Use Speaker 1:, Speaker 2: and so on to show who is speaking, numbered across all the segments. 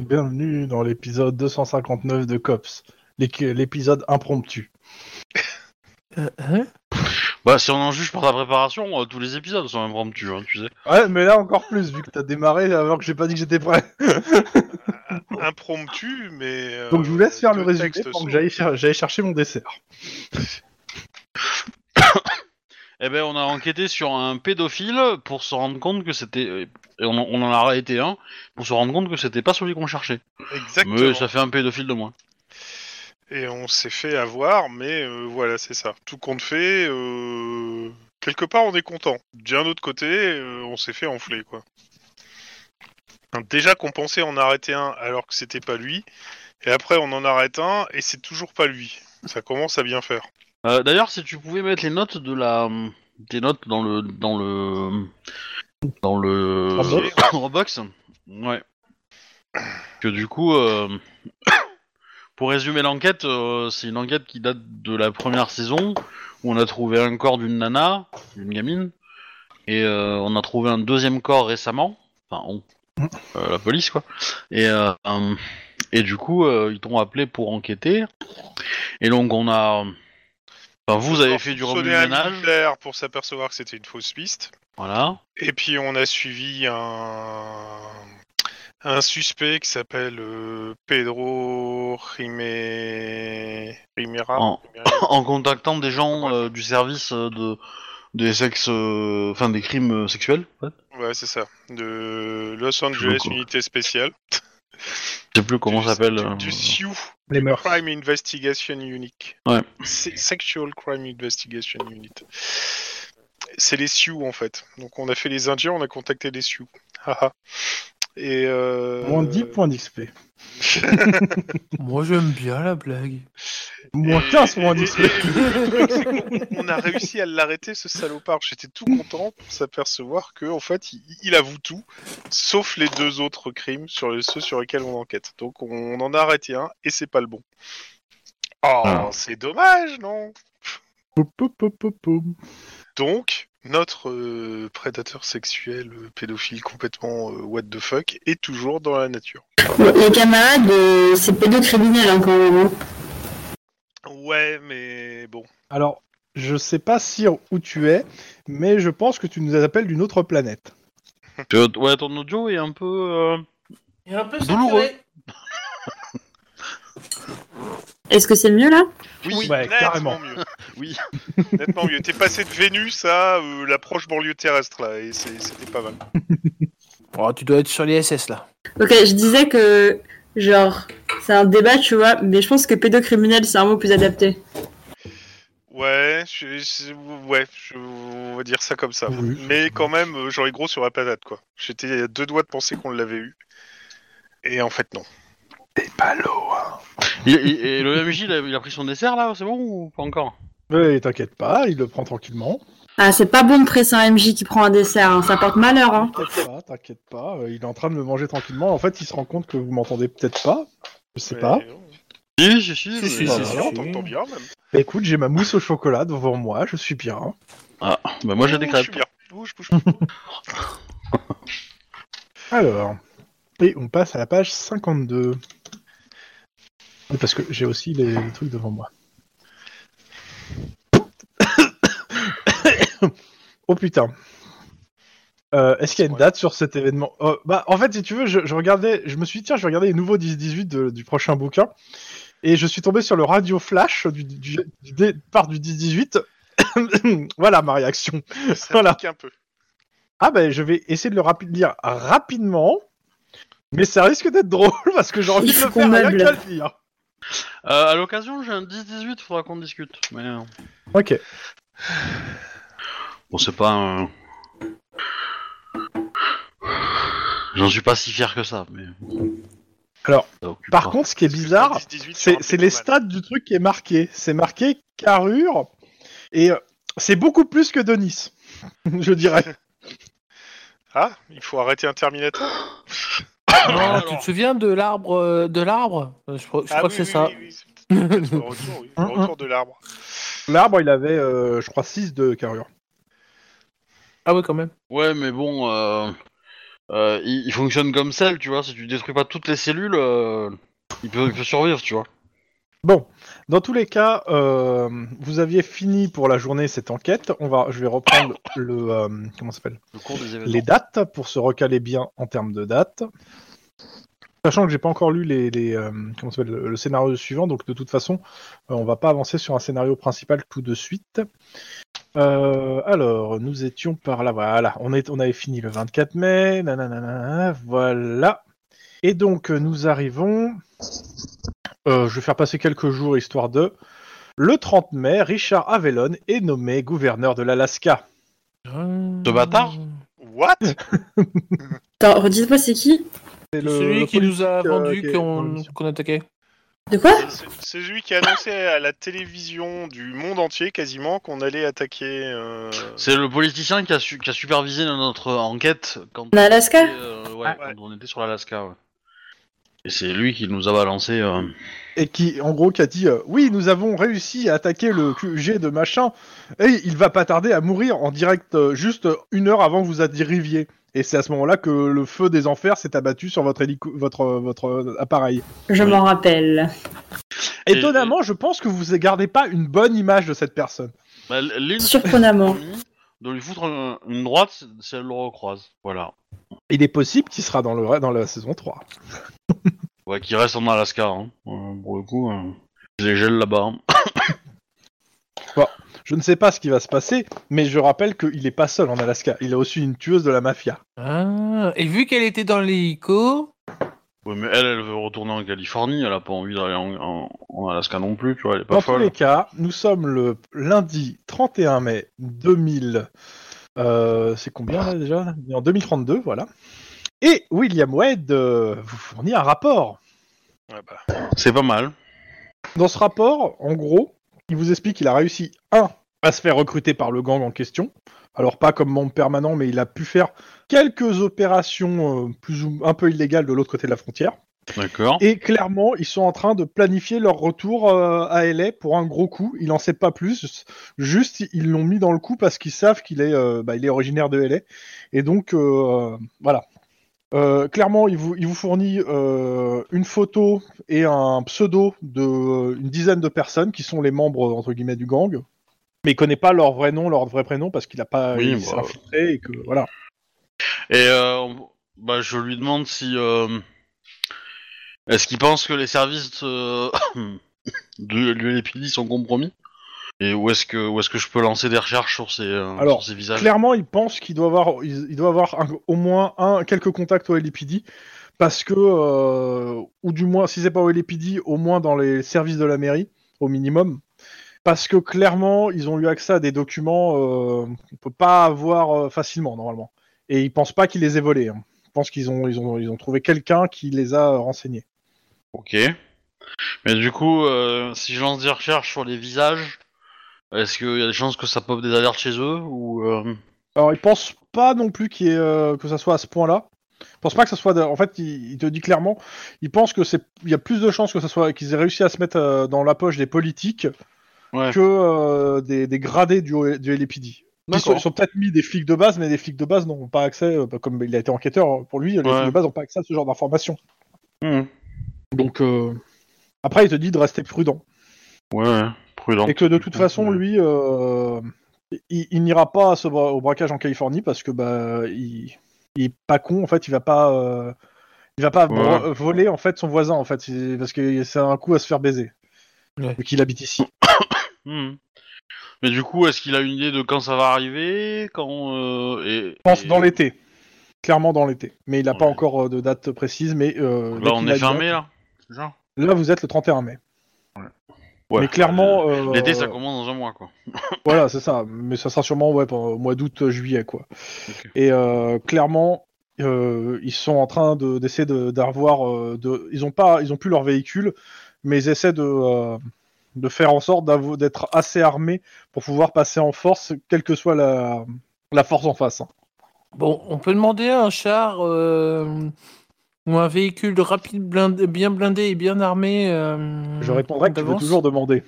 Speaker 1: bienvenue dans l'épisode 259 de Cops, l'équ- l'épisode impromptu.
Speaker 2: Euh, hein?
Speaker 3: Bah, si on en juge par ta préparation, euh, tous les épisodes sont impromptus, hein, tu sais.
Speaker 1: Ouais, mais là encore plus, vu que t'as démarré alors que j'ai pas dit que j'étais prêt.
Speaker 4: impromptu, mais. euh,
Speaker 1: Donc je vous laisse faire le
Speaker 4: deux
Speaker 1: résumé
Speaker 4: textes
Speaker 1: pendant
Speaker 4: sont-
Speaker 1: que j'aille cher- j'aille chercher mon dessert.
Speaker 3: Eh ben, on a enquêté sur un pédophile pour se rendre compte que c'était. euh, Et on, en- on en a arrêté un pour se rendre compte que c'était pas celui qu'on cherchait.
Speaker 4: Exactement.
Speaker 3: Mais ça fait un pédophile de moins.
Speaker 4: Et on s'est fait avoir, mais euh, voilà, c'est ça. Tout compte fait, euh, quelque part on est content. D'un autre côté, euh, on s'est fait enfler, quoi. Hein, Déjà qu'on pensait en arrêter un alors que c'était pas lui, et après on en arrête un et c'est toujours pas lui. Ça commence à bien faire.
Speaker 3: Euh, D'ailleurs, si tu pouvais mettre les notes de la. Tes notes dans le. Dans le. Dans le.
Speaker 1: Dropbox.
Speaker 3: Dropbox. Ouais. Que du coup. euh, Pour résumer l'enquête, euh, c'est une enquête qui date de la première saison où on a trouvé un corps d'une nana, d'une gamine, et euh, on a trouvé un deuxième corps récemment. Enfin, on- euh, la police quoi. Et, euh, euh, et du coup, euh, ils t'ont appelé pour enquêter. Et donc on a. Enfin, vous avez fait du
Speaker 4: Sonner
Speaker 3: remue
Speaker 4: à
Speaker 3: ménage,
Speaker 4: Hitler pour s'apercevoir que c'était une fausse piste.
Speaker 3: voilà.
Speaker 4: Et puis on a suivi un, un suspect qui s'appelle euh, Pedro Rime... Rimera.
Speaker 3: En-
Speaker 4: Rimera.
Speaker 3: En contactant des gens euh, du service euh, de des sexes, euh, enfin des crimes euh, sexuels. en fait.
Speaker 4: Ouais, c'est ça. De Los Angeles,
Speaker 3: quoi.
Speaker 4: unité spéciale.
Speaker 3: Je sais plus comment
Speaker 4: Du-
Speaker 3: ça s'appelle.
Speaker 4: du-
Speaker 3: euh,
Speaker 4: Du SIU,
Speaker 1: Les mœurs.
Speaker 4: Crime Investigation Unit.
Speaker 3: Ouais.
Speaker 4: Se- Sexual Crime Investigation Unit. C'est les Sioux en fait. Donc on a fait les Indiens, on a contacté les Sioux. Haha. Et euh...
Speaker 1: Moins 10 points d'XP.
Speaker 2: Moi j'aime bien la blague.
Speaker 1: Moins 15 points
Speaker 4: et-
Speaker 1: d'XP.
Speaker 4: et- on a réussi à l'arrêter, ce salopard. J'étais tout content pour s'apercevoir que en fait, il, il avoue tout, sauf les deux autres crimes sur les- ceux sur lesquels on enquête. Donc on en a arrêté un et c'est pas le bon. Oh,
Speaker 3: Ah.
Speaker 4: c'est dommage, non
Speaker 1: Pou, pou, pou, pou, pou.
Speaker 4: Donc notre euh, prédateur sexuel euh, pédophile complètement euh, what the fuck est toujours dans la nature.
Speaker 5: Le, le camarade, euh, c'est pédocriminel hein, quand même. hein.
Speaker 4: Ouais, mais bon.
Speaker 1: Alors, je sais pas si où tu es, mais je pense que tu nous appelles d'une autre planète.
Speaker 3: Euh, ouais, ton audio est un peu. euh,
Speaker 2: Et un peu
Speaker 3: Douloureux.
Speaker 5: Est-ce que c'est mieux là
Speaker 4: Oui,
Speaker 1: Ouais, carrément.
Speaker 4: mieux.
Speaker 3: Oui.
Speaker 4: nettement mieux. T'es passé de Vénus à euh, l'approche banlieue terrestre là, et c'est- c'était pas mal.
Speaker 2: Oh, tu dois être sur les SS là.
Speaker 5: Ok, je disais que, genre, c'est un débat, tu vois, mais je pense que pédocriminel, c'est un mot plus adapté.
Speaker 4: Ouais, je, je- ouais, je- on va dire ça comme ça.
Speaker 1: Oui.
Speaker 4: Mais quand même, euh, j'aurais gros sur la patate quoi. J'étais à deux doigts de penser qu'on l'avait eu. Et en fait non.
Speaker 3: Et, et- et le MJ, il a, il a pris son dessert là, c'est bon ou pas encore
Speaker 1: Mais t'inquiète pas, il le prend tranquillement.
Speaker 5: Ah, c'est pas bon de presser un MJ qui prend un dessert, hein, ça porte malheur.
Speaker 6: Ah.
Speaker 5: Hein.
Speaker 1: T'inquiète pas, t'inquiète pas, euh, il est en train de le manger tranquillement. En fait, il se rend compte que vous m'entendez peut-être pas. Je sais
Speaker 4: Mais euh,
Speaker 1: pas.
Speaker 4: non.
Speaker 3: Si, si, si.
Speaker 2: Si, si,
Speaker 3: mais-
Speaker 4: Ah,
Speaker 2: si, si.
Speaker 4: non, t'entends bien même.
Speaker 1: Bah, écoute, j'ai ma mousse au chocolat devant moi, je suis bien.
Speaker 3: Ah, bah moi j'ai des
Speaker 4: Ouh, Je suis
Speaker 3: crêpes.
Speaker 4: bien. Ouh, je bouge pas.
Speaker 1: Alors, et on passe à la page 52. Oui, Parce que j'ai aussi les, les trucs devant moi. oh putain. Euh, Est-ce qu'il y a une date sur cet événement Euh, Bah, en fait, si tu veux, je, je regardais, je me suis dit tiens, je vais regarder les nouveaux 10-18 de- du prochain bouquin, et je suis tombé sur le radio flash du, du- du départ du 10-18. voilà ma réaction.
Speaker 4: Ça
Speaker 1: Voilà.
Speaker 4: pique un peu.
Speaker 1: Ah ben je vais essayer de le rapi- lire rapidement, mais ça risque d'être drôle parce que j'ai envie de
Speaker 5: Il faut
Speaker 1: le faire
Speaker 5: qu'on
Speaker 1: rien
Speaker 5: meuble.
Speaker 1: qu'à le lire.
Speaker 3: Euh, à l'occasion, j'ai un 10-18, faudra qu'on discute. Mais euh,
Speaker 1: Ok.
Speaker 3: bon, c'est pas un. J'en suis pas si fier que ça, mais.
Speaker 1: Alors,
Speaker 3: Ça occupe
Speaker 1: Par
Speaker 3: pas.
Speaker 1: contre, ce qui est
Speaker 4: Parce que
Speaker 1: bizarre,
Speaker 4: 18,
Speaker 1: c'est
Speaker 4: un peu
Speaker 1: c'est les
Speaker 4: mal.
Speaker 1: stats du truc qui est marqué. C'est marqué carrure et euh, c'est beaucoup plus que Denis, je dirais.
Speaker 4: Ah, il faut arrêter un Terminator.
Speaker 2: Ah, Non,
Speaker 3: Alors.
Speaker 2: tu te souviens de l'arbre euh, de l'arbre Euh, Je, crois- je
Speaker 4: Ah
Speaker 2: crois
Speaker 4: oui,
Speaker 2: que c'est ça.
Speaker 4: oui, oui, oui, c'est peut-être Le retour, oui. Le retour de l'arbre.
Speaker 1: L'arbre, il avait, euh, je crois, 6 de carrure.
Speaker 2: Ah ouais quand même.
Speaker 3: Ouais, mais bon, euh, euh, il, il fonctionne comme celle, tu vois. Si tu détruis pas toutes les cellules, euh, il, peut, il peut survivre, tu vois.
Speaker 1: Bon, dans tous les cas, euh, vous aviez fini pour la journée cette enquête. On va, je vais reprendre le euh, comment ça s'appelle
Speaker 3: Le cours des événements.
Speaker 1: les dates pour se recaler bien en termes de dates. Sachant que j'ai pas encore lu les, les, euh, comment ça s'appelle, le le scénario suivant, donc de toute façon, euh, on va pas avancer sur un scénario principal tout de suite. Euh, alors, nous étions par là, voilà, on, est, on avait fini le 24 mai, nanana, voilà. Et donc, euh, nous arrivons, euh, je vais faire passer quelques jours histoire de. Le 30 mai, Richard Avellone est nommé gouverneur de l'Alaska.
Speaker 2: Ce
Speaker 3: bâtard
Speaker 4: What
Speaker 5: Attends, redites-moi c'est qui
Speaker 1: C'est le-
Speaker 2: Celui
Speaker 1: le
Speaker 2: qui nous a
Speaker 1: euh,
Speaker 2: vendu
Speaker 1: qui est dans
Speaker 2: qu'on
Speaker 1: l'émission.
Speaker 2: qu'on attaquait.
Speaker 5: De quoi
Speaker 4: C'est- C'est celui qui a annoncé à la télévision du monde entier quasiment qu'on allait attaquer. euh,
Speaker 3: C'est le politicien qui a, su- qui a supervisé notre enquête quand,
Speaker 5: En Alaska
Speaker 3: euh, ouais,
Speaker 4: Ah.
Speaker 3: quand on était sur l'Alaska. ouais. Et c'est lui qui nous a balancé. euh,
Speaker 1: et qui en gros qui a dit euh, oui nous avons réussi à attaquer le QG de machin et il va pas tarder à mourir en direct euh, juste une heure avant que vous arriviez et c'est à ce moment-là que le feu des enfers s'est abattu sur votre hélico- votre euh, votre euh, appareil.
Speaker 5: Je
Speaker 3: Oui.
Speaker 5: m'en rappelle.
Speaker 3: Et-
Speaker 1: Étonnamment, je pense que vous gardez pas une bonne image de cette personne.
Speaker 3: bah, Lynn,
Speaker 5: Surprenamment.
Speaker 3: de lui foutre un- une droite si elle le recroise. Voilà.
Speaker 1: Il est possible qu'il sera dans le dans la saison 3.
Speaker 3: Ouais, qui reste en Alaska. hein. Euh, pour le coup, euh, je les gèle là-bas. hein.
Speaker 1: Je ne sais pas ce qui va se passer, mais je rappelle qu'il est pas seul en Alaska. Il a aussi une tueuse de la mafia.
Speaker 2: Ah, et vu qu'elle était dans l'hélico,
Speaker 3: Ouais, mais elle, elle veut retourner en Californie. Elle a pas envie d'aller en, en- en Alaska non plus, tu vois. Elle est pas
Speaker 1: Dans tous
Speaker 3: folle.
Speaker 1: les cas, nous sommes le lundi 31 mai 2000. euh, c'est combien là, déjà En 2032, voilà. Et William Wade euh, vous fournit un rapport.
Speaker 4: ouais, bah,
Speaker 3: C'est pas mal.
Speaker 1: Dans ce rapport, en gros, il vous explique qu'il a réussi, un, à se faire recruter par le gang en question. Alors pas comme membre permanent, mais il a pu faire quelques opérations euh, plus ou un peu illégales de l'autre côté de la frontière.
Speaker 3: D'accord.
Speaker 1: Et clairement, ils sont en train de planifier leur retour euh, à LA pour un gros coup. Il n'en sait pas plus. Juste, ils l'ont mis dans le coup parce qu'ils savent qu'il est, euh, bah, il est originaire de LA. Et donc, euh, voilà. Euh, clairement, il vous, il vous fournit euh, une photo et un pseudo de euh, une dizaine de personnes qui sont les membres entre guillemets du gang, mais il connaît pas leur vrai nom, leur vrai prénom parce qu'il a pas
Speaker 3: Oui,
Speaker 1: il s'est
Speaker 3: bah,
Speaker 1: infiltré et que voilà.
Speaker 3: Et euh, on- bah, je lui demande si. euh, Est-ce qu'il pense que les services euh, de l'ULPD sont compromis Et où est-ce que, où est que je peux lancer des recherches sur ces, euh,
Speaker 1: Alors,
Speaker 3: sur ces visages
Speaker 1: Clairement, il pense qu'il doit avoir, il, il doit avoir un- au moins un, quelques contacts au LPD, parce que, euh, ou du moins, si c'est pas au LPD, au moins dans les services de la mairie, au minimum, parce que clairement, ils ont eu accès à des documents euh, qu'on peut pas avoir euh, facilement normalement, et ils pensent pas qu'ils les aient volés. hein. Ils pensent qu'ils ont, ils ont, ils ont trouvé quelqu'un qui les a euh, renseignés.
Speaker 3: Ok. Mais du coup, euh, si je lance des recherches sur les visages, est-ce qu'il y a des chances que ça pop des alertes chez eux ou euh,
Speaker 1: Alors, ils pensent pas non plus qu'il y ait, euh, que ça soit à ce point-là. Ils pensent pas que ça soit. de- En fait, il, il te dit clairement, ils pensent que c'est. Il y a plus de chances que ça soit qu'ils aient réussi à se mettre euh, dans la poche des politiques
Speaker 3: Ouais.
Speaker 1: que euh, des, des gradés du, du LAPD. Ils sont,
Speaker 3: D'accord.
Speaker 1: ils sont peut-être mis des flics de base, mais les flics de base n'ont pas accès, euh, bah, comme il a été enquêteur, euh, pour lui, les
Speaker 3: Ouais.
Speaker 1: flics de base n'ont pas accès à ce genre d'informations.
Speaker 3: Hmm.
Speaker 1: Donc, euh, après, il te dit de rester prudent.
Speaker 3: Ouais, ouais, prudent.
Speaker 1: Et que de toute façon, lui, euh, il, il n'ira pas à ce bra- au braquage en Californie parce que bah, il, il est pas con. En fait, il va pas, euh, il va pas
Speaker 3: Ouais.
Speaker 1: bro- euh, voler en fait son voisin en fait, c'est- parce que c'est un coup à se faire baiser.
Speaker 2: Ouais.
Speaker 1: Vu qu'il habite ici.
Speaker 3: Hmm. Mais du coup, est-ce qu'il a une idée de quand ça va arriver Quand. euh, et,
Speaker 1: Je pense
Speaker 3: et-
Speaker 1: dans l'été, clairement dans l'été. Mais il n'a pas
Speaker 3: Ouais.
Speaker 1: encore euh, de date précise. Mais euh, dès
Speaker 3: Là, on
Speaker 1: qu'il a
Speaker 3: est
Speaker 1: une
Speaker 3: fermé,
Speaker 1: date-
Speaker 3: là c'est ça
Speaker 1: Là, vous êtes le 31 mai.
Speaker 3: Ouais.
Speaker 1: mais clairement, euh,
Speaker 3: L'été, ça commence dans un mois, quoi.
Speaker 1: Voilà, c'est ça. Mais ça sera sûrement ouais, pour- au mois d'août, euh, juillet, quoi. Et euh, clairement, euh, ils sont en train de- d'essayer de- d'avoir. euh, de, ils ont pas, ils ont plus leur véhicule, mais ils essaient de, euh, de faire en sorte d'avo- d'être assez armés pour pouvoir passer en force, quelle que soit la, la force en face. hein.
Speaker 2: bon, on peut demander un char euh, ou un véhicule rapide, blindé, bien blindé et bien armé. euh,
Speaker 1: Je répondrai que tu peux
Speaker 2: d'avance.
Speaker 1: toujours demander.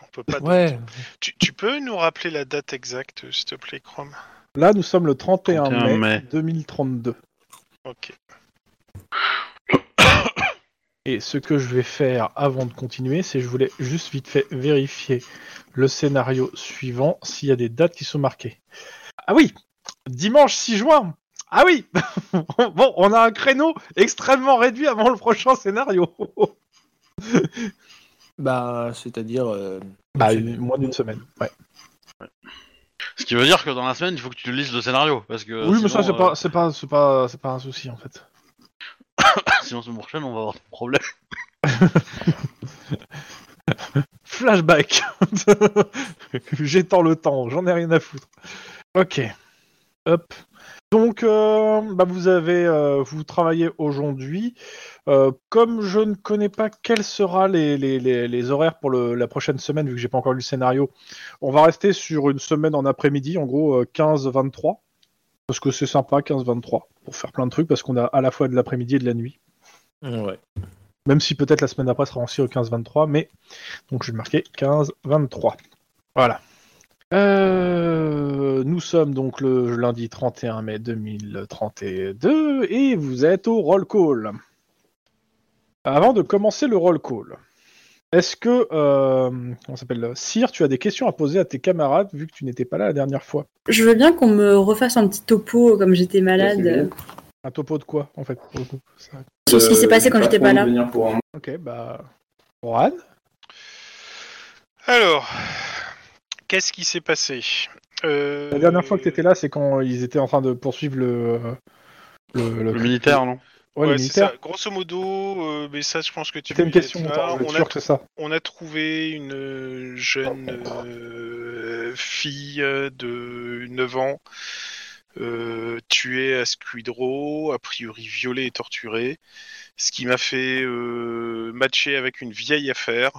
Speaker 4: on peut pas.
Speaker 2: Ouais.
Speaker 4: Tu, tu peux nous rappeler euh, la date exacte, s'il te plaît, Chrome
Speaker 1: Là, nous sommes le 31,
Speaker 3: 31
Speaker 1: mai,
Speaker 3: mai.
Speaker 1: 2032.
Speaker 4: Ok.
Speaker 1: Et ce que je vais faire avant de continuer, c'est je voulais juste vite fait vérifier le scénario suivant s'il y a des dates qui sont marquées. Ah oui, dimanche 6 juin. Ah oui, bon, on a un créneau extrêmement réduit avant le prochain scénario.
Speaker 2: Bah, c'est-à-dire. euh,
Speaker 1: bah,
Speaker 2: une semaine.
Speaker 1: moins d'une semaine. Ouais.
Speaker 3: Ce qui veut dire que dans la semaine, il faut que tu lises le scénario. Parce que,
Speaker 1: oui,
Speaker 3: sinon,
Speaker 1: mais ça c'est
Speaker 3: euh,
Speaker 1: pas, c'est pas, c'est pas, c'est pas un souci en fait.
Speaker 3: euh, Sinon, semaine prochaine, on va avoir des problèmes.
Speaker 1: Flashback. J'étends le temps, j'en ai rien à foutre. Ok. Hop. Donc, euh, bah, vous avez, euh, vous travaillez aujourd'hui. Euh, comme je ne connais pas quels seront les, les- les- les horaires pour le- la prochaine semaine, vu que j'ai pas encore lu le scénario, on va rester sur une semaine en après-midi, en gros euh, 15-23, parce que c'est sympa 15-23 pour faire plein de trucs, parce qu'on a à la fois de l'après-midi et de la nuit.
Speaker 2: Ouais.
Speaker 1: Même si peut-être la semaine d'après sera aussi au 15-23, mais donc je vais le marquer 15-23. Voilà. Euh, nous sommes donc le lundi 31 mai 2032 et vous êtes au roll call. Avant de commencer le roll call, est-ce que euh, comment ça s'appelle Sire, tu as des questions à poser à tes camarades vu que tu n'étais pas là la dernière fois
Speaker 5: Je veux bien qu'on me refasse un petit topo comme j'étais malade.
Speaker 6: Ouais, c'est
Speaker 5: euh,
Speaker 6: bien.
Speaker 1: Un topo de quoi en fait pour le coup Ça-
Speaker 5: Sur ce qui s'est passé quand
Speaker 6: Euh,
Speaker 5: j'étais pas
Speaker 6: patron
Speaker 5: là.
Speaker 6: de venir pour un mois.
Speaker 1: Ok, bah Rohan,
Speaker 4: Alors, qu'est-ce qui s'est passé Euh,
Speaker 1: la dernière fois que tu étais là, c'est quand ils étaient en train de poursuivre le le,
Speaker 3: Le militaire, non
Speaker 1: Ouais,
Speaker 4: ouais,
Speaker 1: les
Speaker 4: c'est
Speaker 1: militaires.
Speaker 4: ça. Grosso modo, euh, mais ça, je pense que tu.
Speaker 1: C'était une question.
Speaker 4: Ah,
Speaker 1: attends, je vais
Speaker 4: on,
Speaker 1: être
Speaker 4: a,
Speaker 1: sûr que c'est ça.
Speaker 4: on a trouvé une euh, jeune euh, fille de 9 ans euh, tuée à Squidrow, a priori violée et torturée, ce qui m'a fait euh, matcher avec une vieille affaire.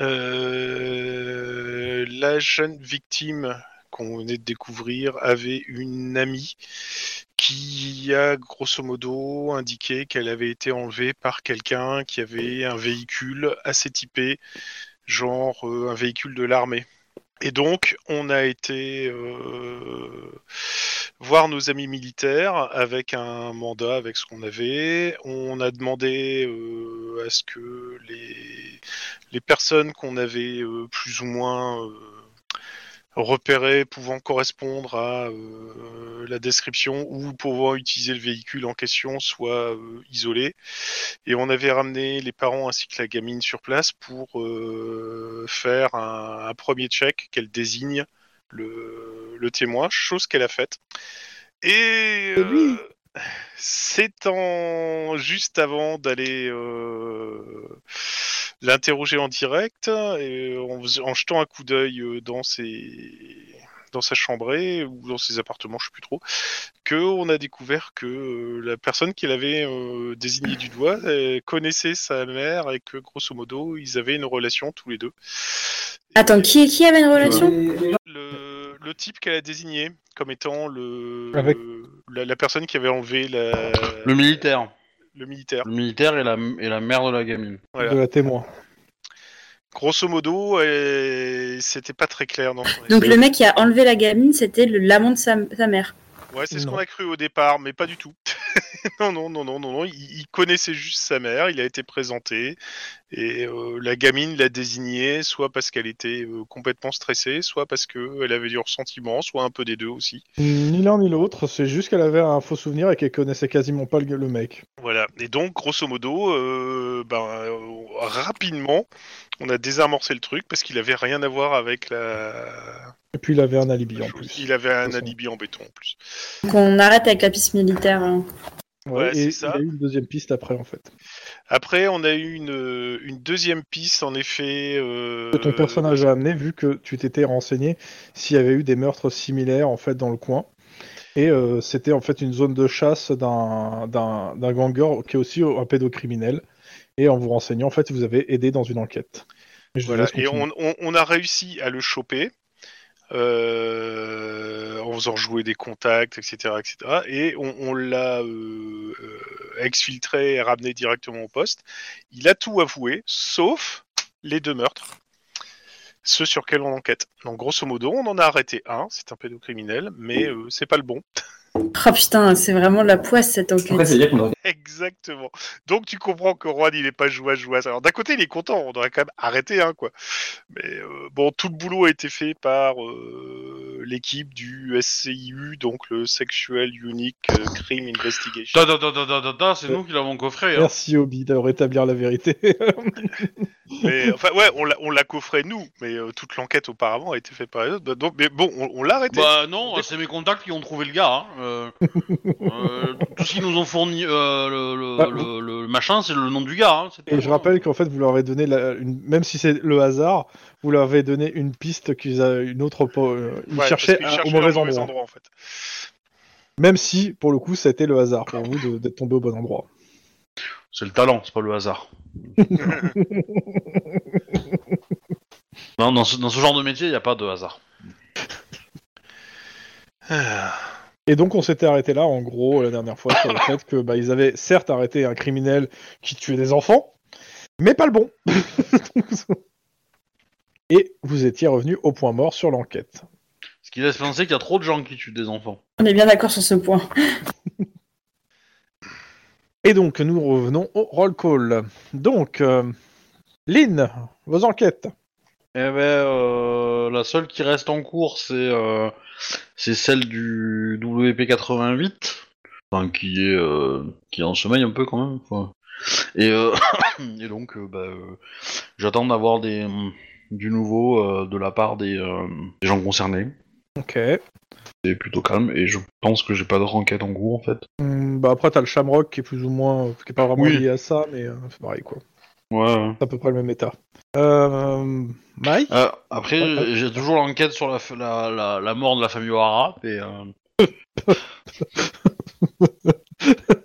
Speaker 4: Euh, la jeune victime qu'on venait de découvrir avait une amie qui a grosso modo indiqué qu'elle avait été enlevée par quelqu'un qui avait un véhicule assez typé, genre euh, un véhicule de l'armée. Et donc, on a été euh, voir nos amis militaires avec un mandat, avec ce qu'on avait. On a demandé euh, à ce que les, les personnes qu'on avait euh, plus ou moins euh, repérés pouvant correspondre à euh, la description ou pouvoir utiliser le véhicule en question soit euh, isolé. Et on avait ramené les parents ainsi que la gamine sur place pour euh, faire un, un premier check qu'elle désigne le, le témoin, chose qu'elle a faite. Et
Speaker 1: C'est lui.
Speaker 4: euh, c'est en juste avant d'aller euh, l'interroger en direct, et euh, en, fais- en jetant un coup d'œil euh, dans ses dans sa chambrée ou dans ses appartements, je sais plus trop, que on a découvert que euh, la personne qu'il avait euh, désignée du doigt euh, connaissait sa mère et que grosso modo ils avaient une relation tous les deux.
Speaker 5: Attends, qui, qui avait une relation
Speaker 4: Le, le type qu'elle a désigné comme étant le
Speaker 1: Avec-
Speaker 4: la, la personne qui avait enlevé la,
Speaker 3: Le militaire.
Speaker 4: le militaire.
Speaker 3: Le militaire et la, et la mère de la gamine.
Speaker 4: Voilà.
Speaker 1: De la témoin.
Speaker 4: Grosso modo, euh, c'était pas très clair. Non
Speaker 5: Donc le mec qui a enlevé la gamine, c'était le- l'amant de sa, sa mère.
Speaker 4: Ouais, c'est ce
Speaker 1: Non.
Speaker 4: qu'on a cru au départ, mais pas du tout. non, non, non, non, non, non. Il, il connaissait juste sa mère, il a été présenté, et euh, la gamine l'a désigné, soit parce qu'elle était euh, complètement stressée, soit parce qu'elle avait du ressentiment, soit un peu des deux aussi.
Speaker 1: Ni l'un ni l'autre, c'est juste qu'elle avait un faux souvenir et qu'elle connaissait quasiment pas le, le mec.
Speaker 4: Voilà. Et donc, grosso modo, euh, ben, euh, rapidement, on a désamorcé le truc parce qu'il avait rien à voir avec la.
Speaker 1: Et puis il avait un alibi en
Speaker 4: chose.
Speaker 1: plus.
Speaker 4: Il avait un
Speaker 1: façon.
Speaker 4: alibi en béton en plus.
Speaker 5: Donc on arrête avec la piste militaire. hein.
Speaker 4: Ouais, c'est
Speaker 1: et
Speaker 4: ça.
Speaker 1: il a eu une deuxième piste après en fait.
Speaker 4: Après, on a eu une, une deuxième piste, en effet. euh,
Speaker 1: Que ton personnage a amené vu que tu t'étais renseigné s'il y avait eu des meurtres similaires en fait dans le coin. Et euh, c'était en fait une zone de chasse d'un d'un d'un gangueur qui est aussi un pédocriminel. Et en vous renseignant, en fait, vous avez aidé dans une enquête. Mais je vous
Speaker 4: Voilà,
Speaker 1: laisse
Speaker 4: et
Speaker 1: continuer.
Speaker 4: on, on- on a réussi à le choper euh, en faisant jouer des contacts, etc. etc. et on, on l'a euh, euh, exfiltré et ramené directement au poste. Il a tout avoué, sauf les deux meurtres, ceux sur lesquels on enquête. Donc, grosso modo, on en a arrêté un, c'est un pédocriminel, mais euh, c'est pas le bon.
Speaker 5: Oh putain, c'est vraiment la poisse cette
Speaker 6: Après,
Speaker 5: enquête.
Speaker 6: c'est-à-dire qu'on aurait
Speaker 4: Exactement. Donc tu comprends que Juan, il est pas joie joie. Alors d'un côté, il est content, on aurait quand même arrêté, hein, quoi. Mais euh, bon, tout le boulot a été fait par euh, l'équipe du SCIU, donc le Sexual Unique euh, Crime Investigation.
Speaker 3: Ta, ta, ta, ta, ta, ta, ta, c'est nous qui l'avons coffré. hein.
Speaker 1: Euh, Merci Obi de rétablir la vérité.
Speaker 4: Mais, enfin, ouais, on l'a- on l'a coffré nous, mais euh, toute l'enquête auparavant a été faite par les autres. Donc, mais bon, on, on l'a arrêté.
Speaker 3: Bah non, c'est mes contacts qui ont trouvé le gars. hein. Euh, euh, tout ce qu'ils nous ont fourni, euh, le, le-
Speaker 1: Bah,
Speaker 3: le- le machin, c'est le nom du gars. hein, c'est
Speaker 1: Et
Speaker 3: tout.
Speaker 1: je rappelle qu'en fait, vous leur avez donné, la- une, même si c'est le hasard, vous leur avez donné une piste qu'ils a une autre. po- euh, ils
Speaker 4: Ouais, parce
Speaker 1: cherchaient,
Speaker 4: qu'ils
Speaker 1: un-
Speaker 4: cherchaient
Speaker 1: au mauvais
Speaker 4: leur
Speaker 1: endroit.
Speaker 4: en fait.
Speaker 1: Même si, pour le coup, ça a été le hasard pour vous de- d'être tombé au bon endroit.
Speaker 3: C'est le talent, c'est pas le hasard. non, dans ce, dans ce genre de métier, il n'y a pas de hasard.
Speaker 1: Et donc, on s'était arrêté là, en gros, la dernière fois, sur le fait que bah, ils avaient certes arrêté un criminel qui tuait des enfants, mais pas le bon. Et vous étiez revenu au point mort sur l'enquête.
Speaker 3: Ce qui laisse penser qu'il y a trop de gens qui tuent des enfants.
Speaker 5: On est bien d'accord sur ce point.
Speaker 1: Et donc, nous revenons au roll call. Donc, euh, Lynn, vos enquêtes.
Speaker 3: Eh ben, euh, la seule qui reste en cours, c'est euh, c'est celle du WP88, enfin, qui est euh, qui est en sommeil un peu quand même. quoi. Et, euh, et donc, euh, bah, euh, j'attends d'avoir des hum, du nouveau euh, de la part des, euh, des gens concernés.
Speaker 1: Ok.
Speaker 3: C'est plutôt calme et je pense que j'ai pas d'autres enquêtes en cours en fait.
Speaker 1: Hmm, bah après t'as le Shamrock qui est plus ou moins qui est pas vraiment
Speaker 3: Oui.
Speaker 1: lié à ça mais euh, c'est pareil quoi.
Speaker 3: Ouais.
Speaker 1: C'est à peu près le même état. Euh, Mike
Speaker 3: Euh, après,
Speaker 1: Ouais, ouais.
Speaker 3: j'ai toujours l'enquête sur la, f- la, la, la mort de la famille O'Hara et. euh,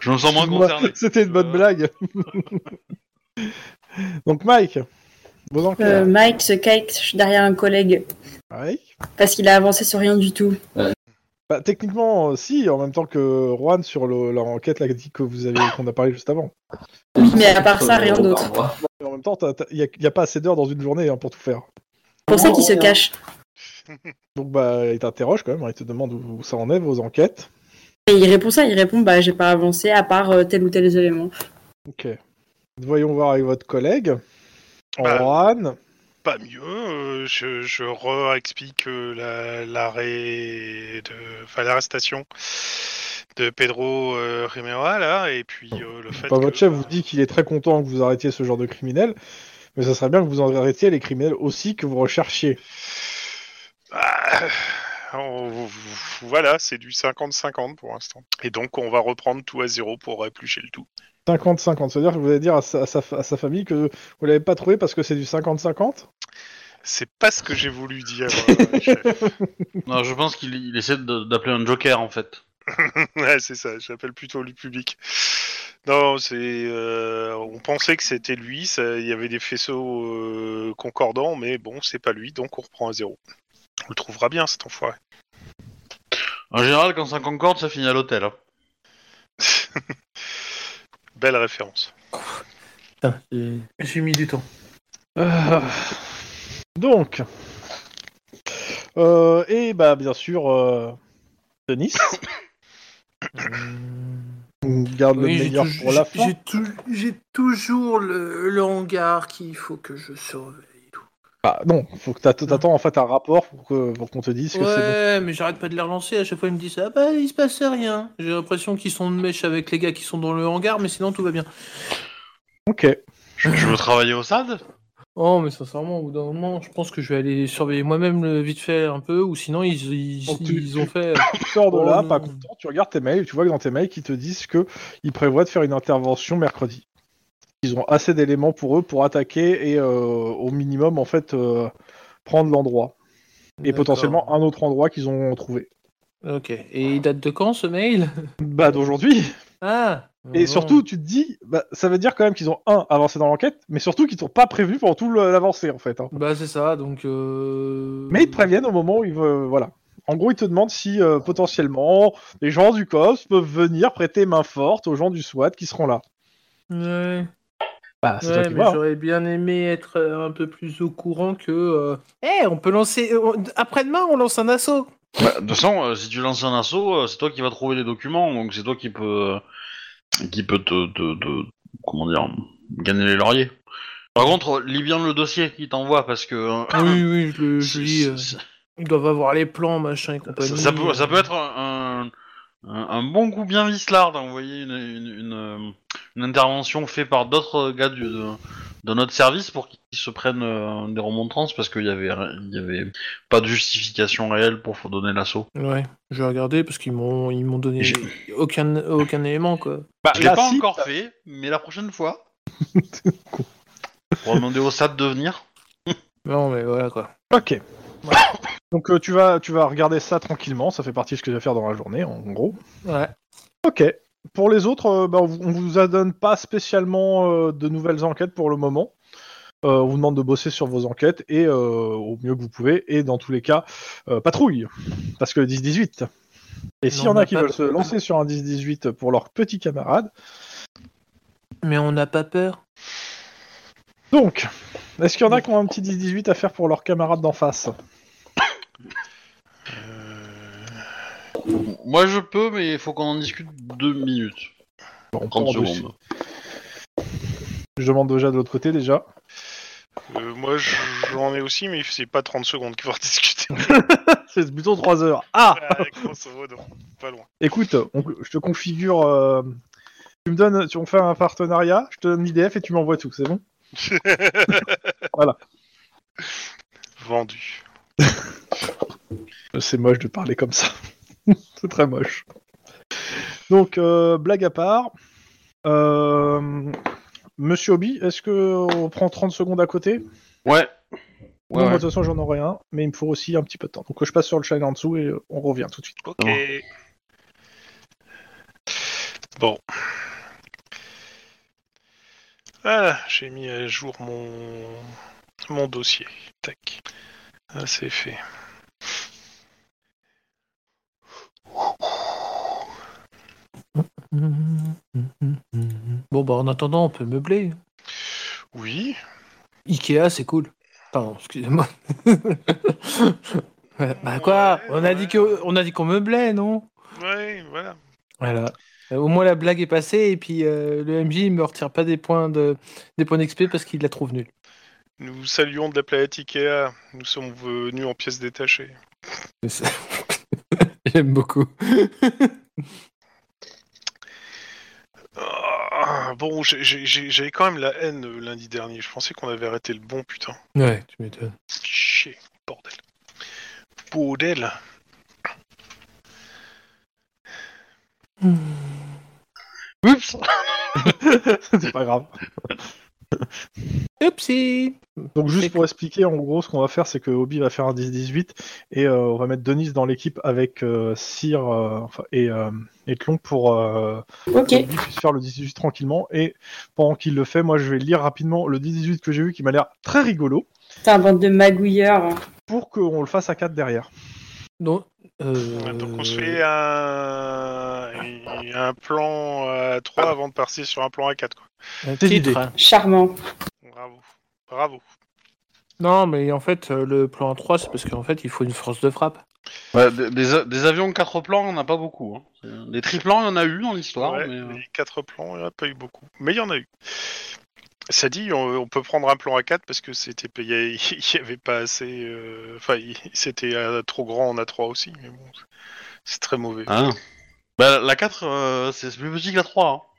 Speaker 3: Je me sens moins
Speaker 1: Excuse-moi,
Speaker 3: concerné.
Speaker 1: C'était une bonne
Speaker 3: Euh,
Speaker 1: blague. Donc Mike, vos
Speaker 5: Euh,
Speaker 1: enquêtes.
Speaker 5: Mike se cache derrière un collègue
Speaker 1: Mike
Speaker 5: parce qu'il a avancé sur rien du tout.
Speaker 1: Bah, techniquement euh, si en même temps que Juan sur le- leur enquête là dit que vous avez qu'on a parlé juste avant.
Speaker 5: Oui, mais à part ça, rien
Speaker 6: par
Speaker 5: d'autre.
Speaker 6: mois.
Speaker 1: Et en même temps il y, a- y a pas assez d'heures dans une journée hein, pour tout faire.
Speaker 5: C'est pour ça qu'il se cache.
Speaker 1: Donc bah il t'interroge quand même, hein, il te demande où, où ça en est vos enquêtes.
Speaker 5: Et il répond ça, il répond bah j'ai pas avancé à part euh, tel ou tel élément.
Speaker 1: Ok. Voyons voir avec votre collègue.
Speaker 4: Bah,
Speaker 1: Juan.
Speaker 4: Pas mieux. euh, je je re-explique euh, la- l'arrêt de, enfin l'arrestation de Pedro euh, Remera là, et puis euh, le fait.
Speaker 1: Enfin, votre
Speaker 4: que-
Speaker 1: chef vous dit qu'il est très content que vous arrêtiez ce genre de criminel, mais ça serait bien que vous en arrêtiez les criminels aussi que vous recherchiez.
Speaker 4: Ah, on- Voilà, c'est du 50-50 pour l'instant. Et donc on va reprendre tout à zéro pour éplucher le tout.
Speaker 1: 50-50, c'est-à-dire que vous allez dire à sa, à sa- à sa famille que vous l'avez pas trouvé parce que c'est du 50-50
Speaker 4: C'est pas ce que j'ai voulu dire. euh, chef.
Speaker 3: Non, je pense qu'il il essaie de- d'appeler un joker en fait.
Speaker 4: Ouais, c'est ça, j'appelle plutôt le public. Non, c'est. euh, on pensait que c'était lui, ça- il y avait des faisceaux euh, concordants, mais bon, c'est pas lui, donc on reprend à zéro. On le trouvera bien cet enfoiré.
Speaker 3: En général, quand ça concorde, ça finit à l'hôtel. hein.
Speaker 4: Belle référence.
Speaker 2: Putain, j'ai- J'ai mis du temps. Ah.
Speaker 1: Euh, Donc. Euh, et bah, bien sûr, euh, Denis on garde
Speaker 2: Euh, Oui,
Speaker 1: le
Speaker 2: j'ai
Speaker 1: meilleur
Speaker 2: tou-
Speaker 1: pour la
Speaker 2: j'ai-
Speaker 1: fin.
Speaker 2: j'ai tou- J'ai toujours le, le hangar qu'il faut que je surveille. et tout.
Speaker 1: Ah, non, faut que t'att- t'attends en fait un rapport pour que- pour qu'on te dise que c'est bon.
Speaker 2: Ouais, mais j'arrête pas de les relancer. À chaque fois, ils me disent Ah bah, il se passe rien. J'ai l'impression qu'ils sont de mèche avec les gars qui sont dans le hangar, mais sinon, tout va bien.
Speaker 1: Ok.
Speaker 3: Je, je veux travailler au SAD
Speaker 2: Oh, mais sincèrement, au bout d'un moment, je pense que je vais aller surveiller moi-même le- vite fait un peu, ou sinon, ils, ils,
Speaker 1: Oh, tu-
Speaker 2: ils ont fait.
Speaker 1: tu sors de
Speaker 2: Oh
Speaker 1: là,
Speaker 2: non.
Speaker 1: pas content, tu regardes tes mails, tu vois que dans tes mails, ils te disent que ils prévoient de faire une intervention mercredi. Ils ont assez d'éléments pour eux pour attaquer et euh, au minimum, en fait, euh, prendre l'endroit. Et
Speaker 2: D'accord.
Speaker 1: potentiellement un autre endroit qu'ils ont trouvé.
Speaker 2: euh, Ok. Et il date de quand ce mail
Speaker 1: Bah, d'aujourd'hui.
Speaker 2: Ah
Speaker 1: Et
Speaker 2: bon.
Speaker 1: surtout, tu te dis, bah, ça veut dire quand même qu'ils ont, un, avancé dans l'enquête, mais surtout qu'ils t'ont pas prévu pour tout le- l'avancée, en fait. hein.
Speaker 2: Bah, c'est ça, donc. euh,
Speaker 1: Mais ils te préviennent au moment où ils veulent. Voilà. En gros, ils te demandent si euh, potentiellement les gens du COPS peuvent venir prêter main forte aux gens du SWAT qui seront là.
Speaker 2: Ouais.
Speaker 3: Ah,
Speaker 1: Bah, c'est toi
Speaker 2: Ouais,
Speaker 1: qui
Speaker 2: mais
Speaker 3: hein.
Speaker 1: vois.
Speaker 2: j'aurais bien aimé être euh, un peu plus au courant que. euh, Eh, on peut lancer. euh, on- Après-demain, on lance un assaut.
Speaker 3: Bah, de toute façon, euh, si tu lances un assaut, euh, c'est toi qui vas trouver les documents, donc c'est toi qui peux, euh, qui peut te, te- te- comment dire, gagner les lauriers. Par contre, euh, lis bien le dossier qu'il t'envoie parce que
Speaker 1: Ah
Speaker 3: euh,
Speaker 2: Oui, oui, je, le- je
Speaker 3: c'est-
Speaker 2: lis.
Speaker 3: c'est-
Speaker 2: euh,
Speaker 3: c'est-
Speaker 2: ils doivent avoir les plans, machin et compagnie.
Speaker 3: ça, ça peut, ça
Speaker 2: euh,
Speaker 3: peut être un, un, un bon coup bien vicelard d'envoyer une, une, une, euh, une intervention faite par d'autres euh, gars du, de, de notre service pour qu'ils se prennent euh, des remontrances parce qu'il y avait, il y avait pas de justification réelle pour faut donner l'assaut.
Speaker 2: Ouais, je vais regarder parce qu'ils m'ont ils m'ont donné
Speaker 3: Je-
Speaker 2: aucun aucun élément quoi.
Speaker 3: Bah, je l'ai
Speaker 1: là,
Speaker 3: pas
Speaker 1: si,
Speaker 3: encore
Speaker 1: t'as-
Speaker 3: fait, mais la prochaine fois. Pour demander au SAD de venir.
Speaker 2: Non mais voilà quoi.
Speaker 1: Ok. Donc euh, tu vas tu vas regarder ça tranquillement, ça fait partie de ce que j'ai à faire dans la journée en gros.
Speaker 2: Ouais.
Speaker 1: Ok. Pour les autres, euh, bah, on vous- on vous donne pas spécialement euh, de nouvelles enquêtes pour le moment. Euh, on vous demande de bosser sur vos enquêtes et euh, au mieux que vous pouvez. Et dans tous les cas, euh, patrouille. Parce que 10-18. Et s'il y
Speaker 2: Non,
Speaker 1: en a
Speaker 2: mais
Speaker 1: qui
Speaker 2: pas
Speaker 1: veulent
Speaker 2: de-
Speaker 1: se lancer sur un 10-18 pour leurs petits camarades.
Speaker 2: Mais on n'a pas peur.
Speaker 1: Donc, est-ce qu'il y en a qui ont un petit 10-18 à faire pour leurs camarades d'en face
Speaker 3: Moi je peux, mais il faut qu'on en discute deux minutes.
Speaker 1: Bon, on
Speaker 3: 30
Speaker 1: prend deux-
Speaker 3: secondes.
Speaker 1: Je demande déjà de l'autre côté déjà.
Speaker 4: Euh, moi, je- j'en ai aussi, mais c'est pas 30 secondes qu'il faut rediscuter.
Speaker 1: C'est plutôt 3 heures. Ah
Speaker 4: Ah, grosso modo, pas loin.
Speaker 1: Écoute, on- je te configure. euh, tu me donnes, tu, on fait un partenariat, je te donne l'IDF et tu m'envoies tout, c'est bon
Speaker 4: Vendu.
Speaker 1: C'est moche de parler comme ça. c'est très moche. Donc, euh, blague à part. euh, Monsieur Obi, est-ce que on prend 30 secondes à côté
Speaker 3: Ouais.
Speaker 1: Non,
Speaker 3: Ouais,
Speaker 1: moi,
Speaker 3: ouais.
Speaker 1: De toute façon, j'en aurai un, mais il me faut aussi un petit peu de temps. Donc, je passe sur le channel en dessous et euh, on revient tout de suite.
Speaker 4: Ok. Bon. Voilà, Ah, j'ai mis à jour mon, mon dossier. Tac. Ah, c'est fait.
Speaker 2: Bon bah en attendant on peut meubler.
Speaker 4: Oui.
Speaker 2: Ikea c'est cool. Pardon, excusez-moi. Ouais, bah quoi
Speaker 4: Ouais,
Speaker 2: On a dit
Speaker 4: ouais.
Speaker 2: que on a dit qu'on meublait non
Speaker 4: Ouais, voilà.
Speaker 2: Voilà. Euh, Au moins la blague est passée et puis euh, le MJ il me retire pas des points de des points d'XP parce qu'il la trouve nulle.
Speaker 4: Nous saluons de la planète Ikea. Nous sommes venus en pièces détachées.
Speaker 2: J'aime beaucoup.
Speaker 4: Ah, bon, j'ai- j'ai- j'ai- j'avais quand même la haine euh, lundi dernier. Je pensais qu'on avait arrêté le bon, putain.
Speaker 2: Ouais, tu m'étonnes.
Speaker 4: Chier, bordel. Bordel.
Speaker 3: Oups
Speaker 1: c'est pas grave.
Speaker 2: Oupsie
Speaker 1: Donc
Speaker 2: C'est
Speaker 1: juste pour expliquer, en gros, ce qu'on va faire, c'est que Obi va faire un 10-18 et euh, on va mettre Denise dans l'équipe avec euh, Cyr euh, enfin, et, euh, et Tlon pour euh,
Speaker 5: Ok.
Speaker 1: que Obi puisse faire le 10-18 tranquillement. Et pendant qu'il le fait, moi, je vais lire rapidement le 10-18 que j'ai vu qui m'a l'air très rigolo
Speaker 5: Putain, bande de magouilleurs.
Speaker 1: pour qu'on le fasse à 4 derrière.
Speaker 2: Non. euh,
Speaker 4: Donc on se fait un, un plan euh, à 3 avant de partir sur un plan à 4. Quoi.
Speaker 2: un
Speaker 1: C'est
Speaker 2: titre,
Speaker 1: l'idée.
Speaker 2: hein.
Speaker 5: Charmant.
Speaker 4: Bravo. Bravo.
Speaker 2: Non, mais en fait, euh, le plan 3, c'est parce qu'en fait, il faut une force de frappe.
Speaker 3: Ouais, des, des a- des avions 4 plans, on en a pas beaucoup. hein. C'est- Des triplans, il y en a eu dans l'histoire.
Speaker 4: Ouais,
Speaker 3: mais, euh,
Speaker 4: Les 4 plans, il n'y en a pas eu beaucoup. Mais il y en a eu. Ça dit, on, on peut prendre un plan à 4 parce que c'était payé. Il n'y avait pas assez. euh, Enfin, il- c'était euh, trop grand en A3 aussi. Mais bon, c'est très mauvais.
Speaker 3: hein. Bah, la 4, euh, c'est c'est plus petit que la hein. 3.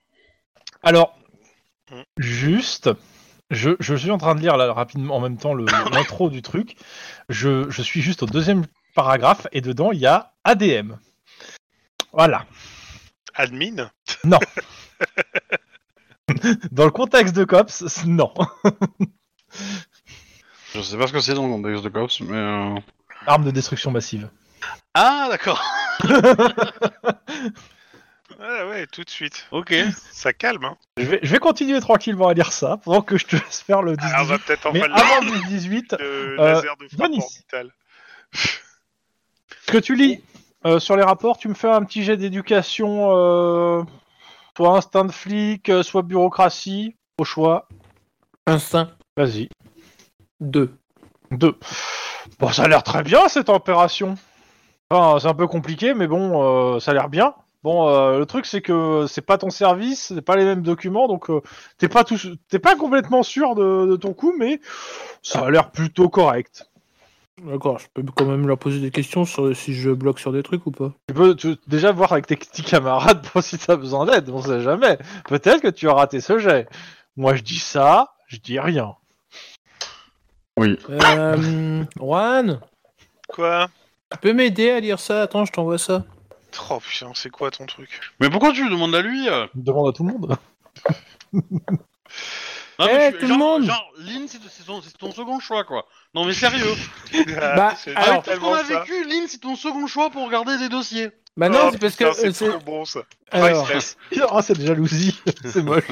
Speaker 1: Alors,
Speaker 4: Mm.
Speaker 1: juste, je, je suis en train de lire là, rapidement en même temps le- l'intro du truc. Je, je suis juste au deuxième paragraphe et dedans, il y a ADM. Voilà.
Speaker 4: Admin
Speaker 1: Dans le contexte de COPS, c- non.
Speaker 3: hein. Je sais pas ce que c'est dans le contexte de Cops, mais. euh,
Speaker 1: Arme de destruction massive.
Speaker 3: Ah, d'accord
Speaker 4: Ah ouais, tout de suite.
Speaker 3: Ok.
Speaker 4: Ça calme. Hein.
Speaker 1: Je vais, je vais continuer tranquillement à lire ça pendant que je te laisse faire le 18.
Speaker 4: Ah, on va peut-être en
Speaker 1: Mais
Speaker 4: faire
Speaker 1: avant le 18,
Speaker 4: le
Speaker 1: Euh,
Speaker 4: laser de frappe
Speaker 1: Denis.
Speaker 4: orbitale.
Speaker 1: ce que tu lis euh, sur les rapports, tu me fais un petit jet d'éducation, euh, soit instinct de flic, euh, soit bureaucratie, au choix.
Speaker 2: Instinct
Speaker 1: Vas-y.
Speaker 2: 2.
Speaker 1: Bah, Deux. Bon, ça a l'air très bien cette opération. Enfin, c'est un peu compliqué, mais bon, euh, ça a l'air bien. Bon, euh, le truc, c'est que c'est pas ton service, c'est pas les mêmes documents, donc euh, t'es pas tout, t'es pas complètement sûr de, de ton coup, mais ça a l'air plutôt correct.
Speaker 2: D'accord, je peux quand même leur poser des questions sur si je bloque sur des trucs ou pas.
Speaker 1: Tu peux tu- déjà voir avec tes petits camarades pour si t'as besoin d'aide, on sait jamais. Peut-être que tu as raté ce jet. Moi, je dis ça, je dis rien.
Speaker 2: Euh, Juan,
Speaker 4: Quoi
Speaker 2: tu peux m'aider à lire ça Attends, je t'envoie ça.
Speaker 4: Oh putain, c'est quoi ton truc
Speaker 3: Mais pourquoi tu le demandes à lui euh
Speaker 1: Demande à tout le monde.
Speaker 3: Non,
Speaker 2: Eh,
Speaker 3: mais je-
Speaker 2: tout le monde
Speaker 3: Genre, Lynn, c'est c'est ton, c'est ton second choix, quoi. Non, mais sérieux.
Speaker 2: Bah,
Speaker 4: Ah, C'est
Speaker 2: alors,
Speaker 3: Avec tout ce qu'on a vécu, Lynn, c'est ton second choix pour regarder des dossiers.
Speaker 2: Bah non,
Speaker 4: Oh,
Speaker 2: c'est parce que.
Speaker 4: putain,
Speaker 2: euh,
Speaker 4: C'est
Speaker 2: c'est-
Speaker 4: trop bon ça.
Speaker 2: alors,
Speaker 4: Ouais, stress.
Speaker 1: Ah, cette jalousie, c'est moche.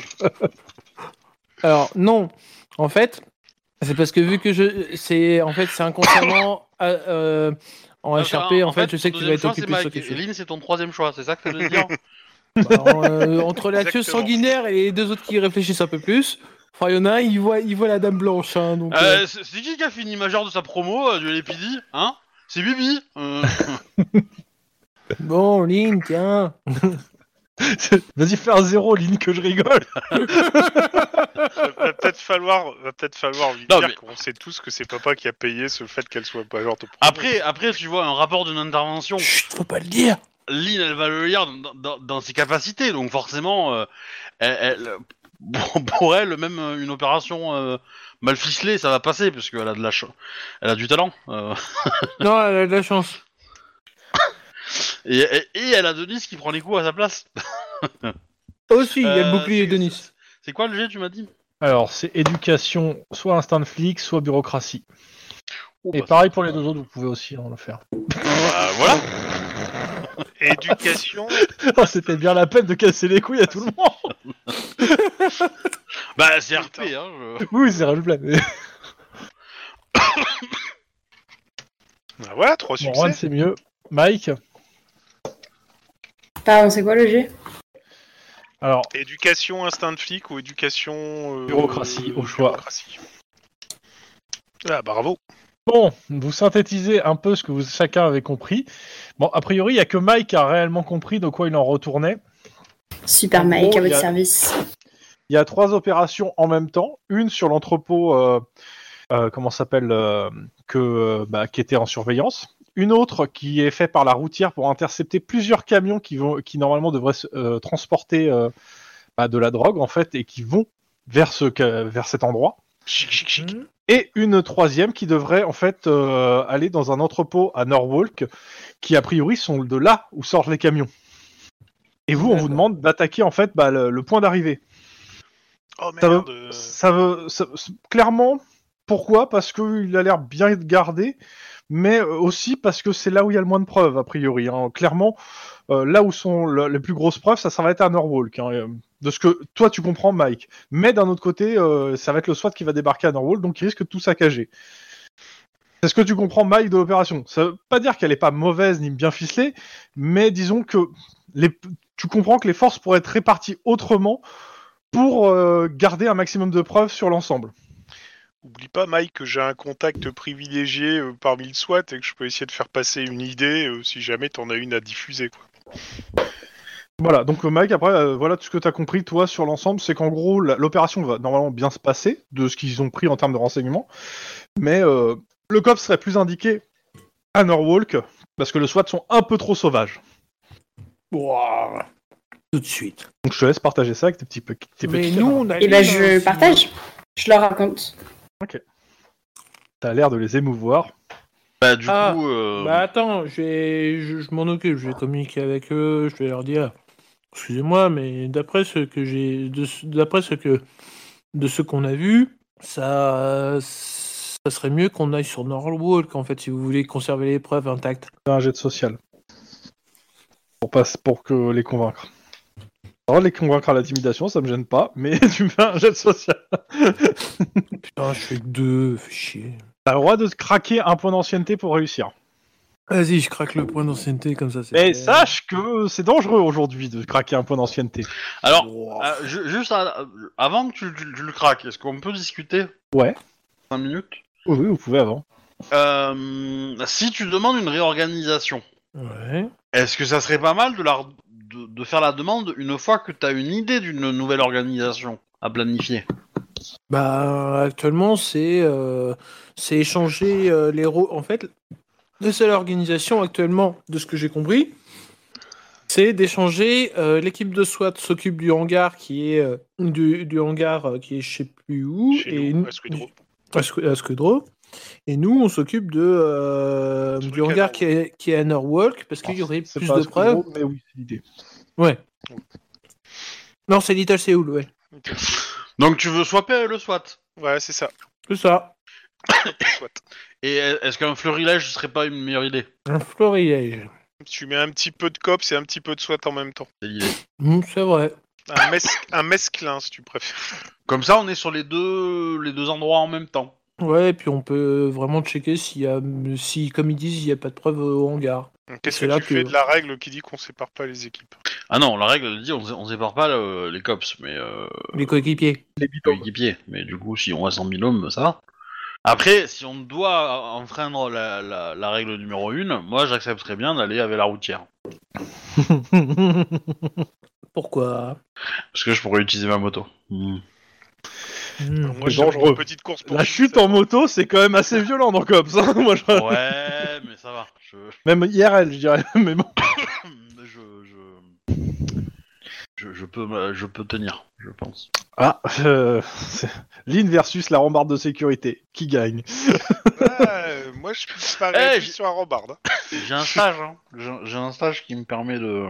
Speaker 2: Alors non, en fait, c'est parce que vu que je, c'est en fait c'est inconsciemment à- euh, en
Speaker 3: Enfin,
Speaker 2: HRP, en, fait, je sais que
Speaker 3: ton
Speaker 2: tu vas être
Speaker 3: deuxième choix, c'est
Speaker 2: occupé sur
Speaker 3: Mike,
Speaker 2: quelque
Speaker 3: et
Speaker 2: chose.
Speaker 3: Lynn, c'est ton troisième choix, c'est ça que ça veut dire
Speaker 2: Alors, euh, entre la tueuse
Speaker 4: Exactement.
Speaker 2: sanguinaire et les deux autres qui réfléchissent un peu plus, enfin il y en a un, il voit, il voit la dame blanche, hein, donc. euh,
Speaker 3: Euh, C'est c'est qui qui a fini majeur de sa promo euh, du LPD Hein C'est Bibi euh,
Speaker 2: euh, Bon, Lynn, tiens.
Speaker 1: Vas-y, fais un zéro, ligne que je rigole.
Speaker 4: va peut-être falloir, va peut-être falloir lui
Speaker 3: Non,
Speaker 4: dire
Speaker 3: mais-
Speaker 4: qu'on sait tous que c'est papa qui a payé ce fait qu'elle soit pas genre.
Speaker 3: Après, après, tu vois, un rapport d'une intervention,
Speaker 2: Chut, faut pas le dire.
Speaker 3: Lynn, elle va le lire dans, dans- dans ses capacités, donc forcément, euh, elle, elle- pour, pour elle, même euh, une opération euh, mal ficelée, ça va passer, parce qu'elle a de la ch- elle a du talent. euh,
Speaker 2: Non, elle a de la chance.
Speaker 3: et, et- et elle a Denise qui prend les coups à sa place.
Speaker 2: Aussi, il y a le
Speaker 3: Euh,
Speaker 2: bouclier
Speaker 3: c'est-
Speaker 2: de Nice.
Speaker 3: C'est quoi le jet, tu m'as dit
Speaker 1: Alors, c'est éducation, soit instinct de flic, soit bureaucratie.
Speaker 3: Oh,
Speaker 1: Et
Speaker 3: bah,
Speaker 1: pareil pour les deux autres, vous pouvez aussi en le faire.
Speaker 3: bah, Voilà
Speaker 4: Éducation.
Speaker 1: Oh, C'était bien la peine de casser les couilles à tout le monde.
Speaker 3: Bah, c'est RP, hein je-
Speaker 1: Oui, c'est roleplay. Mais...
Speaker 4: Ah, voilà, trois
Speaker 1: Bon,
Speaker 4: succès.
Speaker 1: Juan, c'est mieux. Mike,
Speaker 5: Pardon, c'est quoi le G
Speaker 1: alors,
Speaker 4: Éducation instinct de flic ou éducation. euh,
Speaker 1: Bureaucratie, au choix.
Speaker 4: bureaucratie. Ah, bravo.
Speaker 1: bon, vous synthétisez un peu ce que vous, chacun avait compris. Bon, a priori, il n'y a que Mike qui a réellement compris de quoi il en retournait.
Speaker 5: Super
Speaker 1: En
Speaker 5: Mike,
Speaker 1: gros,
Speaker 5: à votre
Speaker 1: y a-
Speaker 5: service.
Speaker 1: Il y a trois opérations en même temps. Une sur l'entrepôt, euh, euh, comment ça s'appelle, euh, que, euh, bah, qui était en surveillance. Une autre qui est faite par la routière pour intercepter plusieurs camions qui, vont, qui normalement devraient se- euh, transporter euh, bah, de la drogue, en fait, et qui vont vers, ce, ca- vers cet endroit.
Speaker 4: Chic, chic, chic.
Speaker 1: Et une troisième qui devrait, en fait, euh, aller dans un entrepôt à Norwalk, qui, a priori, sont de là où sortent les camions. Et vous, on vous
Speaker 2: D'accord.
Speaker 1: demande d'attaquer, en fait, bah, le- le point d'arrivée.
Speaker 4: Oh
Speaker 1: Ça
Speaker 4: merde. euh,
Speaker 1: Ça veut ça- ça- clairement pourquoi Parce qu'il a l'air bien gardé, mais euh, aussi parce que c'est là où il y a le moins de preuves a priori. hein. Clairement, euh, là où sont le- les plus grosses preuves, ça, ça va être à Norwalk. hein, euh, de ce que toi tu comprends, Mike. Mais d'un autre côté, euh, ça va être le SWAT qui va débarquer à Norwalk, donc il risque de tout saccager. C'est ce que tu comprends, Mike, de l'opération. Ça veut pas dire qu'elle est pas mauvaise ni bien ficelée, mais disons que les- tu comprends que les forces pourraient être réparties autrement pour euh, garder un maximum de preuves sur l'ensemble.
Speaker 4: Oublie pas, Mike, que j'ai un contact privilégié euh, parmi le SWAT et que je peux essayer de faire passer une idée euh, si jamais t'en as une à diffuser. Quoi.
Speaker 1: Voilà, donc euh, Mike, après, euh, voilà tout ce que tu as compris, toi, sur l'ensemble, c'est qu'en gros, la- l'opération va normalement bien se passer, de ce qu'ils ont pris en termes de renseignements, mais euh, le COP serait plus indiqué à Norwalk, parce que le SWAT sont un peu trop sauvages.
Speaker 2: Ouah. Tout de suite.
Speaker 1: Donc je te laisse partager ça avec tes petits, pe- tes
Speaker 2: Mais
Speaker 1: petits
Speaker 2: nous, on a.
Speaker 5: Et bah,
Speaker 2: Lynn, hein,
Speaker 5: je
Speaker 1: euh,
Speaker 2: si-
Speaker 5: partage. Je leur raconte.
Speaker 1: T'as l'air de les émouvoir.
Speaker 3: Bah, du
Speaker 2: Ah,
Speaker 3: coup. euh,
Speaker 2: Bah attends, je, vais- je, je m'en occupe, je vais communiquer avec eux, je vais leur dire. Excusez-moi, mais d'après ce que j'ai, de ce- d'après ce que, de ce qu'on a vu, ça, ça serait mieux qu'on aille sur Norwalk en fait, si vous voulez conserver les preuves intactes.
Speaker 1: Fais un jet de social. Pour, pas, pour que les convaincre. Alors, les convaincre à l'intimidation, ça me gêne pas, mais tu fais un jet de social.
Speaker 2: Putain, je fais que deux, fais chier.
Speaker 1: T'as le droit de craquer un point d'ancienneté pour réussir.
Speaker 2: Vas-y, je craque le point d'ancienneté comme ça. c'est
Speaker 1: Mais
Speaker 2: fait.
Speaker 1: sache que c'est dangereux aujourd'hui de craquer un point d'ancienneté.
Speaker 3: Alors,
Speaker 2: Ouah.
Speaker 3: euh, ju- juste à- avant que tu, tu- tu le craques, est-ce qu'on peut discuter
Speaker 1: Ouais.
Speaker 3: 5 minutes
Speaker 1: Oui, oui, vous pouvez avant.
Speaker 3: Euh, si tu demandes une réorganisation,
Speaker 2: Ouais.
Speaker 3: Est-ce que ça serait pas mal de, la, de, de faire la demande une fois que t'as une idée d'une nouvelle organisation à planifier
Speaker 2: Bah, actuellement, c'est euh, c'est échanger euh, les rôles. En fait, la seule organisation actuellement, de ce que j'ai compris, c'est d'échanger. euh, L'équipe de SWAT s'occupe du hangar qui est euh, du, du hangar euh, qui est je sais plus où
Speaker 4: Chez
Speaker 2: et
Speaker 4: nous,
Speaker 2: nous-
Speaker 4: à Squidrow.
Speaker 2: à Squ- à Squidrow. Et nous, on s'occupe de euh,
Speaker 4: Truc
Speaker 2: du
Speaker 4: à
Speaker 2: hangar
Speaker 4: Norwalk.
Speaker 2: qui est, qui est à Norwalk parce qu'il y aurait
Speaker 1: Ah, C'est
Speaker 2: plus
Speaker 1: pas
Speaker 2: de
Speaker 1: ce qu'on
Speaker 2: preuves.
Speaker 1: vaut, Mais oui, c'est l'idée.
Speaker 2: Ouais. Non, c'est Little Seoul, ouais.
Speaker 3: Donc tu veux swapper le SWAT
Speaker 4: Ouais, c'est ça.
Speaker 2: C'est ça.
Speaker 4: Soit.
Speaker 3: Et est-ce qu'un fleurilège serait pas une meilleure idée
Speaker 2: Un florilège.
Speaker 4: Tu mets un petit peu de cops et un petit peu de SWAT en même temps.
Speaker 3: C'est l'idée.
Speaker 2: Mm, c'est vrai.
Speaker 4: Un, mes un mesclin, si tu préfères.
Speaker 3: Comme ça, on est sur les deux, les deux endroits en même temps.
Speaker 2: Ouais, et puis on peut vraiment checker s'il y a, si, comme ils disent, il n'y a pas de preuves au hangar.
Speaker 4: Qu'est-ce
Speaker 2: C'est
Speaker 4: que
Speaker 2: là
Speaker 4: tu fais
Speaker 2: que-
Speaker 4: de la règle qui dit qu'on sépare pas les équipes
Speaker 3: Ah non, la règle elle dit on, sé- on sépare pas le- les cops, mais euh,
Speaker 2: Les coéquipiers.
Speaker 1: Les
Speaker 3: les
Speaker 1: bidons.
Speaker 3: équipiers. Mais du coup, si on reste en binôme, ça. va. Après, si on doit enfreindre la, la- la règle numéro une, moi j'accepterais bien d'aller avec la routière.
Speaker 2: Pourquoi
Speaker 3: Parce que je pourrais utiliser ma moto. Hmm.
Speaker 2: Mm.
Speaker 4: Ah, Moi,
Speaker 1: C'est
Speaker 4: j'ai
Speaker 1: dangereux.
Speaker 4: une petite course pour
Speaker 1: La chute en moto, c'est quand même assez violent dans Cops. hein. Moi, je-
Speaker 3: Ouais, mais ça va. Je,
Speaker 1: Même IRL, je dirais. Mais bon.
Speaker 3: je, je, je, je peux, me- je peux tenir, je pense.
Speaker 1: Ah, euh, c'est- Lynn versus la rambarde de sécurité. Qui gagne
Speaker 4: euh, moi, je suis pas
Speaker 3: Eh,
Speaker 4: réagi
Speaker 3: j'ai-
Speaker 4: sur un hein. rambarde.
Speaker 3: J'ai un stage, hein. J'ai j'ai un stage qui me permet de.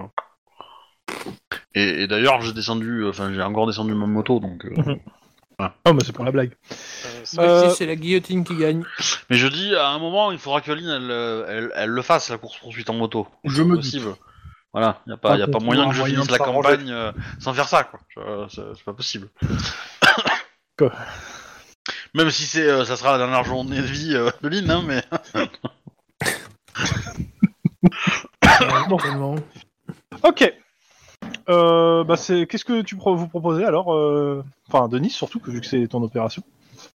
Speaker 3: Et, et d'ailleurs, j'ai descendu, euh, enfin, j'ai encore descendu ma moto, donc. euh,
Speaker 1: Oh, mais c'est pour la blague.
Speaker 4: Euh, ça-
Speaker 2: Moi, je
Speaker 1: Euh,
Speaker 2: dis, Bah, c'est la guillotine qui gagne.
Speaker 3: Mais je dis, à un moment, il faudra que Lynn, elle, euh, elle, elle le fasse, la course poursuite en moto.
Speaker 1: Je me
Speaker 3: Possible. Voilà, y a pas,
Speaker 1: Par
Speaker 3: y a pas
Speaker 1: contre,
Speaker 3: moyen
Speaker 1: on a
Speaker 3: que je
Speaker 1: moyen
Speaker 3: finisse
Speaker 1: de
Speaker 3: la
Speaker 1: s'arranger.
Speaker 3: campagne euh, sans faire ça, quoi. Je- C'est c'est pas possible.
Speaker 1: Quoi
Speaker 3: Même si c'est, euh, ça sera la dernière journée de vie euh, de Lynn, hein, mais.
Speaker 2: Ouais, tellement.
Speaker 1: Ok. Euh, bah c'est qu'est-ce que tu pro- vous proposez alors euh, Enfin, Denis surtout que vu que c'est ton opération.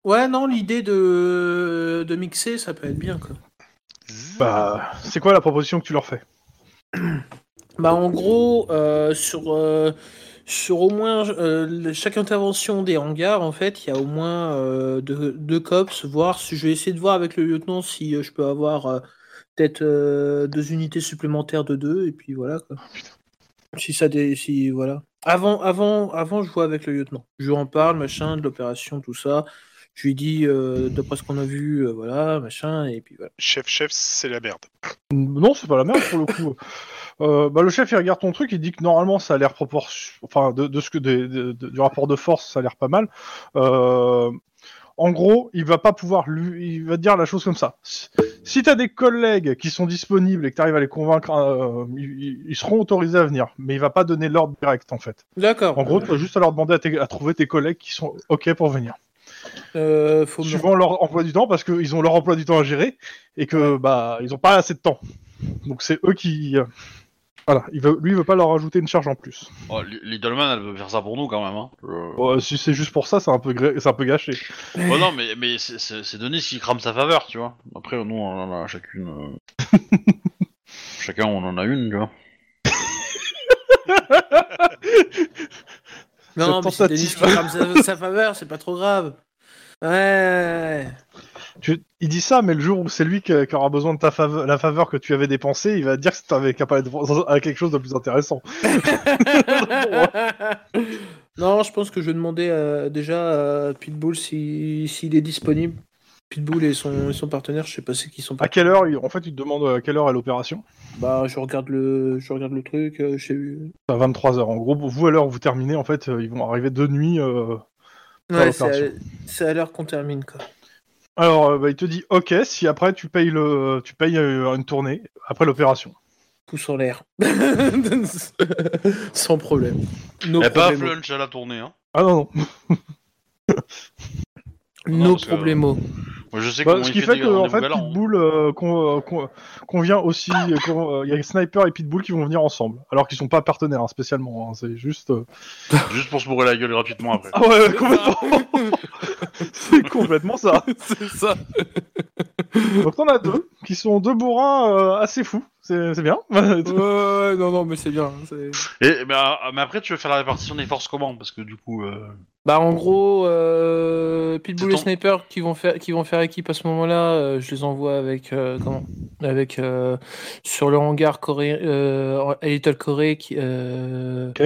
Speaker 2: Ouais, non, l'idée de... de mixer, ça peut être bien, quoi.
Speaker 1: Bah, c'est quoi la proposition que tu leur fais
Speaker 2: Bah, en gros, euh, sur, euh, sur au moins euh, le- chaque intervention des hangars, en fait, il y a au moins euh, deux, deux cops. Voir si je vais essayer de voir avec le lieutenant si euh, je peux avoir euh, peut-être euh, deux unités supplémentaires de deux, et puis voilà quoi. Si ça dé- si voilà. Avant, avant, avant, je vois avec le lieutenant. Je lui en parle, machin, de l'opération, tout ça. Je lui dis, euh, d'après ce qu'on a vu, euh, voilà, machin, et puis voilà.
Speaker 4: Chef, chef, c'est la merde.
Speaker 1: Non, c'est pas la merde pour le coup. Euh, bah, le chef il regarde ton truc, il dit que normalement ça a l'air proportion, enfin de, de ce que des- de- de- du rapport de force ça a l'air pas mal. Euh, en gros, il va pas pouvoir lui, il va te dire la chose comme ça. Si t'as des collègues qui sont disponibles et que t'arrives à les convaincre, euh, ils, ils seront autorisés à venir, mais il va pas donner l'ordre direct en fait.
Speaker 2: D'accord.
Speaker 1: En gros, tu as juste à leur demander à, tes- à trouver tes collègues qui sont OK pour venir.
Speaker 2: Euh, faut me-
Speaker 1: Suivant leur emploi du temps, parce qu'ils ont leur emploi du temps à gérer et que bah ils ont pas assez de temps. Donc c'est eux qui. euh, Voilà, il veut, lui il veut pas leur ajouter une charge en plus.
Speaker 3: Oh, Li- Little Man, elle peut faire ça pour nous quand même. Hein. Je-
Speaker 1: Bon, euh, si c'est juste pour ça, c'est un peu, gré- c'est un peu gâché.
Speaker 3: Oh non, mais, mais c'est- c'est c'est Denis qui crame sa faveur, tu vois. Après, nous, on en a chacune. euh, Chacun, on en a une, tu vois.
Speaker 2: Non,
Speaker 1: Cette
Speaker 2: mais c'est Denis qui
Speaker 1: tentative.
Speaker 2: crame sa, sa faveur, c'est pas trop grave. Ouais.
Speaker 1: Tu- il dit ça, mais le jour où c'est lui que- qui, aura besoin de ta faveur, la faveur que tu avais dépensée, il va dire que tu avais capable à quelque chose de plus intéressant.
Speaker 2: non, je pense que je vais demander euh, déjà à Pitbull si- s'il est disponible. Pitbull et son, et son partenaire, je sais pas c'est qui sont
Speaker 1: À quelle heure, il- en fait, il te demande euh, à quelle heure est l'opération
Speaker 2: Bah, je regarde le, je regarde le truc. euh, je sais...
Speaker 1: C'est à 23h. En gros, vous, à l'heure où vous terminez, en fait, euh, ils vont arriver de nuit. euh, Pas
Speaker 2: Ouais, c'est à-
Speaker 1: l'opération.
Speaker 2: c'est à, l'heure qu'on termine quoi.
Speaker 1: Alors, euh, bah, il te dit OK si après tu payes le, tu payes euh, une tournée après l'opération.
Speaker 2: Pouce en l'air. Sans problème. No
Speaker 3: Elle paf,
Speaker 2: problemo.
Speaker 3: lunch Eh, à la tournée, hein.
Speaker 1: Ah non, non.
Speaker 3: Non,
Speaker 2: No
Speaker 3: parce que-
Speaker 2: problemo.
Speaker 3: Moi, je sais
Speaker 1: Bah,
Speaker 3: comment
Speaker 1: ce
Speaker 3: il
Speaker 1: qui fait
Speaker 3: des
Speaker 1: que
Speaker 3: grands
Speaker 1: en fait,
Speaker 3: nouvel an, hein.
Speaker 1: Pitbull euh, con- euh, con- convient aussi.
Speaker 2: Ah
Speaker 1: euh, con- euh, Il y a Sniper et Pitbull qui vont venir ensemble, alors qu'ils sont pas partenaires hein, spécialement. hein, C'est juste. euh,
Speaker 3: Juste pour se bourrer la gueule gratuitement après.
Speaker 1: Ah ouais, ouais, complètement. C'est complètement ça.
Speaker 2: c'est ça.
Speaker 1: Donc t'en as deux. qui sont deux bourrins euh, assez fous. C'est c'est bien.
Speaker 2: Ouais, ouais, non, non, mais c'est bien. hein, c'est-
Speaker 3: Et, mais, euh, mais après, tu veux faire la répartition des forces comment Parce que du coup. euh,
Speaker 2: Bah en gros, euh, Pitbull
Speaker 3: C'est
Speaker 2: et
Speaker 3: ton-
Speaker 2: Sniper qui vont faire qui vont faire équipe à ce moment-là, euh, je les envoie avec euh, comment Avec euh, sur le hangar Corée, euh, à Little Corée qui euh,
Speaker 1: Ok.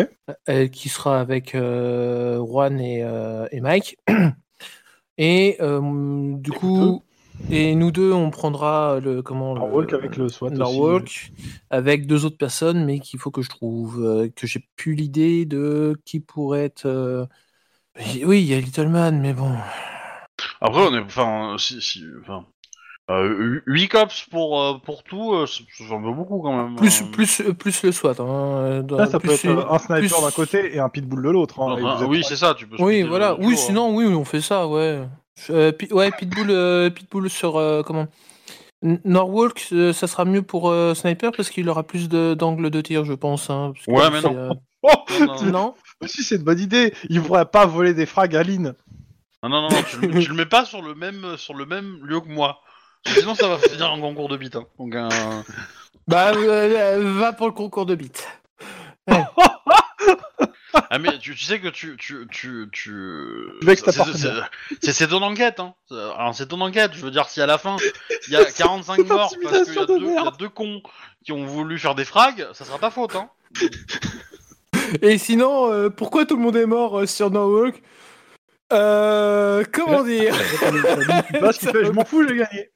Speaker 2: euh, qui sera avec euh, Juan et, euh, et Mike. Et euh, du
Speaker 1: Et
Speaker 2: coup, et nous deux, on prendra le comment
Speaker 1: Alors, Walk avec le SWAT. aussi.
Speaker 2: Norwalk avec deux autres personnes, mais qu'il faut que je trouve, euh, que j'ai plus l'idée de qui pourrait être. euh, Oui, il y a Little Man, mais bon.
Speaker 1: Euh,
Speaker 3: Après, on est. Enfin, si. si- enfin, euh, 8 cops pour, euh, pour tout, euh, c'est- c'est un peu beaucoup quand même.
Speaker 2: Plus,
Speaker 3: euh.
Speaker 2: plus, euh, plus le SWAT. hein, euh, dans-
Speaker 1: Là, ça peut
Speaker 2: plus
Speaker 1: être euh, un sniper
Speaker 2: plus-
Speaker 1: d'un côté et un pitbull de l'autre. hein, et
Speaker 3: Enfin,
Speaker 1: vous êtes
Speaker 3: oui,
Speaker 1: trois.
Speaker 3: c'est ça, tu peux.
Speaker 2: Oui,
Speaker 3: splitter
Speaker 2: voilà.
Speaker 3: le
Speaker 2: Oui,
Speaker 3: duo, hein.
Speaker 2: sinon, oui, on fait ça, ouais. Euh, Pi- ouais, Pitbull, euh, Pitbull sur euh, comment N- Norwalk, euh, ça sera mieux pour euh, Sniper parce qu'il aura plus de- d'angle de, tir, je pense. hein, parce que
Speaker 3: Ouais,
Speaker 2: comme
Speaker 3: mais
Speaker 2: c'est,
Speaker 3: non.
Speaker 2: euh,
Speaker 1: Oh
Speaker 3: Non, non,
Speaker 2: non.
Speaker 1: Si c'est une bonne idée, il pourrait pas voler des frags à Lynn.
Speaker 3: Non, non, non, non, tu, le, tu le mets pas sur le même, sur le même lieu que moi. Sinon, ça va finir un concours de bite. Hein. Donc, un-
Speaker 2: Bah, euh, euh, va pour le concours de bite.
Speaker 3: Ah, mais tu, tu sais que tu. Tu, tu, tu...
Speaker 1: Tu vexes ta
Speaker 3: c'est- c'est-
Speaker 1: partenaire.
Speaker 3: C'est c'est ton enquête, hein. C'est- alors, C'est ton enquête. Je veux dire, si à la fin, il y a 45
Speaker 1: cette
Speaker 3: morts parce qu'il y,
Speaker 1: intimidation
Speaker 3: a deux-
Speaker 1: de
Speaker 3: il y a
Speaker 1: merde.
Speaker 3: deux cons qui ont voulu faire des frags, ça sera ta faute, hein.
Speaker 2: Et sinon, euh, pourquoi tout le monde est mort euh, sur Norwalk euh, Comment dire
Speaker 1: Là, ce qu'il fait, je m'en fous, j'ai gagné.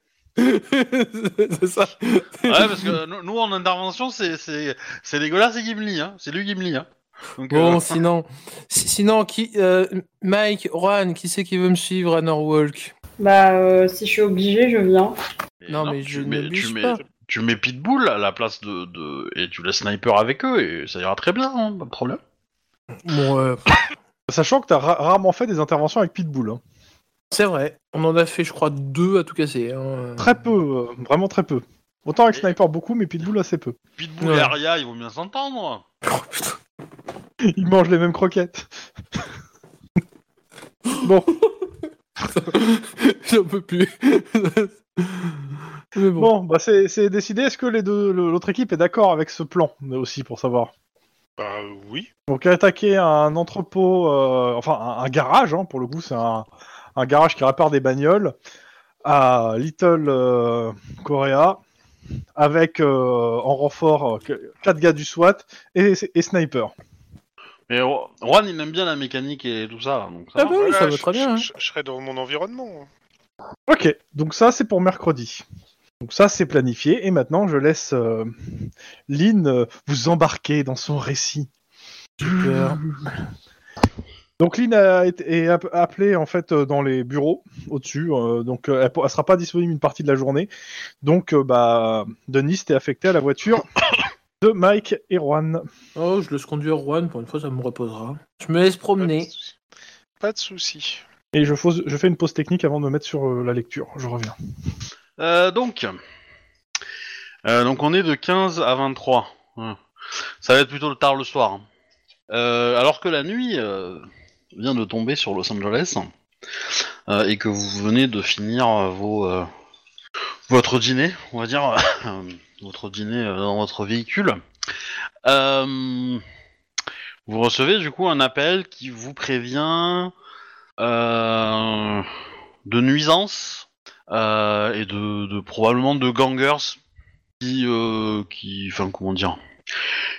Speaker 2: C'est ça.
Speaker 3: Ouais, parce que nous, nous, en intervention, c'est- c'est c'est dégueulasse, c'est Gimli, hein. C'est lui Gimli, hein. Donc, euh,
Speaker 2: Bon, sinon, si- sinon qui, euh, Mike, Juan, qui c'est qui veut me suivre à Norwalk
Speaker 5: Bah, euh, si je suis obligée, je viens.
Speaker 2: non, mais je
Speaker 3: tu mets,
Speaker 2: n'oblige
Speaker 3: tu, mets,
Speaker 2: pas.
Speaker 3: tu mets Pitbull à la place de, de- Et tu laisses Sniper avec eux et ça ira très bien, hein, pas de problème.
Speaker 2: Bon, euh,
Speaker 1: Sachant que t'as ra- rarement fait des interventions avec Pitbull. hein.
Speaker 2: c'est vrai, on en a fait, je crois, deux à tout casser. hein.
Speaker 1: Très peu, euh, vraiment très peu. Autant avec
Speaker 3: Et-
Speaker 1: Sniper beaucoup, mais Pitbull assez peu.
Speaker 3: Pitbull et
Speaker 2: Ouais.
Speaker 3: Aria, ils vont bien s'entendre.
Speaker 2: Oh, putain.
Speaker 1: Ils mangent les mêmes croquettes. bon,
Speaker 2: J'en peux plus. Mais bon.
Speaker 1: bon, bah c'est c'est décidé. Est-ce que les deux, le- l'autre équipe est d'accord avec ce plan euh, aussi pour savoir
Speaker 4: Bah euh, oui.
Speaker 1: Donc attaquer un entrepôt, euh, enfin un, un garage, hein, pour le coup c'est un, un garage qui répare des bagnoles à Little euh, Korea avec euh, en renfort euh, que- quatre gars du SWAT et, et sniper.
Speaker 3: Mais Ro- Juan, il aime bien la mécanique et tout ça. Donc ça
Speaker 2: Ah
Speaker 3: va.
Speaker 2: bah oui, ça va
Speaker 4: je-
Speaker 2: très bien. hein.
Speaker 4: Je, je- je serai dans mon environnement.
Speaker 1: Ok, donc ça c'est pour mercredi. Donc ça c'est planifié et maintenant je laisse euh, Lynn euh, vous embarquer dans son récit.
Speaker 2: Super.
Speaker 1: Donc Lynn a été, est app- appelée en fait euh, dans les bureaux au-dessus, euh, donc euh, elle, po- elle sera pas disponible une partie de la journée. Donc euh, bah Denis t'es affecté à la voiture de Mike et Juan.
Speaker 2: Oh, je laisse conduire Juan, pour une fois ça me reposera. Je me laisse
Speaker 4: Pas de,
Speaker 2: promener.
Speaker 4: souci. Pas de souci.
Speaker 1: Et je, fausse- je fais une pause technique avant de me mettre sur euh, la lecture. Je reviens.
Speaker 3: Euh, donc. Euh, donc on est de 15 à 23. Ouais. Ça va être plutôt le tard le soir. hein. Euh, alors que la nuit euh, vient de tomber sur Los Angeles euh, et que vous venez de finir euh, vos, euh, votre dîner, on va dire, euh, votre dîner euh, dans votre véhicule, euh, vous recevez du coup un appel qui vous prévient euh, de nuisance euh, et de, de- probablement de gangers qui, euh, qui, enfin comment dire,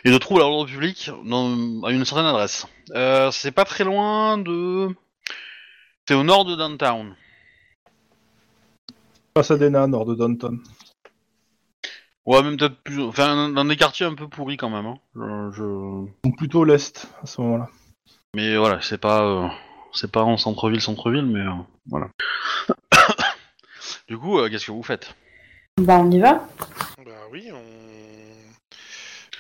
Speaker 3: et de troubles à l'ordre public dans- à une certaine adresse. Euh, c'est pas très loin de, c'est au nord de downtown.
Speaker 1: Pasadena, nord de Downton.
Speaker 3: Ouais, même peut-être plus, enfin dans des quartiers un peu pourris quand même. hein. Je- je-
Speaker 1: Donc plutôt l'est à ce moment-là.
Speaker 3: Mais voilà, c'est pas, euh, c'est pas en centre-ville, centre-ville, mais euh, voilà. du coup, euh, qu'est-ce que vous faites
Speaker 5: Bah, on y va.
Speaker 4: Bah oui, on...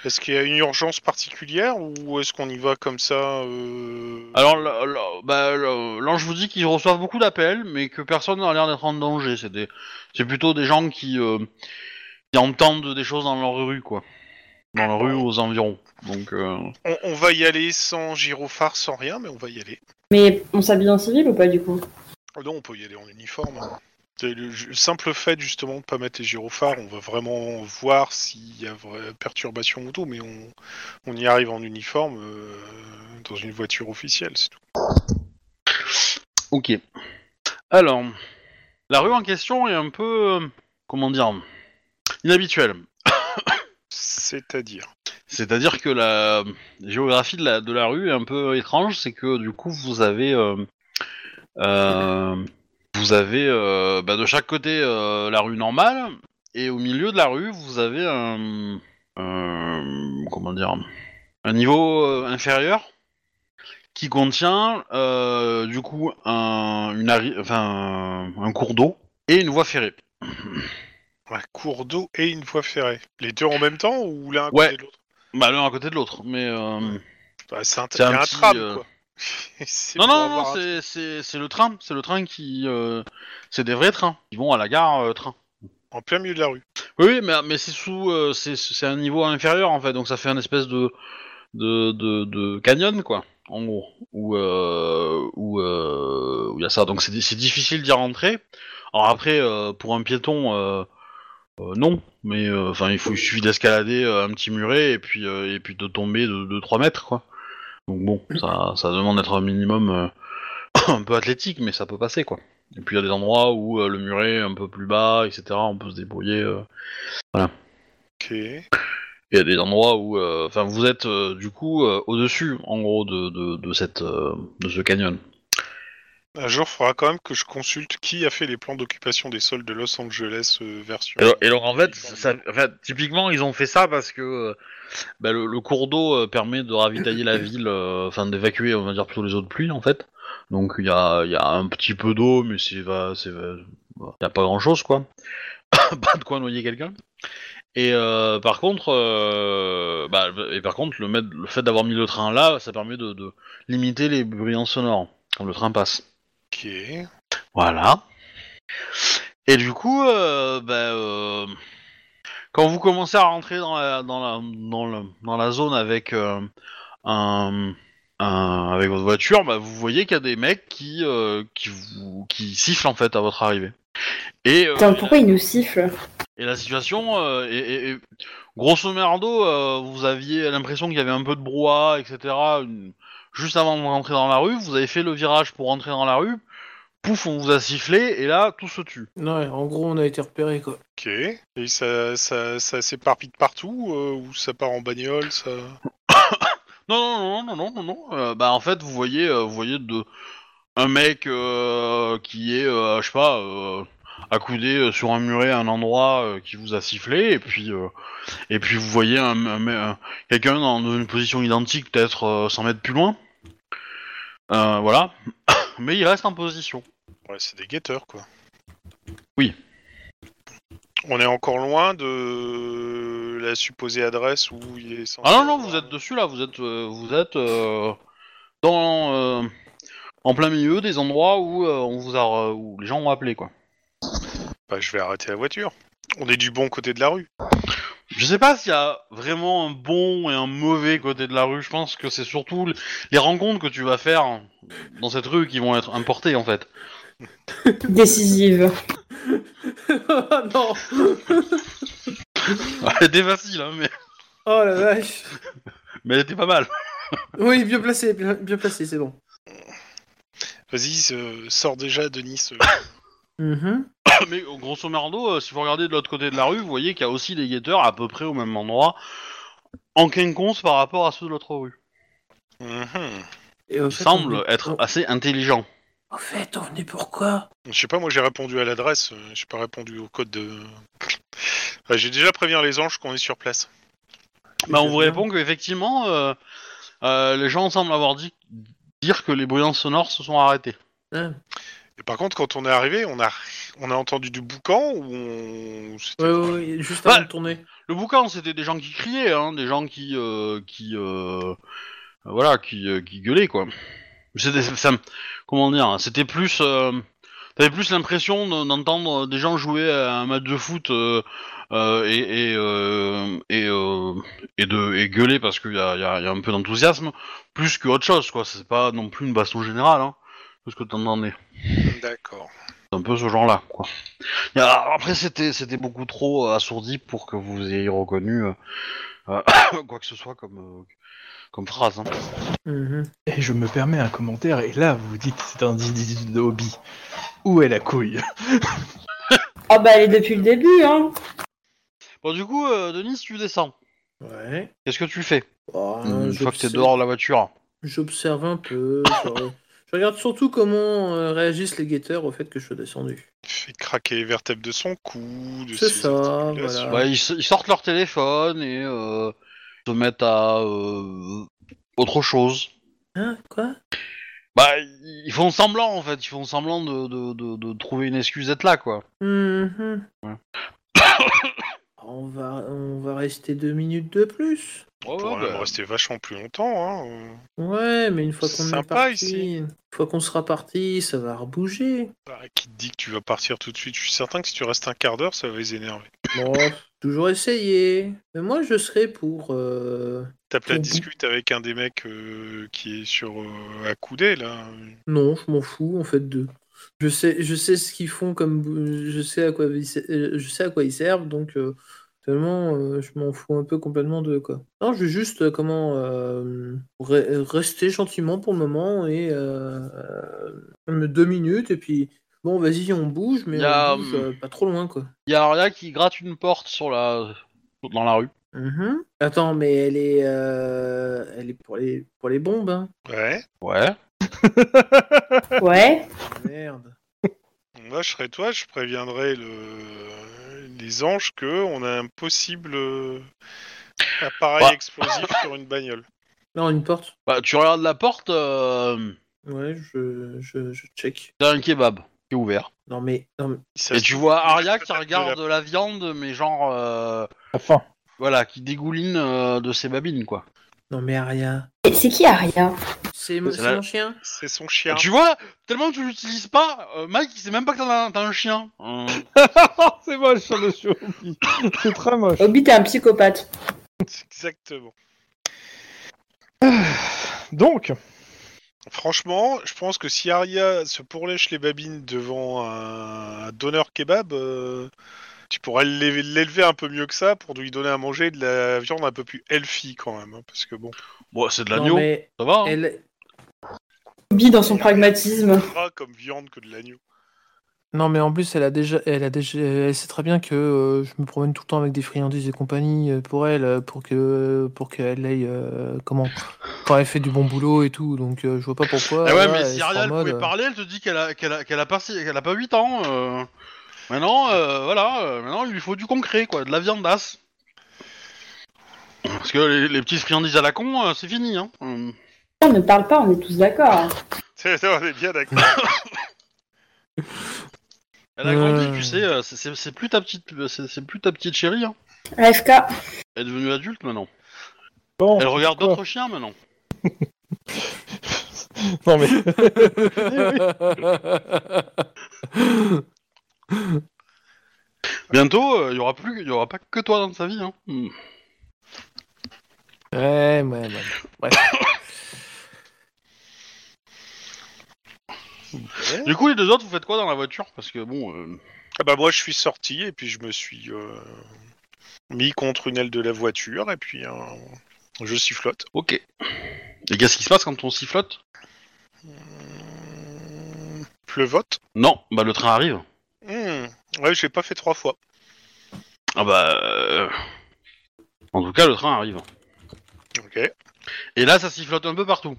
Speaker 4: Est-ce qu'il y a une urgence particulière ou est-ce qu'on y va comme ça euh,
Speaker 3: Alors, là, là, bah, là, là, je vous dis qu'ils reçoivent beaucoup d'appels, mais que personne n'a l'air d'être en danger. C'est des- c'est plutôt des gens qui, euh, qui entendent des choses dans leur rue, quoi. Dans leur rue ou aux environs. Donc, euh,
Speaker 4: on, on va y aller sans gyrophare, sans rien, mais on va y aller. Ah
Speaker 5: Mais on s'habille en civil ou pas, du coup
Speaker 4: Oh non, on peut y aller en uniforme. hein. C'est Le ju- simple fait justement de pas mettre les gyrophares, on va vraiment voir s'il y a vraie perturbation ou tout, mais on, on y arrive en uniforme euh, dans une voiture officielle, c'est tout.
Speaker 3: Ok. Alors, la rue en question est un peu, euh, comment dire, inhabituelle.
Speaker 4: C'est-à-dire.
Speaker 3: C'est-à-dire que la géographie de la, de la rue est un peu étrange, c'est que du coup vous avez euh, euh, vous avez euh, bah, de chaque côté euh, la rue normale et au milieu de la rue vous avez un, un- comment dire un niveau euh, inférieur qui contient euh, du coup un une arri- enfin, un cours d'eau et une voie ferrée.
Speaker 4: Un cours d'eau et une voie ferrée. Les deux en même temps ou l'un à
Speaker 3: Ouais.
Speaker 4: côté de l'autre
Speaker 3: Bah l'un à côté de l'autre, mais euh,
Speaker 4: Bah, C'est un,
Speaker 3: C'est
Speaker 4: il y
Speaker 3: un
Speaker 4: a un
Speaker 3: petit,
Speaker 4: tram,
Speaker 3: euh,
Speaker 4: quoi. C'est
Speaker 3: Non,
Speaker 4: pour
Speaker 3: non,
Speaker 4: avoir
Speaker 3: non,
Speaker 4: un-
Speaker 3: c'est- c'est c'est le train. C'est le train qui. euh, c'est des vrais trains. Ils vont à la gare euh, train.
Speaker 4: En plein milieu de la rue.
Speaker 3: Oui, oui, mais, mais c'est sous. euh, c'est c'est un niveau inférieur en fait. Donc ça fait un espèce de. de, de, de canyon quoi. En gros. Où. euh, où. euh, où il y a ça. Donc c'est di- c'est difficile d'y rentrer. Alors après, euh, pour un piéton. euh, euh, non, mais euh, enfin il faut il suffit d'escalader euh, un petit muret et puis euh, et puis de tomber de, de 3 mètres quoi. Donc bon, ça, ça demande d'être un minimum euh, un peu athlétique, mais ça peut passer quoi. Et puis il y a des endroits où euh, le muret est un peu plus bas, etc. On peut se débrouiller. euh.
Speaker 4: Ok.
Speaker 3: Il y a des endroits où, euh, enfin, vous êtes euh, du coup euh, au-dessus, en gros, de, de, de cette euh, de ce canyon.
Speaker 4: Un jour, il faudra quand même que je consulte qui a fait les plans d'occupation des sols de Los Angeles euh, version.
Speaker 3: Et, donc- et donc en fait, ça- en fait, typiquement, ils ont fait ça parce que euh, bah, le, le cours d'eau euh, permet de ravitailler la ville, euh, enfin d'évacuer, on va dire plutôt les eaux de pluie en fait. Donc il y a, il y a un petit peu d'eau, mais c'est va, c'est va- il y a pas grand chose quoi. pas de quoi noyer quelqu'un. Et euh, par contre, euh, bah, et par contre, le, mettre- le fait d'avoir mis le train là, ça permet de, de limiter les brillants sonores quand le train passe.
Speaker 4: Ok.
Speaker 3: Voilà. Et du coup, euh, bah, euh, quand vous commencez à rentrer dans la, dans la, dans le- dans la zone avec, euh, un, un- avec votre voiture, bah, vous voyez qu'il y a des mecs qui, euh, qui, vous, qui sifflent en fait à votre arrivée. Et, euh,
Speaker 5: Putain, pourquoi il nous siffle
Speaker 3: et la situation, euh, est- est- est- grosso merdo, euh, vous aviez l'impression qu'il y avait un peu de brouhaha, etc. Une- Juste avant de rentrer dans la rue, vous avez fait le virage pour rentrer dans la rue. Pouf, on vous a sifflé et là, tout se tue.
Speaker 2: Ouais, en gros, on a été repéré quoi.
Speaker 4: Ok. Et ça, ça, ça s'éparpille de partout euh, ou ça part en bagnole ça...
Speaker 3: Non, non, non, non, non, non, non. Euh, bah, en fait, vous voyez, euh, vous voyez de... un mec euh, qui est, euh, je sais pas, euh, accoudé euh, sur un muret à un endroit euh, qui vous a sifflé, et puis, euh, et puis vous voyez un, un- un- quelqu'un dans une position identique, peut-être euh, 100 mètres plus loin. Euh, voilà. Mais il reste en position.
Speaker 4: Ouais, c'est des guetteurs quoi.
Speaker 3: Oui.
Speaker 4: On est encore loin de la supposée adresse où il est censé
Speaker 3: Ah non, non,
Speaker 4: avoir-
Speaker 3: vous êtes dessus là, vous êtes, euh, vous êtes euh, dans, euh, en plein milieu des endroits où euh, on vous a, re- où les gens ont appelé quoi.
Speaker 4: Bah, je vais arrêter la voiture. On est du bon côté de la rue.
Speaker 3: Je sais pas s'il y a vraiment un bon et un mauvais côté de la rue. Je pense que c'est surtout l- les rencontres que tu vas faire dans cette rue qui vont être importées en fait.
Speaker 5: Décisive.
Speaker 2: oh non
Speaker 3: Elle était facile, hein, mais,
Speaker 2: Oh la vache
Speaker 3: mais elle était pas mal.
Speaker 2: Oui, bien placé, bien, bien placé, c'est bon.
Speaker 4: Vas-y, euh, sors déjà, Denis. euh.
Speaker 3: Mais euh, grosso merdo, euh, si vous regardez de l'autre côté de la rue, vous voyez qu'il y a aussi des guetteurs à peu près au même endroit, en quinconce par rapport à ceux de l'autre rue.
Speaker 4: Mhm.
Speaker 2: Et au
Speaker 3: Ils
Speaker 2: fait, Oh.
Speaker 3: semblent
Speaker 2: on est-
Speaker 3: être
Speaker 2: on-
Speaker 3: assez intelligents.
Speaker 2: Au fait, on est pourquoi
Speaker 4: Je sais pas, moi j'ai répondu à l'adresse, euh, j'ai pas répondu au code de. Bah, j'ai déjà prévenu les anges qu'on est sur place.
Speaker 3: Bah, on vous répond qu'effectivement, euh, euh, les gens semblent avoir dit dire que les bruyants sonores se sont arrêtés.
Speaker 2: Hein
Speaker 4: Et par contre, quand on est arrivé, on a, on a entendu du boucan ou on. c'était-
Speaker 2: Ouais, ouais, ouais, juste avant
Speaker 3: Ouais.
Speaker 2: de tourner.
Speaker 3: Le boucan, c'était des gens qui criaient, hein, des gens qui, euh, qui, euh, voilà, qui, euh, qui gueulaient quoi. C'était, ça, comment dire, c'était plus, euh, t'avais plus l'impression de- d'entendre des gens jouer à un match de foot euh, euh, et et euh, et, euh, et de et gueuler parce qu'il y a, il y a- il y a un peu d'enthousiasme, plus que autre chose quoi. C'est pas non plus une baston générale, hein, tout ce que t'entendais.
Speaker 4: Hmm, D'accord.
Speaker 3: C'est un peu ce genre-là, quoi. Et alors, Après, c'était c'était beaucoup trop euh, assourdi pour que vous ayez reconnu euh, euh, quoi que ce soit comme, euh, comme phrase. hein.
Speaker 2: Mhm.
Speaker 1: Et je me permets un commentaire, et là, vous dites c'est un 18 de hobby. Où est la couille
Speaker 5: Ah bah elle est depuis le début, hein.
Speaker 3: Bon, du coup, euh, Denis, tu descends.
Speaker 2: Ouais.
Speaker 3: Qu'est-ce que tu fais
Speaker 2: Bah,
Speaker 3: une fois Mm, que t'es
Speaker 2: j'observe-
Speaker 3: dehors de la voiture
Speaker 2: J'observe un peu. genre, je regarde surtout comment euh, réagissent les guetteurs au fait que je sois descendu.
Speaker 4: Il fait craquer les vertèbres de son cou. De
Speaker 2: C'est
Speaker 4: ses
Speaker 2: ça, voilà.
Speaker 4: articulations.
Speaker 3: Bah, ils, s- ils sortent leur téléphone et euh, se mettent à euh, autre chose.
Speaker 2: Hein Quoi
Speaker 3: Bah, ils font semblant en fait, ils font semblant de, de, de, de trouver une excuse d'être là quoi.
Speaker 2: Mhm.
Speaker 3: Voilà.
Speaker 2: Ah, on, va, on va rester deux minutes de plus.
Speaker 4: On
Speaker 3: bah.
Speaker 4: pourrait
Speaker 3: euh,
Speaker 4: même rester vachement plus longtemps. Hein. euh.
Speaker 2: Ouais, mais une fois
Speaker 4: C'est
Speaker 2: qu'on est
Speaker 4: sympa,
Speaker 2: parti,
Speaker 4: ici.
Speaker 2: une fois qu'on sera parti, ça va rebouger.
Speaker 4: Bah, qui te dit que tu vas partir tout de suite Je suis certain que si tu restes un quart d'heure, ça va les énerver.
Speaker 2: Bon, toujours essayer. Mais moi, je serais pour. euh,
Speaker 4: Tape la
Speaker 2: Mhm.
Speaker 4: discute avec un des mecs euh, qui est sur euh, accoudé là.
Speaker 2: Non, je m'en fous, en fait, deux. Je sais, je sais ce qu'ils font comme bou- je sais à quoi ils, se- euh, je sais à quoi ils servent, donc euh, finalement euh, je m'en fous un peu complètement d'eux quoi. Non, je veux juste euh, comment euh, re- rester gentiment pour le moment et euh, euh, deux minutes et puis bon vas-y on bouge mais
Speaker 3: Y a,
Speaker 2: on bouge euh, pas trop loin quoi.
Speaker 3: Il y a Aria qui gratte une porte sur la dans la rue.
Speaker 2: Mhm. Attends mais elle est euh, elle est pour les pour les bombes hein.
Speaker 4: Ouais.
Speaker 3: Ouais.
Speaker 5: Ouais.
Speaker 2: Ah, Merde.
Speaker 4: Moi, je serais toi, je préviendrais le... les anges que on a un possible euh, appareil
Speaker 3: Bah.
Speaker 4: explosif sur une bagnole.
Speaker 2: Non une porte.
Speaker 3: Bah, tu regardes la porte, euh,
Speaker 2: Ouais je je, je check.
Speaker 3: t'as un kebab qui est ouvert.
Speaker 2: Non mais non mais
Speaker 4: Ça
Speaker 3: Et
Speaker 4: se
Speaker 3: tu
Speaker 4: trouve,
Speaker 3: vois Aria
Speaker 4: peut-être
Speaker 3: qui
Speaker 4: de la-
Speaker 3: regarde la... viande, mais genre euh,
Speaker 1: Enfin,
Speaker 3: voilà, qui dégouline euh, de ses babines quoi.
Speaker 2: non mais Aria.
Speaker 6: Et c'est qui Aria
Speaker 2: C'est mon,
Speaker 3: C'est
Speaker 2: c'est
Speaker 3: la-
Speaker 2: mon chien
Speaker 4: C'est son chien.
Speaker 3: Tu vois, tellement que tu l'utilises pas, euh, Mike il sait même pas que t'as un, t'as un chien. Euh,
Speaker 1: c'est moche, ça, le show. C'est très moche.
Speaker 5: Obi, t'es un psychopathe.
Speaker 4: Exactement.
Speaker 1: Donc,
Speaker 4: Franchement, je pense que si Aria se pourlèche les babines devant un, un donneur kebab, euh, tu pourrais l'é- l'élever un peu mieux que ça pour lui donner à manger de la viande un peu plus healthy quand même. hein, parce que bon.
Speaker 3: bon, c'est de
Speaker 2: Non
Speaker 3: l'agneau,
Speaker 2: mais
Speaker 3: ça va. hein.
Speaker 2: elle...
Speaker 5: Obi dans son pragmatisme.
Speaker 4: gras comme viande que de l'agneau.
Speaker 2: Non mais en plus elle a déjà, elle a déjà, elle sait très bien que euh, je me promène tout le temps avec des friandises et compagnie euh, pour elle, euh, pour que, pour qu'elle aille, euh, comment, quand elle fait du bon boulot et tout, donc euh, je vois pas pourquoi.
Speaker 3: Ah ouais,
Speaker 2: là,
Speaker 3: mais
Speaker 2: elle
Speaker 3: si
Speaker 2: sera en
Speaker 3: Ariel
Speaker 2: mode,
Speaker 3: pouvait
Speaker 2: euh,
Speaker 3: parler, elle te dit qu'elle a, qu'elle a, qu'elle a pas, si- qu'elle a pas 8 ans. euh. Maintenant, euh, voilà, euh, maintenant il lui faut du concret, quoi, de la viandasse. Parce que les, les petites friandises à la con, euh, c'est fini. Hein. Euh,
Speaker 6: On ne parle pas, on est tous d'accord.
Speaker 4: C'est- On est bien d'accord.
Speaker 3: Elle a grandi,
Speaker 2: Euh.
Speaker 3: tu sais, euh, c'est- c'est c'est plus ta petite, euh, c'est c'est plus ta petite chérie. hein.
Speaker 6: AFK.
Speaker 3: Elle est devenue adulte maintenant.
Speaker 1: bon.
Speaker 3: Elle regarde
Speaker 1: Oh, quoi
Speaker 3: d'autres chiens maintenant.
Speaker 1: Non, mais.
Speaker 2: euh,
Speaker 3: Bientôt, euh, il y aura plus, il y aura pas que toi dans sa vie. Hein. Hmm.
Speaker 2: ouais, ouais, ouais, ouais.
Speaker 3: Du coup, les deux autres, vous faites quoi dans la voiture Parce que bon, euh,
Speaker 4: Ah bah moi je suis sorti et puis je me suis euh, mis contre une aile de la voiture et puis euh, je sifflote.
Speaker 3: ok. Et qu'est-ce qui se passe quand on sifflote
Speaker 4: Mmh, Pleuvote.
Speaker 3: Non, bah le train arrive.
Speaker 4: Mmh. Ouais, j'ai pas fait trois fois.
Speaker 3: Ah bah. euh, En tout cas, le train arrive.
Speaker 4: Ok.
Speaker 3: Et là, ça sifflote un peu partout.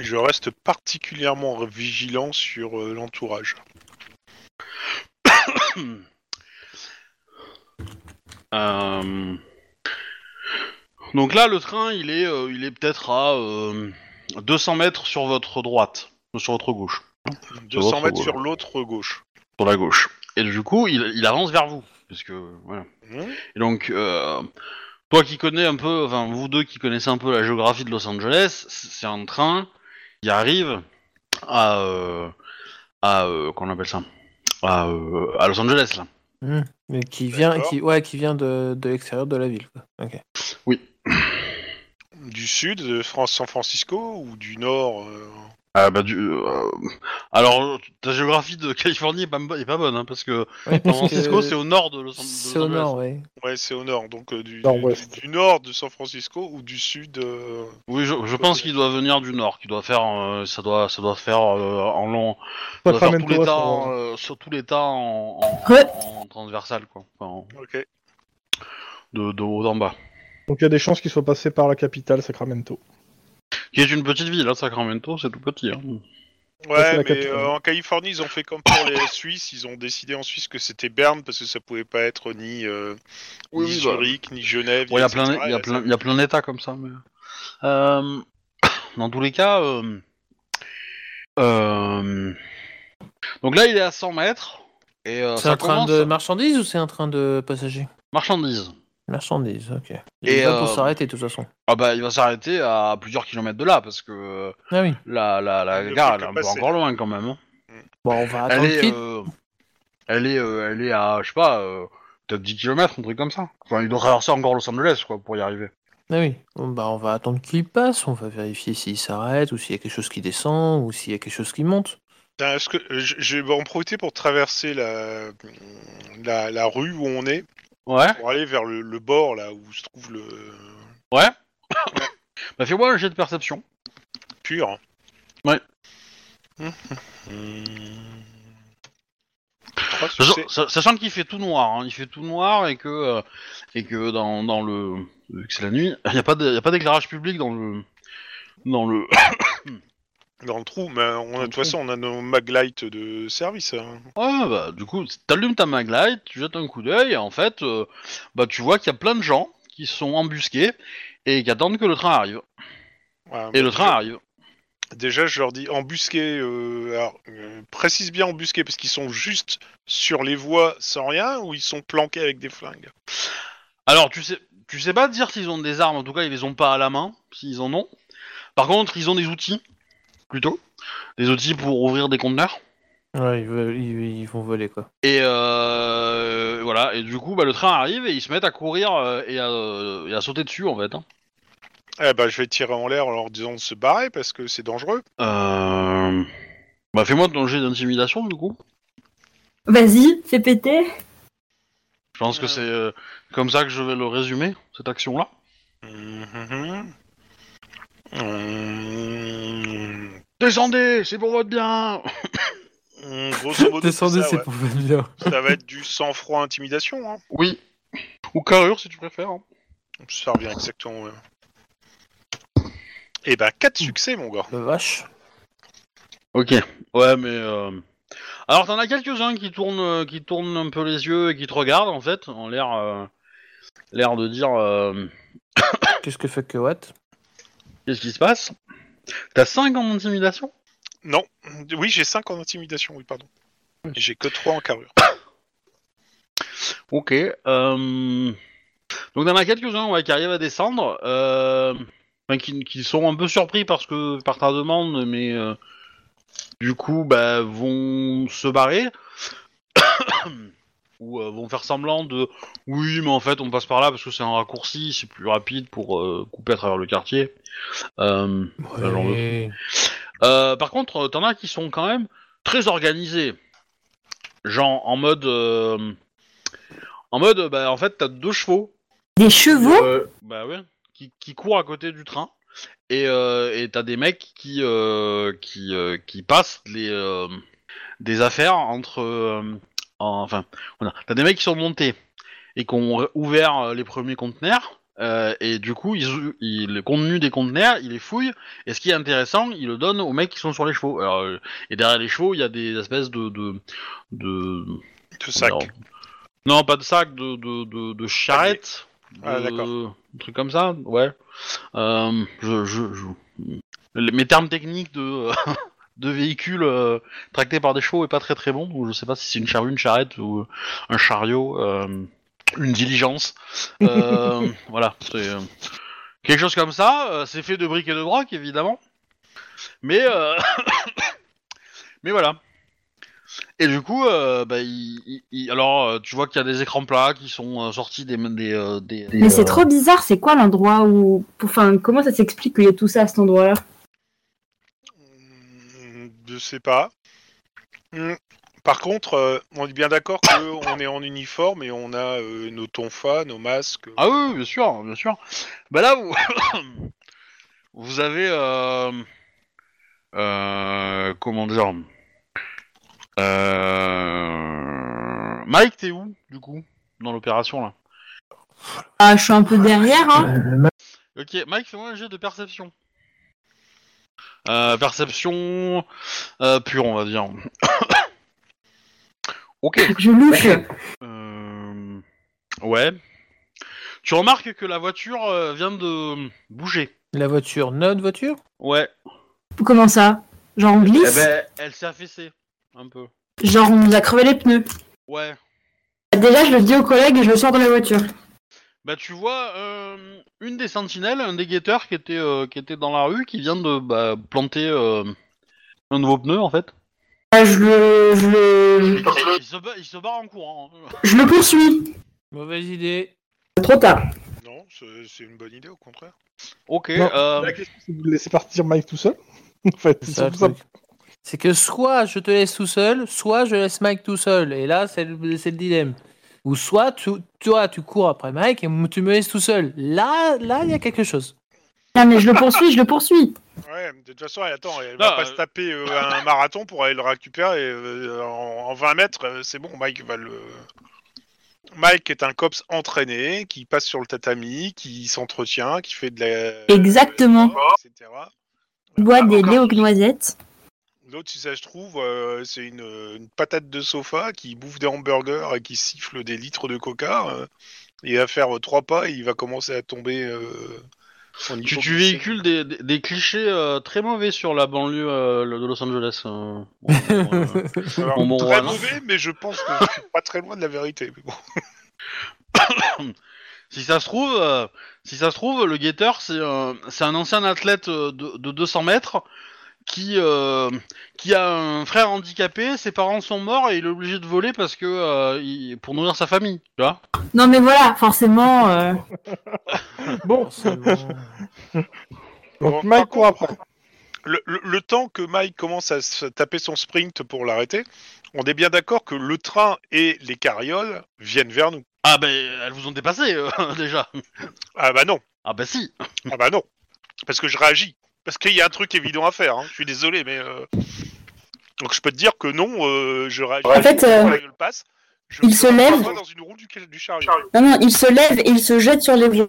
Speaker 4: Je reste particulièrement vigilant sur euh, l'entourage.
Speaker 3: Euh, Donc là, le train, il est, euh, il est peut-être à euh, 200 mètres sur votre droite, ou sur votre gauche,
Speaker 4: 200 mètres
Speaker 3: gauche.
Speaker 4: sur l'autre gauche.
Speaker 3: sur la gauche. Et du coup, il, il avance vers vous, parce que voilà.
Speaker 4: Mmh.
Speaker 3: Et donc, euh, toi qui connais un peu, enfin vous deux qui connaissez un peu la géographie de Los Angeles, c- c'est un train qui arrive à, euh, à euh, qu'on appelle ça, à, euh, à Los Angeles là.
Speaker 2: Mais qui vient,
Speaker 4: D'accord.
Speaker 2: qui, ouais, qui vient de, de l'extérieur de la ville. Quoi. Ok.
Speaker 4: Du sud de France, San Francisco ou du nord euh,
Speaker 3: Ah bah du. euh, Alors ta géographie de Californie est pas, est pas bonne hein, parce que
Speaker 7: Ouais,
Speaker 3: San
Speaker 7: parce que
Speaker 3: Francisco c'est au nord de Los de
Speaker 7: C'est
Speaker 3: Los
Speaker 7: au
Speaker 3: Angeles.
Speaker 7: nord, ouais.
Speaker 4: Ouais, c'est au nord, donc euh, du,
Speaker 1: Nord-ouest.
Speaker 4: du, du nord de San Francisco ou du sud. euh,
Speaker 3: Oui, je, je pense qu'il doit venir du nord, qu'il doit faire, euh, ça doit, ça doit faire euh, en long, ça doit faire
Speaker 1: Sacramento,
Speaker 3: tout l'État,
Speaker 1: c'est-
Speaker 3: en, euh, sur tout l'État en, en,
Speaker 5: Ouais.
Speaker 3: en transversal quoi, Enfin, en-
Speaker 4: Ok.
Speaker 3: de, de haut en bas.
Speaker 1: Donc il y a des chances qu'il soit passé par la capitale, Sacramento.
Speaker 3: Qui est une petite ville, hein, Sacramento, c'est tout petit. hein.
Speaker 1: c'est la
Speaker 4: Ouais, mais
Speaker 1: capitale.
Speaker 4: euh, en Californie, ils ont fait comme pour les Suisses. Ils ont décidé en Suisse que c'était Berne parce que ça pouvait pas être ni, euh,
Speaker 3: Oui,
Speaker 4: ni
Speaker 3: oui, bah.
Speaker 4: Zurich, ni Genève.
Speaker 3: Bon, il y a
Speaker 4: etc.
Speaker 3: plein, il y a plein, il y a plein d'États comme ça. Mais... Euh, dans tous les cas, euh, euh, donc là, il est à 100 mètres et euh,
Speaker 7: C'est
Speaker 3: ça
Speaker 7: un train
Speaker 3: commence
Speaker 7: de marchandises ou c'est un train de passagers
Speaker 3: marchandises.
Speaker 7: Marchandises, ok. Il
Speaker 3: Et,
Speaker 7: est pas pour
Speaker 3: euh,
Speaker 7: s'arrêter de toute façon.
Speaker 3: Ah bah, il va s'arrêter à plusieurs kilomètres de là parce que. euh,
Speaker 7: Ah oui.
Speaker 3: La, la, la
Speaker 4: Le
Speaker 3: gare,
Speaker 4: truc
Speaker 3: elle est
Speaker 4: à
Speaker 3: un peu
Speaker 4: passer.
Speaker 3: encore loin quand même. hein.
Speaker 7: Bon, on va
Speaker 3: Elle
Speaker 7: attendre
Speaker 3: est,
Speaker 7: qu'il-
Speaker 3: euh, elle, est, euh, elle est à, je sais pas, euh, peut-être 10 km, un truc comme ça. Enfin, il doit traverser encore Los Angeles, quoi, pour y arriver.
Speaker 7: Ah oui. Bon, bah, on va attendre qu'il passe, on va vérifier s'il s'arrête ou s'il y a quelque chose qui descend ou s'il y a quelque chose qui monte.
Speaker 4: Tiens, est-ce que euh, je, je vais en profiter pour traverser la, la, la rue où on est
Speaker 3: Ouais,
Speaker 4: pour aller vers le, le bord là où se trouve le
Speaker 3: ouais. bah, fais-moi un jet de perception.
Speaker 4: pur.
Speaker 3: Ouais.
Speaker 4: Trois
Speaker 3: Sachant,
Speaker 4: succès.
Speaker 3: sa- sachant qu'il fait tout noir, hein. il fait tout noir et que, euh, et que dans, dans le. Vu que c'est la nuit, il n'y a pas de- y a pas d'éclairage public dans le. Dans le.
Speaker 4: Dans le trou, mais on a, de
Speaker 3: le
Speaker 4: toute
Speaker 3: trou.
Speaker 4: façon, on a nos maglights de service. hein.
Speaker 3: Ouais, bah, du coup, t'allumes ta maglite, tu jettes un coup d'œil, et en fait, euh, bah, tu vois qu'il y a plein de gens qui sont embusqués et qui attendent que le train arrive.
Speaker 4: Ouais,
Speaker 3: Et le
Speaker 4: Ah, je-
Speaker 3: train arrive.
Speaker 4: Déjà, je leur dis embusquer. euh, alors, euh, précise bien embusquer, parce qu'ils sont juste sur les voies sans rien ou ils sont planqués avec des flingues.
Speaker 3: Alors, tu sais, tu sais pas dire s'ils ont des armes, en tout cas, ils les ont pas à la main, s'ils en ont. Par contre, ils ont des outils, plutôt. Des outils pour ouvrir des conteneurs.
Speaker 7: Ouais, ils, veulent- ils- ils vont voler quoi.
Speaker 3: Et euh, voilà, et du coup, bah, le train arrive et ils se mettent à courir euh, et, à, euh, et à sauter dessus, en fait. hein.
Speaker 4: Eh ben, je vais tirer en l'air en leur disant de se barrer parce que c'est dangereux.
Speaker 3: Euh... Bah, fais-moi ton jet d'intimidation, du coup.
Speaker 6: Vas-y, fais péter.
Speaker 3: Je pense que
Speaker 4: Ouais.
Speaker 3: c'est euh, comme ça que je vais le résumer, cette action-là.
Speaker 4: Mhm. mmh. Mhm.
Speaker 3: Descendez, c'est pour votre bien
Speaker 4: Mhm, Grosso modo, c'est
Speaker 7: Descendez,
Speaker 4: ça,
Speaker 7: c'est
Speaker 4: ouais.
Speaker 7: pour venir.
Speaker 4: ça va être du sang-froid intimidation. hein.
Speaker 3: Oui. Ou carrure, si tu préfères. hein.
Speaker 4: Ça revient exactement. ouais. Eh ben, 4 succès, mon gars.
Speaker 7: La vache.
Speaker 3: Ok. Ouais, mais... euh, Alors, t'en as quelques-uns qui tournent, euh, qui tournent un peu les yeux et qui te regardent, en fait, en l'air... euh, L'air de dire... euh,
Speaker 7: Qu'est-ce que fait que what
Speaker 3: Qu'est-ce qui se passe T'as 5 en intimidation
Speaker 4: Non, oui, j'ai 5 en intimidation, oui, pardon. J'ai que 3 en carrure.
Speaker 3: Ok. euh, Donc, t'en as quelques-uns ouais, qui arrivent à descendre. euh, enfin, qui, qui sont un peu surpris parce que, par ta demande, mais euh, du coup, bah, vont se barrer. Ou euh, vont faire semblant de oui, mais en fait, on passe par là parce que c'est un raccourci, c'est plus rapide pour euh, couper à travers le quartier. Euh, ce genre de truc. Euh, par contre, euh, t'en as qui sont quand même très organisés. Genre en mode. euh, en mode, euh, bah en fait, t'as deux chevaux.
Speaker 6: Des chevaux
Speaker 3: euh, bah ouais. Qui, qui courent à côté du train. Et euh, et t'as des mecs qui. euh, qui, euh, qui passent les, euh, des affaires entre. euh, en- enfin, voilà. t'as des mecs qui sont montés. Et qui ont ouvert euh, les premiers conteneurs. euh, et du coup, ils, ou- ils- le contenu des conteneurs, ils les fouillent. Et ce qui est intéressant, ils le donnent aux mecs qui sont sur les chevaux. Alors, euh, et derrière les chevaux, il y a des espèces de. de, de
Speaker 4: Deux sacs.
Speaker 3: Non. Non, pas de sacs, de, de, de, de charrettes.
Speaker 4: Ah,
Speaker 3: de-
Speaker 4: d'accord.
Speaker 3: Un truc comme ça, ouais. Euh, je, je, je- les- Mes termes techniques de, de véhicules euh, tractés par des chevaux est pas très très bon. Donc je sais pas si c'est une charrue, une charrette ou un chariot, euh, une diligence. Euh, voilà, c'est. euh, Quelque chose comme ça, euh, c'est fait de briques et de broc, évidemment. Mais, euh, mais voilà. Et du coup, euh, bah, il- il- il- alors euh, tu vois qu'il y a des écrans plats qui sont euh, sortis des, des, euh, des- des,
Speaker 6: Mais c'est
Speaker 3: euh,
Speaker 6: trop bizarre, c'est quoi l'endroit où. Enfin, comment ça s'explique qu'il y a tout ça à cet endroit-là
Speaker 4: Je sais pas. Hmm. Par contre, euh, on est bien d'accord qu'on est en uniforme et on a euh, nos tonfas, nos masques.
Speaker 3: Ah oui, oui, bien sûr, bien sûr. Bah là, vous, vous avez... euh, euh, comment dire euh, Mike, t'es où, du coup, dans l'opération, là
Speaker 6: Ah, je suis un peu derrière, hein.
Speaker 3: Ok, Mike, fais-moi un jet de perception. Euh, perception euh, pure, on va dire. ok.
Speaker 6: Je louche.
Speaker 3: Euh, Ouais. Tu remarques que la voiture euh, vient de bouger.
Speaker 7: La voiture, notre voiture
Speaker 3: Ouais.
Speaker 6: Comment ça Genre on
Speaker 3: Eh
Speaker 6: glisse
Speaker 3: ben, elle s'est affaissée, un peu.
Speaker 6: Genre on nous a crevé les pneus.
Speaker 3: Ouais.
Speaker 6: Déjà, je le dis aux collègues et je le sors de la voiture.
Speaker 3: Bah tu vois euh, une des sentinelles, un des guetteurs qui était euh, qui était dans la rue, qui vient de bah, planter euh, un nouveau pneu en fait.
Speaker 6: Ah, je le, je le,
Speaker 3: Il se, ba- il se barre en courant. hein.
Speaker 6: je le poursuis.
Speaker 7: Mauvaise idée.
Speaker 6: Trop tard.
Speaker 4: Non, c'est c'est une bonne idée au contraire.
Speaker 3: Ok.
Speaker 1: Non,
Speaker 3: euh,
Speaker 1: La question, c'est de laisser partir Mike tout seul. en fait,
Speaker 7: C'est
Speaker 1: c'est
Speaker 7: ça,
Speaker 1: tout
Speaker 7: le
Speaker 1: ça.
Speaker 7: truc. C'est que soit je te laisse tout seul, soit je laisse Mike tout seul. Et là, c'est le, c'est le dilemme. Ou soit tu, toi, tu cours après Mike et m- tu me laisses tout seul. Là, là, il y a quelque chose.
Speaker 6: Non, mais je le poursuis, je le poursuis.
Speaker 4: Ouais, de toute façon, elle, attends, elle
Speaker 3: Non,
Speaker 4: va pas
Speaker 3: euh,
Speaker 4: se taper euh, un marathon pour aller le récupérer. euh, en, en 20 mètres, euh, c'est bon, Mike va le. Mike est un cops entraîné, qui passe sur le tatami, qui s'entretient, qui fait de la.
Speaker 6: Exactement.
Speaker 4: Etc.
Speaker 6: Je bois des
Speaker 4: Ah, Encore.
Speaker 6: laits aux noisettes.
Speaker 4: L'autre, si ça se trouve, euh, c'est une, une patate de sofa qui bouffe des hamburgers et qui siffle des litres de coca. euh, il va faire euh, trois pas et il va commencer à tomber. euh, en
Speaker 3: tu, tu
Speaker 4: hypoglycémie.
Speaker 3: véhicules des, des- des clichés euh, très mauvais sur la banlieue euh, le- de Los Angeles. euh. Bon, bon, euh,
Speaker 4: Alors,
Speaker 3: Bon, bon,
Speaker 4: très
Speaker 3: voilà.
Speaker 4: mauvais, mais je pense que je suis pas très loin de la vérité. mais bon.
Speaker 3: si ça se trouve, euh, si ça se trouve, le guetteur c'est euh, c'est un ancien athlète euh, de, de 200 mètres qui euh, qui a un frère handicapé, ses parents sont morts et il est obligé de voler parce que euh, il- pour nourrir sa famille, tu vois.
Speaker 6: Non, mais voilà, forcément. euh,
Speaker 1: Bon,
Speaker 7: Forcément.
Speaker 1: donc
Speaker 4: Bon,
Speaker 1: Mike
Speaker 4: par
Speaker 1: court après.
Speaker 4: Le, le- le temps que Mike commence à se taper son sprint pour l'arrêter, on est bien d'accord que le train et les carrioles viennent vers nous.
Speaker 3: Ah ben elles vous ont dépassé euh, déjà.
Speaker 4: Ah bah non,
Speaker 3: Ah ben si.
Speaker 4: ah bah non, parce que je réagis, parce qu'il y a un truc évident à faire. hein. Je suis désolé, mais euh, donc je peux te dire que non, euh, je réagis.
Speaker 6: En fait, euh,
Speaker 4: Quand la gueule passe, je
Speaker 6: il
Speaker 4: me
Speaker 6: se
Speaker 4: mets
Speaker 6: lève.
Speaker 4: dans une roue du, du chariot.
Speaker 6: Non, non, il se lève et il se jette sur les voies.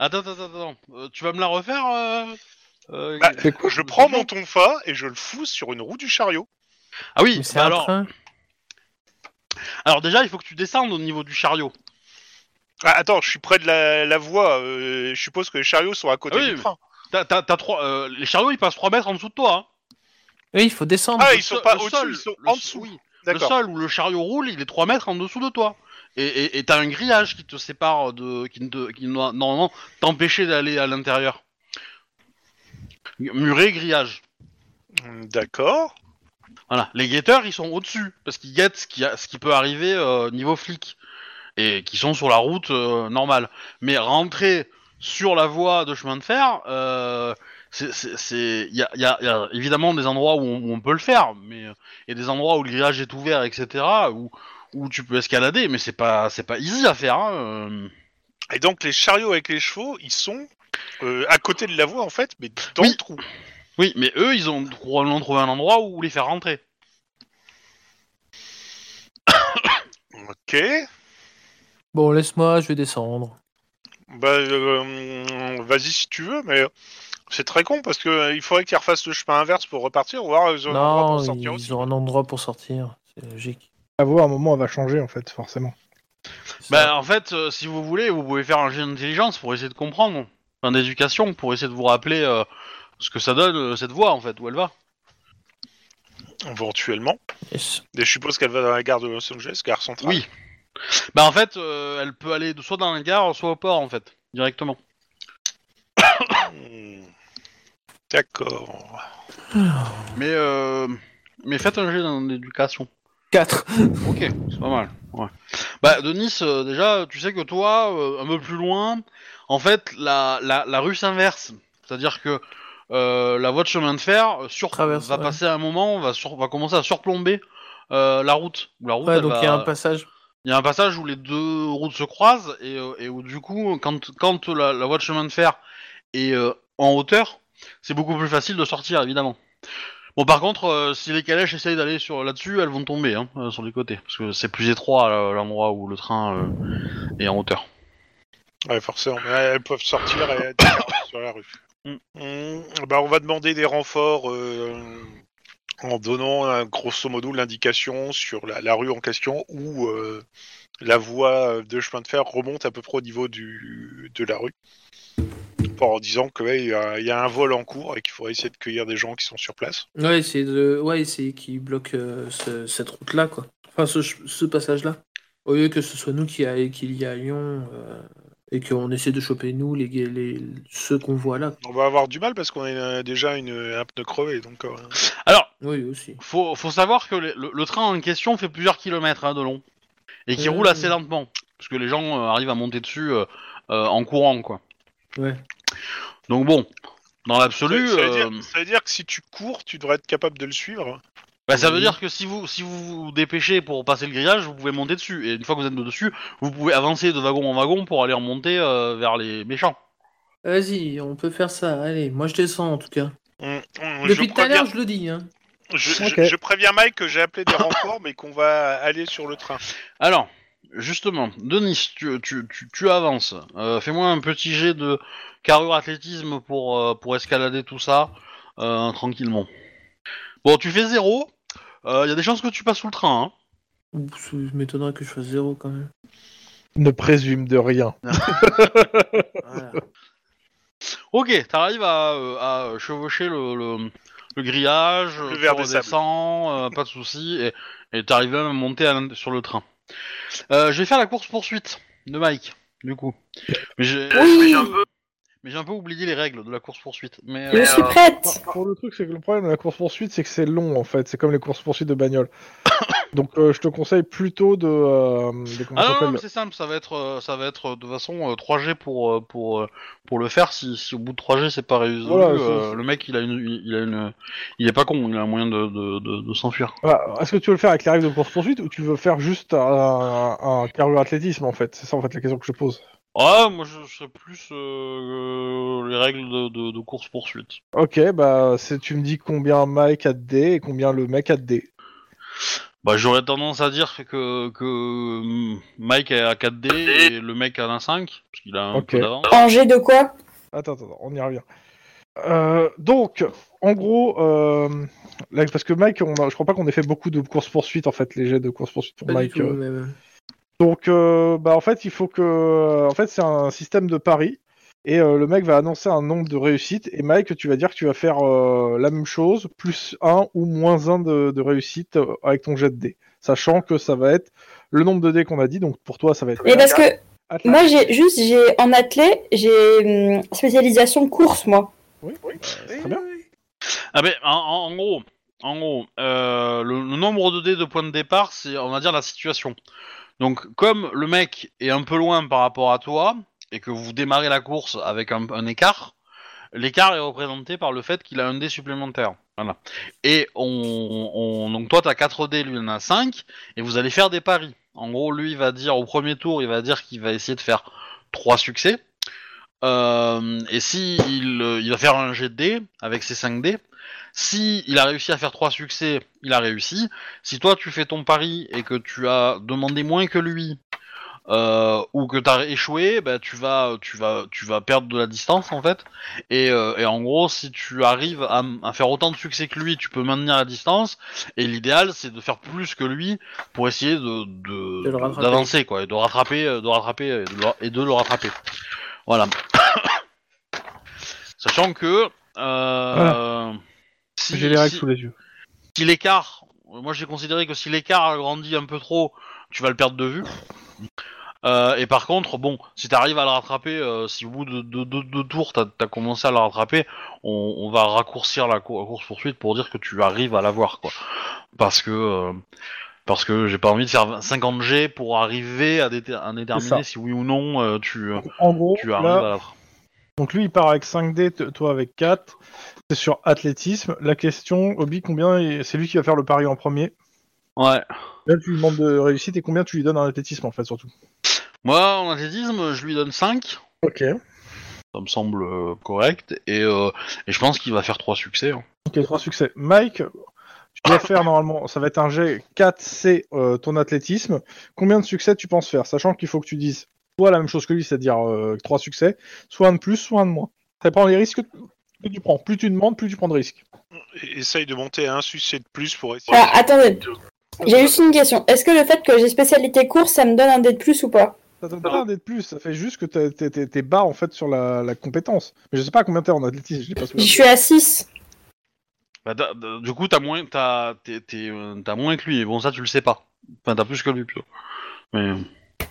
Speaker 3: Attends attends attends. Euh, tu vas me la refaire euh, euh,
Speaker 4: Bah,
Speaker 1: C'est quoi
Speaker 4: Je prends mon tonfa et je le fous sur une roue du chariot.
Speaker 3: Ah
Speaker 7: Mais
Speaker 3: oui.
Speaker 7: c'est
Speaker 3: bah
Speaker 7: un
Speaker 3: alors
Speaker 7: train.
Speaker 3: alors déjà il faut que tu descendes au niveau du chariot.
Speaker 4: Ah, attends, je suis près de la, la voie. euh, je suppose que les chariots sont à côté
Speaker 3: Ah oui,
Speaker 4: du
Speaker 3: mais-
Speaker 4: train.
Speaker 3: T'as t'as- t'as trois euh, les chariots ils passent 3 mètres en dessous de toi. hein.
Speaker 7: Oui, il faut descendre.
Speaker 4: Ah,
Speaker 3: Le
Speaker 4: ils sont
Speaker 3: sol-
Speaker 4: pas
Speaker 3: le
Speaker 4: au-dessus,
Speaker 3: sol-
Speaker 4: ils sont
Speaker 3: le
Speaker 4: en
Speaker 3: sol-
Speaker 4: dessous.
Speaker 3: oui. Le
Speaker 4: D'accord.
Speaker 3: sol où le chariot roule, il est 3 mètres en dessous de toi. Et- Et et t'as un grillage qui te sépare de. qui ne te- qui doit normalement t'empêcher d'aller à l'intérieur. Muré, grillage.
Speaker 4: Hmm, D'accord.
Speaker 3: Voilà. Les guetteurs, ils sont au-dessus, parce qu'ils guettent ce qui, a- ce qui peut arriver euh, niveau flic. Et qui sont sur la route euh, normale. Mais rentrer sur la voie de chemin de fer, euh, c'est- c'est- c'est- il y a, il y a- il y a évidemment des endroits où on, où on peut le faire, mais euh, il y a des endroits où le grillage est ouvert, etc., où, où tu peux escalader, mais c'est pas, c'est pas easy à faire. hein, euh.
Speaker 4: Et donc les chariots avec les chevaux, ils sont euh, à côté de la voie en fait, mais dans
Speaker 3: Oui.
Speaker 4: le trou.
Speaker 3: Oui, mais eux, ils ont probablement trouvé un endroit où les faire rentrer.
Speaker 4: Ok.
Speaker 7: Bon, laisse-moi, je vais descendre.
Speaker 4: Bah euh, vas-y si tu veux, mais c'est très con parce que euh, il faudrait qu'ils refassent le chemin inverse pour repartir, voir euh, ils ont un endroit
Speaker 7: Non,
Speaker 4: pour sortir aussi.
Speaker 7: ils ont un endroit pour sortir. C'est logique.
Speaker 1: À voir, à un moment, elle va changer, en fait, forcément.
Speaker 7: C'est ça.
Speaker 3: Bah, en fait, euh, si vous voulez, vous pouvez faire un jet d'intelligence pour essayer de comprendre, enfin d'éducation, pour essayer de vous rappeler euh, ce que ça donne euh, cette voie en fait, où elle va.
Speaker 4: Éventuellement.
Speaker 7: Yes.
Speaker 4: Et je suppose qu'elle va dans la gare de Los Angeles, gare centrale.
Speaker 3: Oui. Bah, en fait, euh, elle peut aller de- soit dans la gare, soit au port en fait, directement.
Speaker 4: Hmm. D'accord.
Speaker 3: Mais, euh, mais faites un jet d'éducation.
Speaker 7: 4.
Speaker 3: Ok, c'est pas mal. Ouais. Bah, Denis, euh, déjà, tu sais que toi, euh, un peu plus loin, en fait, la, la, la rue s'inverse. C'est-à-dire que euh, la voie de chemin de fer euh, sur,
Speaker 7: Traverse,
Speaker 3: va
Speaker 7: ouais.
Speaker 3: passer un moment, va, sur- va commencer à surplomber euh, la route. Où la route
Speaker 4: bah
Speaker 7: Ouais,
Speaker 3: elle
Speaker 7: donc
Speaker 3: va-
Speaker 7: il y a un passage.
Speaker 3: il y a un passage où les deux routes se croisent et, euh, et où du coup, quand, quand la, la voie de chemin de fer est euh, en hauteur, c'est beaucoup plus facile de sortir, évidemment. Bon, par contre, euh, si les calèches essayent d'aller sur là-dessus, elles vont tomber hein, euh, sur les côtés, parce que c'est plus étroit là, l'endroit où le train euh, est en hauteur.
Speaker 4: Ouais, forcément. Mais elles peuvent sortir et être sur la rue.
Speaker 3: Mm.
Speaker 4: Mm, bah, on va demander des renforts euh, en donnant euh, grosso modo l'indication sur la, la rue en question où euh, la voie de chemin de fer remonte à peu près au niveau du, de la rue. En disant qu'il y, a- il y a un vol en cours et qu'il faudrait essayer de cueillir des gens qui sont sur place.
Speaker 7: Ouais, c'est de... ouais, c'est qui bloque euh, ce- cette route-là, quoi. Enfin, ce, ce passage-là. Au lieu que ce soit nous qui, a... qui y allions euh, et qu'on essaie de choper nous, les... les... ceux qu'on voit là.
Speaker 4: On va avoir du mal parce qu'on a euh, déjà une, un pneu crevé. Donc, euh,
Speaker 3: Alors,
Speaker 7: Oui, aussi.
Speaker 3: faut, faut savoir que le, le- le train en question fait plusieurs kilomètres hein, de long et qui
Speaker 7: Euh.
Speaker 3: roule assez lentement, parce que les gens euh, arrivent à monter dessus euh, euh, en courant, quoi.
Speaker 7: Ouais.
Speaker 3: Donc bon, dans
Speaker 4: ça,
Speaker 3: l'absolu.
Speaker 4: ça veut dire-
Speaker 3: euh,
Speaker 4: ça veut dire que si tu cours, tu devrais être capable de le suivre.
Speaker 3: Bah, ça veut
Speaker 7: Oui.
Speaker 3: dire que si vous si vous vous dépêchez pour passer le grillage, vous pouvez monter dessus. Et une fois que vous êtes dessus, vous pouvez avancer de wagon en wagon pour aller remonter euh, vers les méchants.
Speaker 7: Vas-y, on peut faire ça. Allez, moi je descends en tout cas.
Speaker 4: Mm, mm, je
Speaker 7: Depuis tout
Speaker 4: crois
Speaker 7: à
Speaker 4: bien-
Speaker 7: l'heure, je le dis. Hein.
Speaker 4: Je, je-
Speaker 1: Ok.
Speaker 4: je préviens Mike que j'ai appelé des renforts, mais qu'on va aller sur le train.
Speaker 3: Alors, justement, Denis, tu, tu, tu, tu avances. Euh, Fais-moi un petit jet de carrure athlétisme pour, euh, pour escalader tout ça euh, tranquillement. Bon, tu fais zéro. Il y a des chances que tu passes sous le train. Hein.
Speaker 7: Ouh, Ça m'étonnerait que je fasse zéro quand même.
Speaker 1: Ne présume de rien.
Speaker 7: Voilà.
Speaker 3: Ok, t'arrives à, euh, à euh, chevaucher le, le, le grillage,
Speaker 4: Le
Speaker 3: euh,
Speaker 4: verre
Speaker 3: tu
Speaker 4: des sables.
Speaker 3: redescends, euh, pas de soucis, et- et t'arrives même à monter à l'int- sur le train. Euh, je vais faire la course poursuite de Mike, du coup. Mais j'ai
Speaker 4: Euh,
Speaker 6: Oui,
Speaker 3: mais j'ai un peu oublié les règles de la course poursuite. Mais
Speaker 6: je
Speaker 3: euh,
Speaker 6: suis prête.
Speaker 1: Pour le truc, c'est que le problème de la course poursuite, c'est que c'est long en fait. C'est comme les courses poursuites de bagnole. Donc euh, je te conseille plutôt de. euh, de- comment
Speaker 3: ah non,
Speaker 1: ça
Speaker 3: non,
Speaker 1: s'appelle
Speaker 3: mais c'est simple, ça va être, euh, ça va être euh, de toute façon euh, 3G pour euh, pour euh, pour le faire. Si, si au bout de 3G c'est pas résolu,
Speaker 1: Voilà,
Speaker 3: euh,
Speaker 1: c'est-
Speaker 3: le mec il a une, il a une, il est pas con, il a un moyen de de, de, de s'enfuir.
Speaker 1: Voilà. Ah, Est-ce que tu veux le faire avec les règles de course poursuite ou tu veux faire juste un, un, un carrure athlétisme en fait C'est ça en fait la question que je pose.
Speaker 3: Ah, moi je serais plus euh, euh, les règles de, de, de course-poursuite.
Speaker 1: Ok, bah c'est tu me dis combien Mike a de dés et combien le mec a de dés.
Speaker 3: Bah, j'aurais tendance à dire que, que euh, Mike est à 4D et le mec en a 5, parce qu'il a un
Speaker 1: Ok.
Speaker 3: peu d'avance.
Speaker 6: En jet de quoi
Speaker 1: Attends, attends, attends, on y revient. Euh, donc, en gros, euh, là, parce que Mike, on a- je crois pas qu'on ait fait beaucoup de courses poursuites en fait, les jets de courses poursuites pour
Speaker 7: Pas du
Speaker 1: Mike.
Speaker 7: tout,
Speaker 1: euh,
Speaker 7: même.
Speaker 1: Donc, euh, bah, en fait, il faut que. euh, En fait, c'est un système de paris. Et euh, le mec va annoncer un nombre de réussites. Et Mike, tu vas dire que tu vas faire euh, la même chose, plus 1 ou moins 1 de, de réussite euh, avec ton jet de dés. Sachant que ça va être le nombre de dés qu'on a dit. Donc, pour toi, ça va être.
Speaker 6: Et parce que
Speaker 1: Atlas.
Speaker 6: moi, j'ai juste, j'ai en athlé, j'ai hum, spécialisation course, moi.
Speaker 1: Oui, oui, très bien.
Speaker 3: Ah, mais en, en- en gros, en gros euh, le, le nombre de dés de points de départ, c'est on va dire la situation. Donc, comme le mec est un peu loin par rapport à toi, et que vous démarrez la course avec un, un écart, l'écart est représenté par le fait qu'il a un dé supplémentaire. Voilà. Et on, on- donc toi, t'as 4 dés, lui il en a 5, et vous allez faire des paris. En gros, lui, il va dire au premier tour, il va dire qu'il va essayer de faire 3 succès. Euh, et si il, euh, il va faire un jet de dés avec ses 5 dés, si il a réussi à faire 3 succès, il a réussi. Si toi tu fais ton pari et que tu as demandé moins que lui euh, ou que tu as échoué, bah, tu vas tu vas tu vas perdre de la distance en fait. Et, euh, et en gros, si tu arrives à, m- à faire autant de succès que lui, tu peux maintenir la distance. Et l'idéal, c'est de faire plus que lui pour essayer de
Speaker 7: De le rattraper.
Speaker 3: de- d'avancer quoi, et de rattraper, euh, de rattraper euh, de le- et de le rattraper. Voilà. Sachant que euh, si-
Speaker 1: J'ai les règles
Speaker 3: si-
Speaker 1: sous les yeux.
Speaker 3: si l'écart, moi j'ai considéré que si l'écart a grandi un peu trop, tu vas le perdre de vue. Euh, et par contre, bon, si t'arrives à le rattraper, euh, si au bout de deux de, deux tours t'as as commencé à le rattraper, on, on va raccourcir la, cour- la course poursuite pour dire que tu arrives à l'avoir, quoi. Parce que euh, parce que j'ai pas envie de faire 20 50 G pour arriver à, déter- à déterminer si oui ou non euh, tu, euh,
Speaker 1: En gros,
Speaker 3: tu arrives
Speaker 1: là,
Speaker 3: à l'avoir.
Speaker 1: Donc lui, il part avec 5D, t- toi avec 4. C'est sur athlétisme. La question, Obi, combien est- c'est lui qui va faire le pari en premier
Speaker 3: Ouais.
Speaker 1: Là, tu lui demandes de réussite et combien tu lui donnes en athlétisme en fait surtout
Speaker 3: Moi, en athlétisme, je lui donne 5.
Speaker 1: Ok.
Speaker 3: Ça me semble euh, correct. Et, euh, et je pense qu'il va faire 3 succès. hein.
Speaker 1: Ok, trois succès. Mike, tu vas faire normalement, ça va être un jet 4C euh, ton athlétisme. Combien de succès tu penses faire Sachant qu'il faut que tu dises soit la même chose que lui, c'est-à-dire euh, trois succès, soit un de plus, soit un de moins. Ça dépend des risques que tu prends. Plus tu demandes, plus tu prends de risques.
Speaker 4: Et- Essaye de monter à un succès de plus pour essayer.
Speaker 6: Ah, attendez, j'ai juste une question. Est-ce que le fait que j'ai spécialité course, ça me donne un dé de plus ou pas
Speaker 1: Ça donne pas un dé de plus, ça fait juste que t'es- t'es t'es- t'es bas en fait sur la, la compétence. Mais je sais pas combien t'es en athlétisme, je l'ai pas
Speaker 6: Je
Speaker 1: souvenir.
Speaker 6: suis à 6.
Speaker 3: Bah, t'as- t'as- du coup, t'as moins, t'as, t'es- t'es, euh, t'as moins que lui. Et bon, ça, tu le sais pas. Enfin, t'as plus que lui, plutôt. Mais... euh,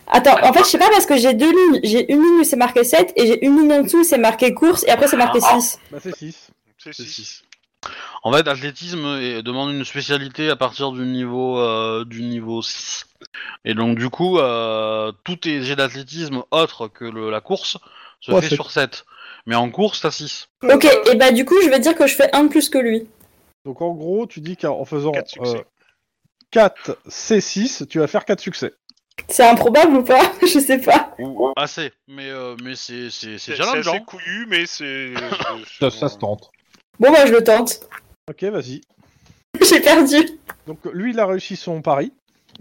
Speaker 6: Attends, en fait, je sais pas parce que j'ai deux lignes. J'ai une ligne où c'est marqué 7 et j'ai une ligne en dessous où c'est marqué course et après c'est marqué
Speaker 4: Ah.
Speaker 6: 6.
Speaker 1: Bah c'est 6.
Speaker 4: C'est
Speaker 3: C'est
Speaker 4: six.
Speaker 3: six. En fait, athlétisme euh, demande une spécialité à partir du niveau euh, du niveau 6. Et donc du coup, euh, tous tes jets d'athlétisme autres que le- la course se
Speaker 1: Ouais,
Speaker 3: fait
Speaker 1: c'est-
Speaker 3: sur 7. Mais en course, t'as 6.
Speaker 6: Ok, et bah du coup, je vais dire que je fais un de plus que lui.
Speaker 1: Donc en gros, tu dis qu'en faisant euh,
Speaker 4: Quatre succès.
Speaker 1: 4 C6, tu vas faire 4 succès.
Speaker 6: C'est improbable ou pas Je sais pas.
Speaker 3: Ou assez. Mais, euh, mais c'est c'est c'est hein.
Speaker 4: C'est
Speaker 3: challengeant.
Speaker 4: c'est assez couillu, mais c'est.
Speaker 1: Ça, ça se tente.
Speaker 6: Bon, bah, je le tente.
Speaker 1: Ok, vas-y.
Speaker 6: j'ai perdu.
Speaker 1: Donc euh, lui, il a réussi son pari.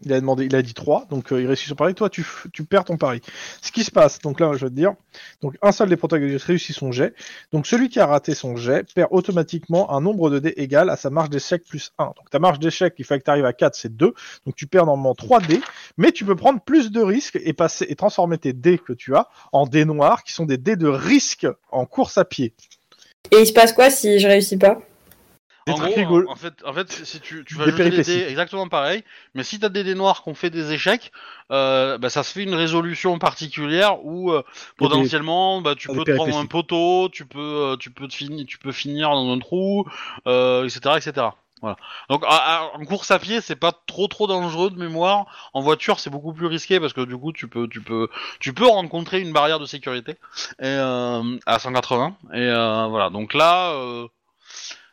Speaker 1: Il a demandé, il a dit 3, donc euh, il réussit son pari. Toi, tu, f- tu perds ton pari. Ce qui se passe, donc là, je vais te dire, donc un seul des protagonistes réussit son jet. Donc celui qui a raté son jet perd automatiquement un nombre de dés égal à sa marge d'échec plus 1. Donc ta marge d'échec, il fallait que tu arrives à 4, c'est 2. Donc tu perds normalement 3 dés, mais tu peux prendre plus de risques et passer et transformer tes dés que tu as en dés noirs, qui sont des dés de risque en course à pied.
Speaker 6: Et il se passe quoi si je réussis pas
Speaker 1: Des
Speaker 3: En
Speaker 1: trucs
Speaker 3: gros,
Speaker 1: rigolos.
Speaker 3: en fait, en fait si- si tu, tu vas
Speaker 1: Des
Speaker 3: jeter les
Speaker 1: péripéties.
Speaker 3: dés exactement pareil, mais si t'as des dés noirs qu'on fait des échecs, euh, bah, ça se fait une résolution particulière où euh,
Speaker 1: Il y a des-
Speaker 3: potentiellement bah, tu
Speaker 1: il y a
Speaker 3: peux
Speaker 1: des
Speaker 3: te prendre un
Speaker 1: péripéties.
Speaker 3: poteau, tu peux, euh, tu peux te finir, tu peux finir dans un trou, euh, etc., etc. Voilà. Donc à- à- en course à pied, c'est pas trop trop dangereux de mémoire. En voiture, c'est beaucoup plus risqué parce que du coup, tu peux, tu peux, tu peux rencontrer une barrière de sécurité et, euh, à 180. Et euh, voilà. Donc là. euh,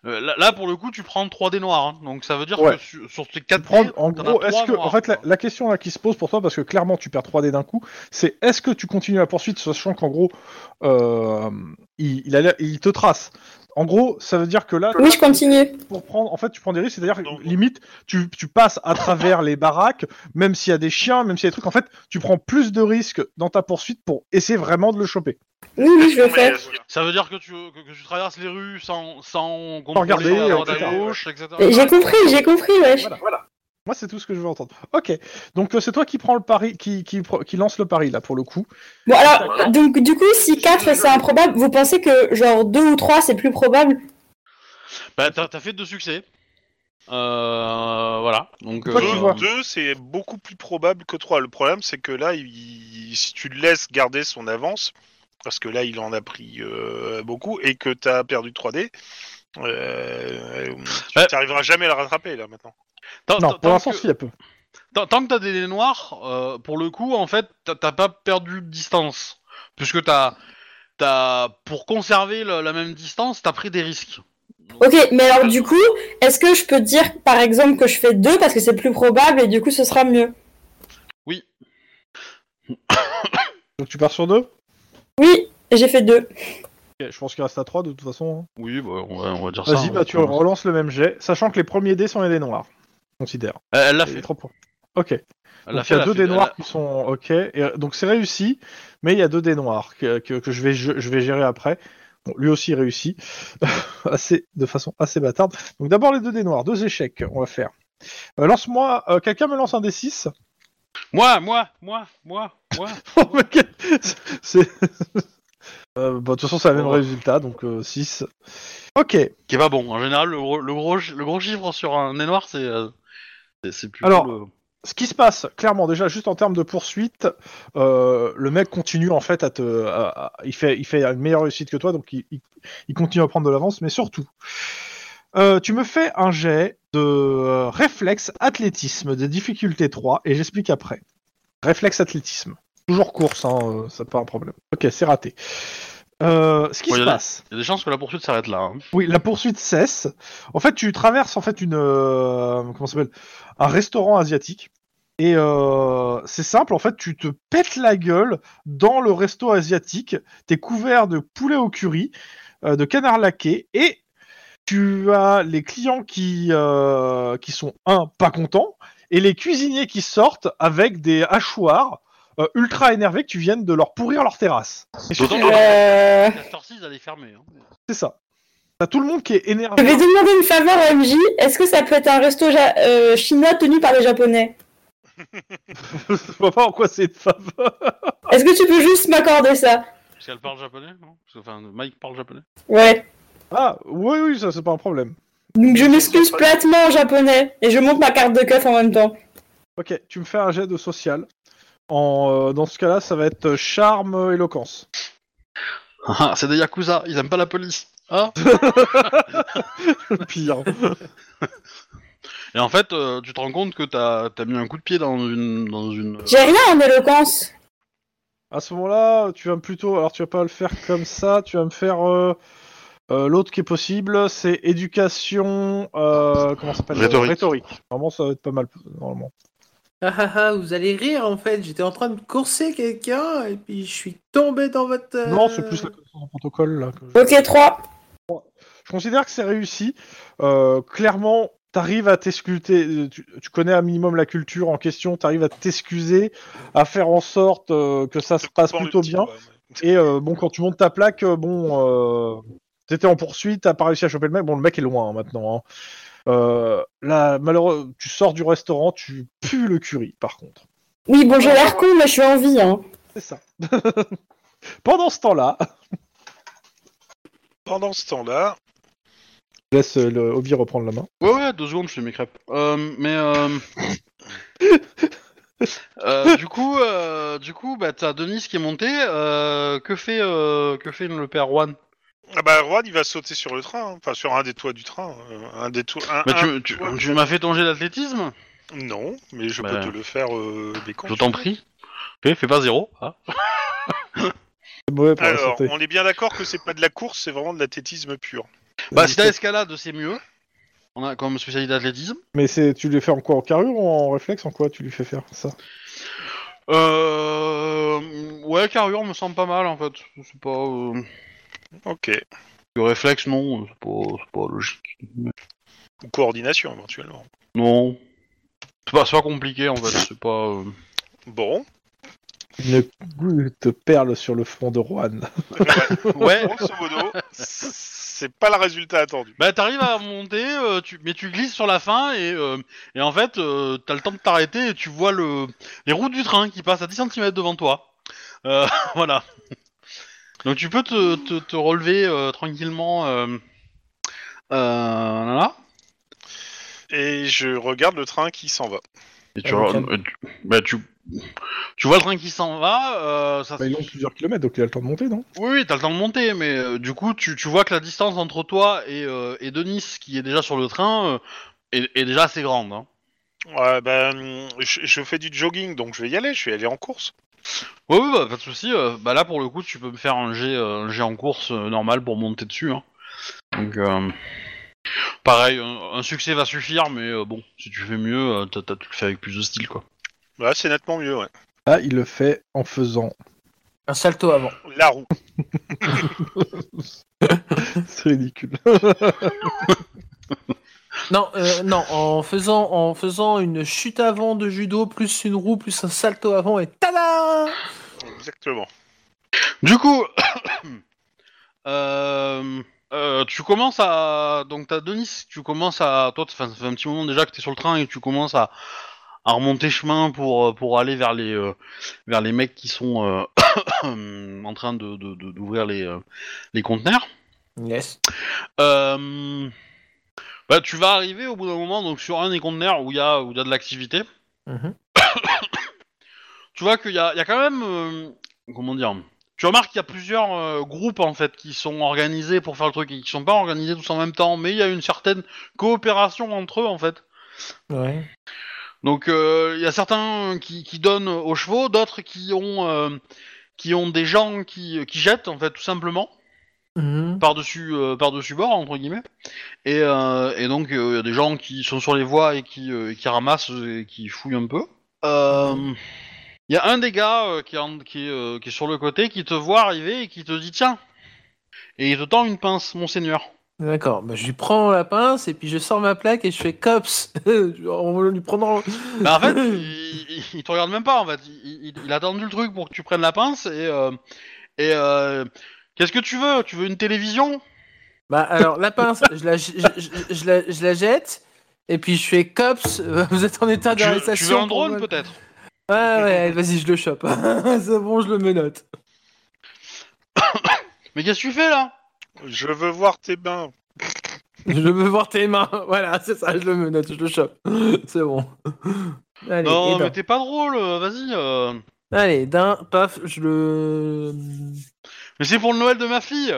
Speaker 3: euh, Là, là, pour le coup, tu prends 3 dés noirs, hein. donc ça veut dire
Speaker 1: Ouais.
Speaker 3: que sur, sur tes 4
Speaker 1: prendre
Speaker 3: dés,
Speaker 1: en
Speaker 3: t'en
Speaker 1: gros
Speaker 3: as
Speaker 1: est-ce
Speaker 3: trois
Speaker 1: que en
Speaker 3: noirs,
Speaker 1: fait la,
Speaker 3: quoi.
Speaker 1: la question là qui se pose pour toi parce que clairement tu perds 3 dés d'un coup c'est est-ce que tu continues la poursuite sachant qu'en gros euh, il, il a l'air- il te trace en gros ça veut dire que là
Speaker 6: Oui, je continue.
Speaker 1: pour prendre en fait tu prends des risques c'est à dire
Speaker 4: Non, non.
Speaker 1: limite tu, tu passes à travers les baraques même s'il y a des chiens même s'il y a des trucs en fait tu prends plus de risques dans ta poursuite pour essayer vraiment de le choper
Speaker 6: Oui, oui, je le
Speaker 4: Non, mais,
Speaker 6: fais.
Speaker 4: euh,
Speaker 3: Ça veut dire que tu, que, que tu traverses les rues sans, sans
Speaker 1: regarder,
Speaker 3: contrôler à droite
Speaker 1: euh,
Speaker 3: à
Speaker 1: etc.
Speaker 3: gauche, etc.
Speaker 6: J'ai compris, j'ai compris, wesh.
Speaker 1: Moi, c'est tout ce que je veux entendre. Ok, donc euh, c'est toi qui prends le pari, qui, qui, pr- qui lance le pari là pour le coup.
Speaker 6: Bon, alors, donc, du coup, si 4 c'est improbable, vous pensez que genre 2 ou 3 c'est plus probable
Speaker 3: Bah, t'as t'as fait deux succès. Euh, voilà. Donc,
Speaker 1: Toi, tu
Speaker 3: euh,
Speaker 1: vois.
Speaker 4: Deux, c'est beaucoup plus probable que trois. Le problème, c'est que là, il- si tu le laisses garder son avance, parce que là, il en a pris euh, beaucoup, et que tu as perdu 3D, euh, tu
Speaker 3: Ouais.
Speaker 4: n'arriveras jamais à le rattraper, là, maintenant.
Speaker 3: tant-
Speaker 1: Non,
Speaker 3: tant-
Speaker 1: pour
Speaker 3: tant
Speaker 1: l'instant,
Speaker 3: que-
Speaker 1: si, elle peut.
Speaker 3: Tant, tant que t'as des dés noirs, euh, pour le coup, en fait, t'as- t'as pas perdu de distance. Puisque t'as. t'as- Pour conserver le- la même distance, t'as pris des risques.
Speaker 6: Ok, mais alors, du coup, est-ce que je peux dire par exemple que je fais 2 parce que c'est plus probable et du coup ce sera mieux
Speaker 1: Donc tu pars sur deux.
Speaker 6: Oui, j'ai fait 2.
Speaker 1: Ok, Je pense qu'il reste à 3 de toute façon. hein.
Speaker 3: Oui, bah, on, va, on va dire ça.
Speaker 1: Vas-y,
Speaker 3: hein.
Speaker 1: bah tu relances le même jet, sachant que les premiers dés sont les dés noirs. Considère.
Speaker 3: Euh, Elle l'a
Speaker 1: Et
Speaker 3: fait.
Speaker 1: trois points. Ok.
Speaker 3: Elle l'a
Speaker 1: Donc
Speaker 3: fait.
Speaker 1: il y
Speaker 3: elle
Speaker 1: a
Speaker 3: l'a
Speaker 1: deux
Speaker 3: fait,
Speaker 1: dés
Speaker 3: elle
Speaker 1: noirs
Speaker 3: l'a-
Speaker 1: qui sont ok. Et, donc c'est réussi, mais il y a deux dés noirs que, que- que je vais je, je vais gérer après. Bon, lui aussi il réussit, assez de façon assez bâtarde. Donc d'abord les deux dés noirs, deux échecs, on va faire. Euh, lance-moi, euh, quelqu'un me lance un des 6
Speaker 3: Moi, moi, moi, moi, moi.
Speaker 1: Oh, mais quel- c'est... Euh, bah, de toute façon, c'est le même
Speaker 3: Oh.
Speaker 1: résultat, donc 6. Ok,
Speaker 3: qui est pas bon. En général, le gros, le gros, le gros chiffre sur un nez noir, c'est. euh, c'est- c'est plutôt
Speaker 1: Alors,
Speaker 3: le-
Speaker 1: ce qui se passe, clairement, déjà, juste en termes de poursuite, euh, le mec continue en fait à te. à- à- il, fait, il fait une meilleure réussite que toi, donc il, il- il continue à prendre de l'avance, mais surtout. euh, tu me fais un jet de euh, réflexe athlétisme de difficulté 3 et j'explique après. Réflexe athlétisme. Toujours course, hein, euh, ça pas un problème. Ok, c'est raté. Euh, ce qui
Speaker 3: Ouais,
Speaker 1: se
Speaker 3: y a-
Speaker 1: passe.
Speaker 3: Il y a des chances que la poursuite s'arrête là. hein.
Speaker 1: Oui, la poursuite cesse. En fait, tu traverses en fait une euh, comment ça s'appelle un restaurant asiatique. Et euh, c'est simple, en fait, tu te pètes la gueule dans le resto asiatique. T'es couvert de poulet au curry, euh, de canard laqué, et tu as les clients qui euh, qui sont un pas contents et les cuisiniers qui sortent avec des hachoirs euh, ultra énervés que tu viennes de leur pourrir leur terrasse. Et
Speaker 3: D'autant
Speaker 1: surtout,
Speaker 3: que
Speaker 6: Euh,
Speaker 3: la Star 6, elle est fermée. hein.
Speaker 1: c'est ça. T'as tout le monde qui est énervé.
Speaker 6: Je vais demander une faveur à MJ. Est-ce que ça peut être un resto ja- euh, chinois tenu par des japonais
Speaker 1: Je vois pas en quoi c'est une faveur.
Speaker 6: Est-ce que tu peux juste m'accorder ça
Speaker 3: Parce qu'elle parle japonais, non Parce que, enfin, Mike parle japonais.
Speaker 6: Ouais.
Speaker 1: Ah, oui, oui, ça c'est pas un problème.
Speaker 6: Donc je m'excuse platement en japonais et je monte ma carte de keuf en même temps.
Speaker 1: Ok, tu me fais un jet de social. En, euh, dans ce cas-là, ça va être euh, charme, euh, éloquence.
Speaker 3: Ah, c'est des yakuza, ils aiment pas la police. Ah.
Speaker 1: Pire.
Speaker 3: Et en fait, euh, tu te rends compte que t'as as mis un coup de pied dans une. Dans une...
Speaker 6: J'ai rien en éloquence.
Speaker 1: À ce moment-là, tu vas me plutôt. Alors, tu vas pas le faire comme ça, tu vas me faire. euh, euh, L'autre qui est possible, c'est éducation. euh, comment ça s'appelle euh,
Speaker 4: Rhétorique.
Speaker 1: Vraiment, ça va être pas mal, normalement.
Speaker 7: Ah ah ah, vous allez rire en fait, j'étais en train de courser quelqu'un et puis je suis tombé dans votre. euh,
Speaker 1: Non, c'est plus la connaissance en protocole, là. que-
Speaker 6: Ok, 3.
Speaker 1: Je considère que c'est réussi. Euh, clairement, t'arrives à t'excuser. euh, Tu, tu connais un minimum la culture en question. T'arrives à t'excuser, à faire en sorte euh, que ça se passe plutôt bien. Et euh, bon, quand tu montes ta plaque, euh, bon, euh, t'étais en poursuite, t'as pas réussi à choper le mec. Bon, le mec est loin hein, maintenant. hein. Euh, là, malheureux, tu sors du restaurant, tu pues le curry, par contre.
Speaker 6: Oui, bon, j'ai l'air con, mais je suis en vie. Hein.
Speaker 1: C'est ça. Pendant ce temps-là,
Speaker 4: Pendant ce temps-là,
Speaker 1: je laisse euh, le Obi reprendre la main.
Speaker 3: Ouais, ouais, deux secondes, je fais mes crêpes. Euh, mais. Euh... euh, du coup, euh, du coup, bah t'as Denis qui est monté. euh, que fait, euh, que fait le père Juan
Speaker 4: ah bah, Juan, il va sauter sur le train, hein. enfin sur un des toits du train. euh, un des toits. un-
Speaker 3: Bah,
Speaker 4: un-
Speaker 3: tu, tu- tu m'as fait tonger l'athlétisme
Speaker 4: Non, mais je
Speaker 3: Bah.
Speaker 4: peux te le faire, euh, des
Speaker 3: Je t'en prie. Ok, fais pas zéro. hein.
Speaker 1: C'est mauvais pour la
Speaker 4: Alors,
Speaker 1: santé.
Speaker 4: on est bien d'accord que c'est pas de la course, c'est vraiment de l'athlétisme pur.
Speaker 3: Bah, si t'as escalade, c'est mieux. On a comme spécialité athlétisme.
Speaker 1: Mais c'est, tu les fais en quoi En carrure ou en réflexe En quoi tu lui fais faire ça
Speaker 3: Euh. Ouais, carrure me semble pas mal en fait. C'est pas. euh,
Speaker 4: Ok.
Speaker 3: Le réflexe, non, c'est pas, c'est pas logique.
Speaker 4: Ou coordination éventuellement.
Speaker 3: Non. C'est pas, c'est pas compliqué en fait, c'est pas. euh,
Speaker 4: Bon.
Speaker 1: Une goutte perle sur le front de Juan.
Speaker 3: Ouais,
Speaker 4: Grosso modo, c'est pas le résultat attendu.
Speaker 3: bah t'arrives à monter, euh, tu... mais tu glisses sur la fin et, euh, et en fait euh, t'as le temps de t'arrêter et tu vois le... les roues du train qui passent à 10 cm devant toi. Euh, voilà. Donc tu peux te, te, te relever euh, tranquillement. Euh... euh, là, là.
Speaker 4: Et je regarde le train qui s'en va.
Speaker 3: Et tu,
Speaker 2: Ah,
Speaker 3: vois-
Speaker 2: ok.
Speaker 3: euh, tu- bah, tu, tu vois le train qui s'en va. euh, ça,
Speaker 1: Bah, ils ont plusieurs kilomètres, donc il a le temps de monter, non
Speaker 3: Oui, oui, t'as le temps de monter, mais euh, du coup, tu, tu vois que la distance entre toi et, euh, et Denis, qui est déjà sur le train, euh, est, est déjà assez grande. hein.
Speaker 4: Ouais, ben, je, je fais du jogging, donc je vais y aller, je vais aller en course.
Speaker 3: Ouais, ouais, bah, pas de souci. euh, bah là, pour le coup, tu peux me faire un jet, euh, un jet en course euh, normal pour monter dessus. hein. Donc, euh, pareil, un, un succès va suffire, mais euh, bon, si tu fais mieux, euh, t'as- t'as- tu le fais avec plus de style, quoi.
Speaker 4: Ouais, c'est nettement mieux, ouais.
Speaker 1: Ah, il le fait en faisant.
Speaker 7: Un salto avant.
Speaker 4: La roue.
Speaker 1: C'est ridicule.
Speaker 7: Non, euh, non, en faisant, en faisant une chute avant de judo, plus une roue, plus un salto avant et tada
Speaker 4: Exactement.
Speaker 3: Du coup, euh, euh, tu commences à. Donc, t'as Denis, tu commences à. Toi, t'as- ça fait un petit moment déjà que t'es sur le train et tu commences à, à remonter chemin pour, euh, pour aller vers les, euh, vers les mecs qui sont euh, en train d'ouvrir de, de, d'ouvrir les, euh, les conteneurs.
Speaker 7: Yes.
Speaker 3: Euh, bah, tu vas arriver au bout d'un moment donc sur un des conteneurs où il y, a- où il y a de l'activité.
Speaker 7: Mhm.
Speaker 3: tu vois qu'il y a, il y a quand même. euh, comment dire Tu remarques qu'il y a plusieurs euh, groupes en fait qui sont organisés pour faire le truc et qui sont pas organisés tous en même temps, mais il y a une certaine coopération entre eux en fait.
Speaker 7: Ouais.
Speaker 3: Donc euh, il y a certains qui, qui donnent aux chevaux, d'autres qui ont. euh, qui ont des gens qui, qui jettent, en fait, tout simplement,
Speaker 2: Mhm.
Speaker 3: par-dessus euh, par-dessus bord, entre guillemets. Et, euh, et donc, euh, il y a des gens qui sont sur les voies et qui, euh, qui ramassent et qui fouillent un peu. Euh, Il y a un des gars euh, qui, est en- qui, est, euh, qui est sur le côté qui te voit arriver et qui te dit tiens. Et il te tend une pince, monseigneur.
Speaker 2: D'accord, bah, je lui prends la pince et puis je sors ma plaque et je fais cops en lui prenant.
Speaker 3: Bah en fait, il, il- il te regarde même pas en fait. Il, il- il a tendu le truc pour que tu prennes la pince et euh, et euh, qu'est-ce que tu veux Tu veux une télévision
Speaker 2: Bah alors la pince, je la, je, je- je- je la, je la jette et puis je fais cops. euh, Vous êtes en état
Speaker 3: tu, veux- tu veux
Speaker 2: d'arrestation.
Speaker 3: un
Speaker 2: pour
Speaker 3: drone
Speaker 2: vol.
Speaker 3: peut-être
Speaker 2: Ouais ouais, vas-y je le chope. C'est bon, je le menote.
Speaker 3: Mais qu'est-ce que tu fais là
Speaker 4: Je veux voir tes bains.
Speaker 2: Je veux voir tes mains. Voilà, c'est ça, je le menote, je le chope. C'est bon. Allez, eh ben. et
Speaker 3: Non,
Speaker 2: d'un-
Speaker 3: mais t'es pas drôle. euh, Vas-y. euh.
Speaker 2: Allez, d'un paf, je le.
Speaker 3: Mais c'est pour le Noël de ma fille.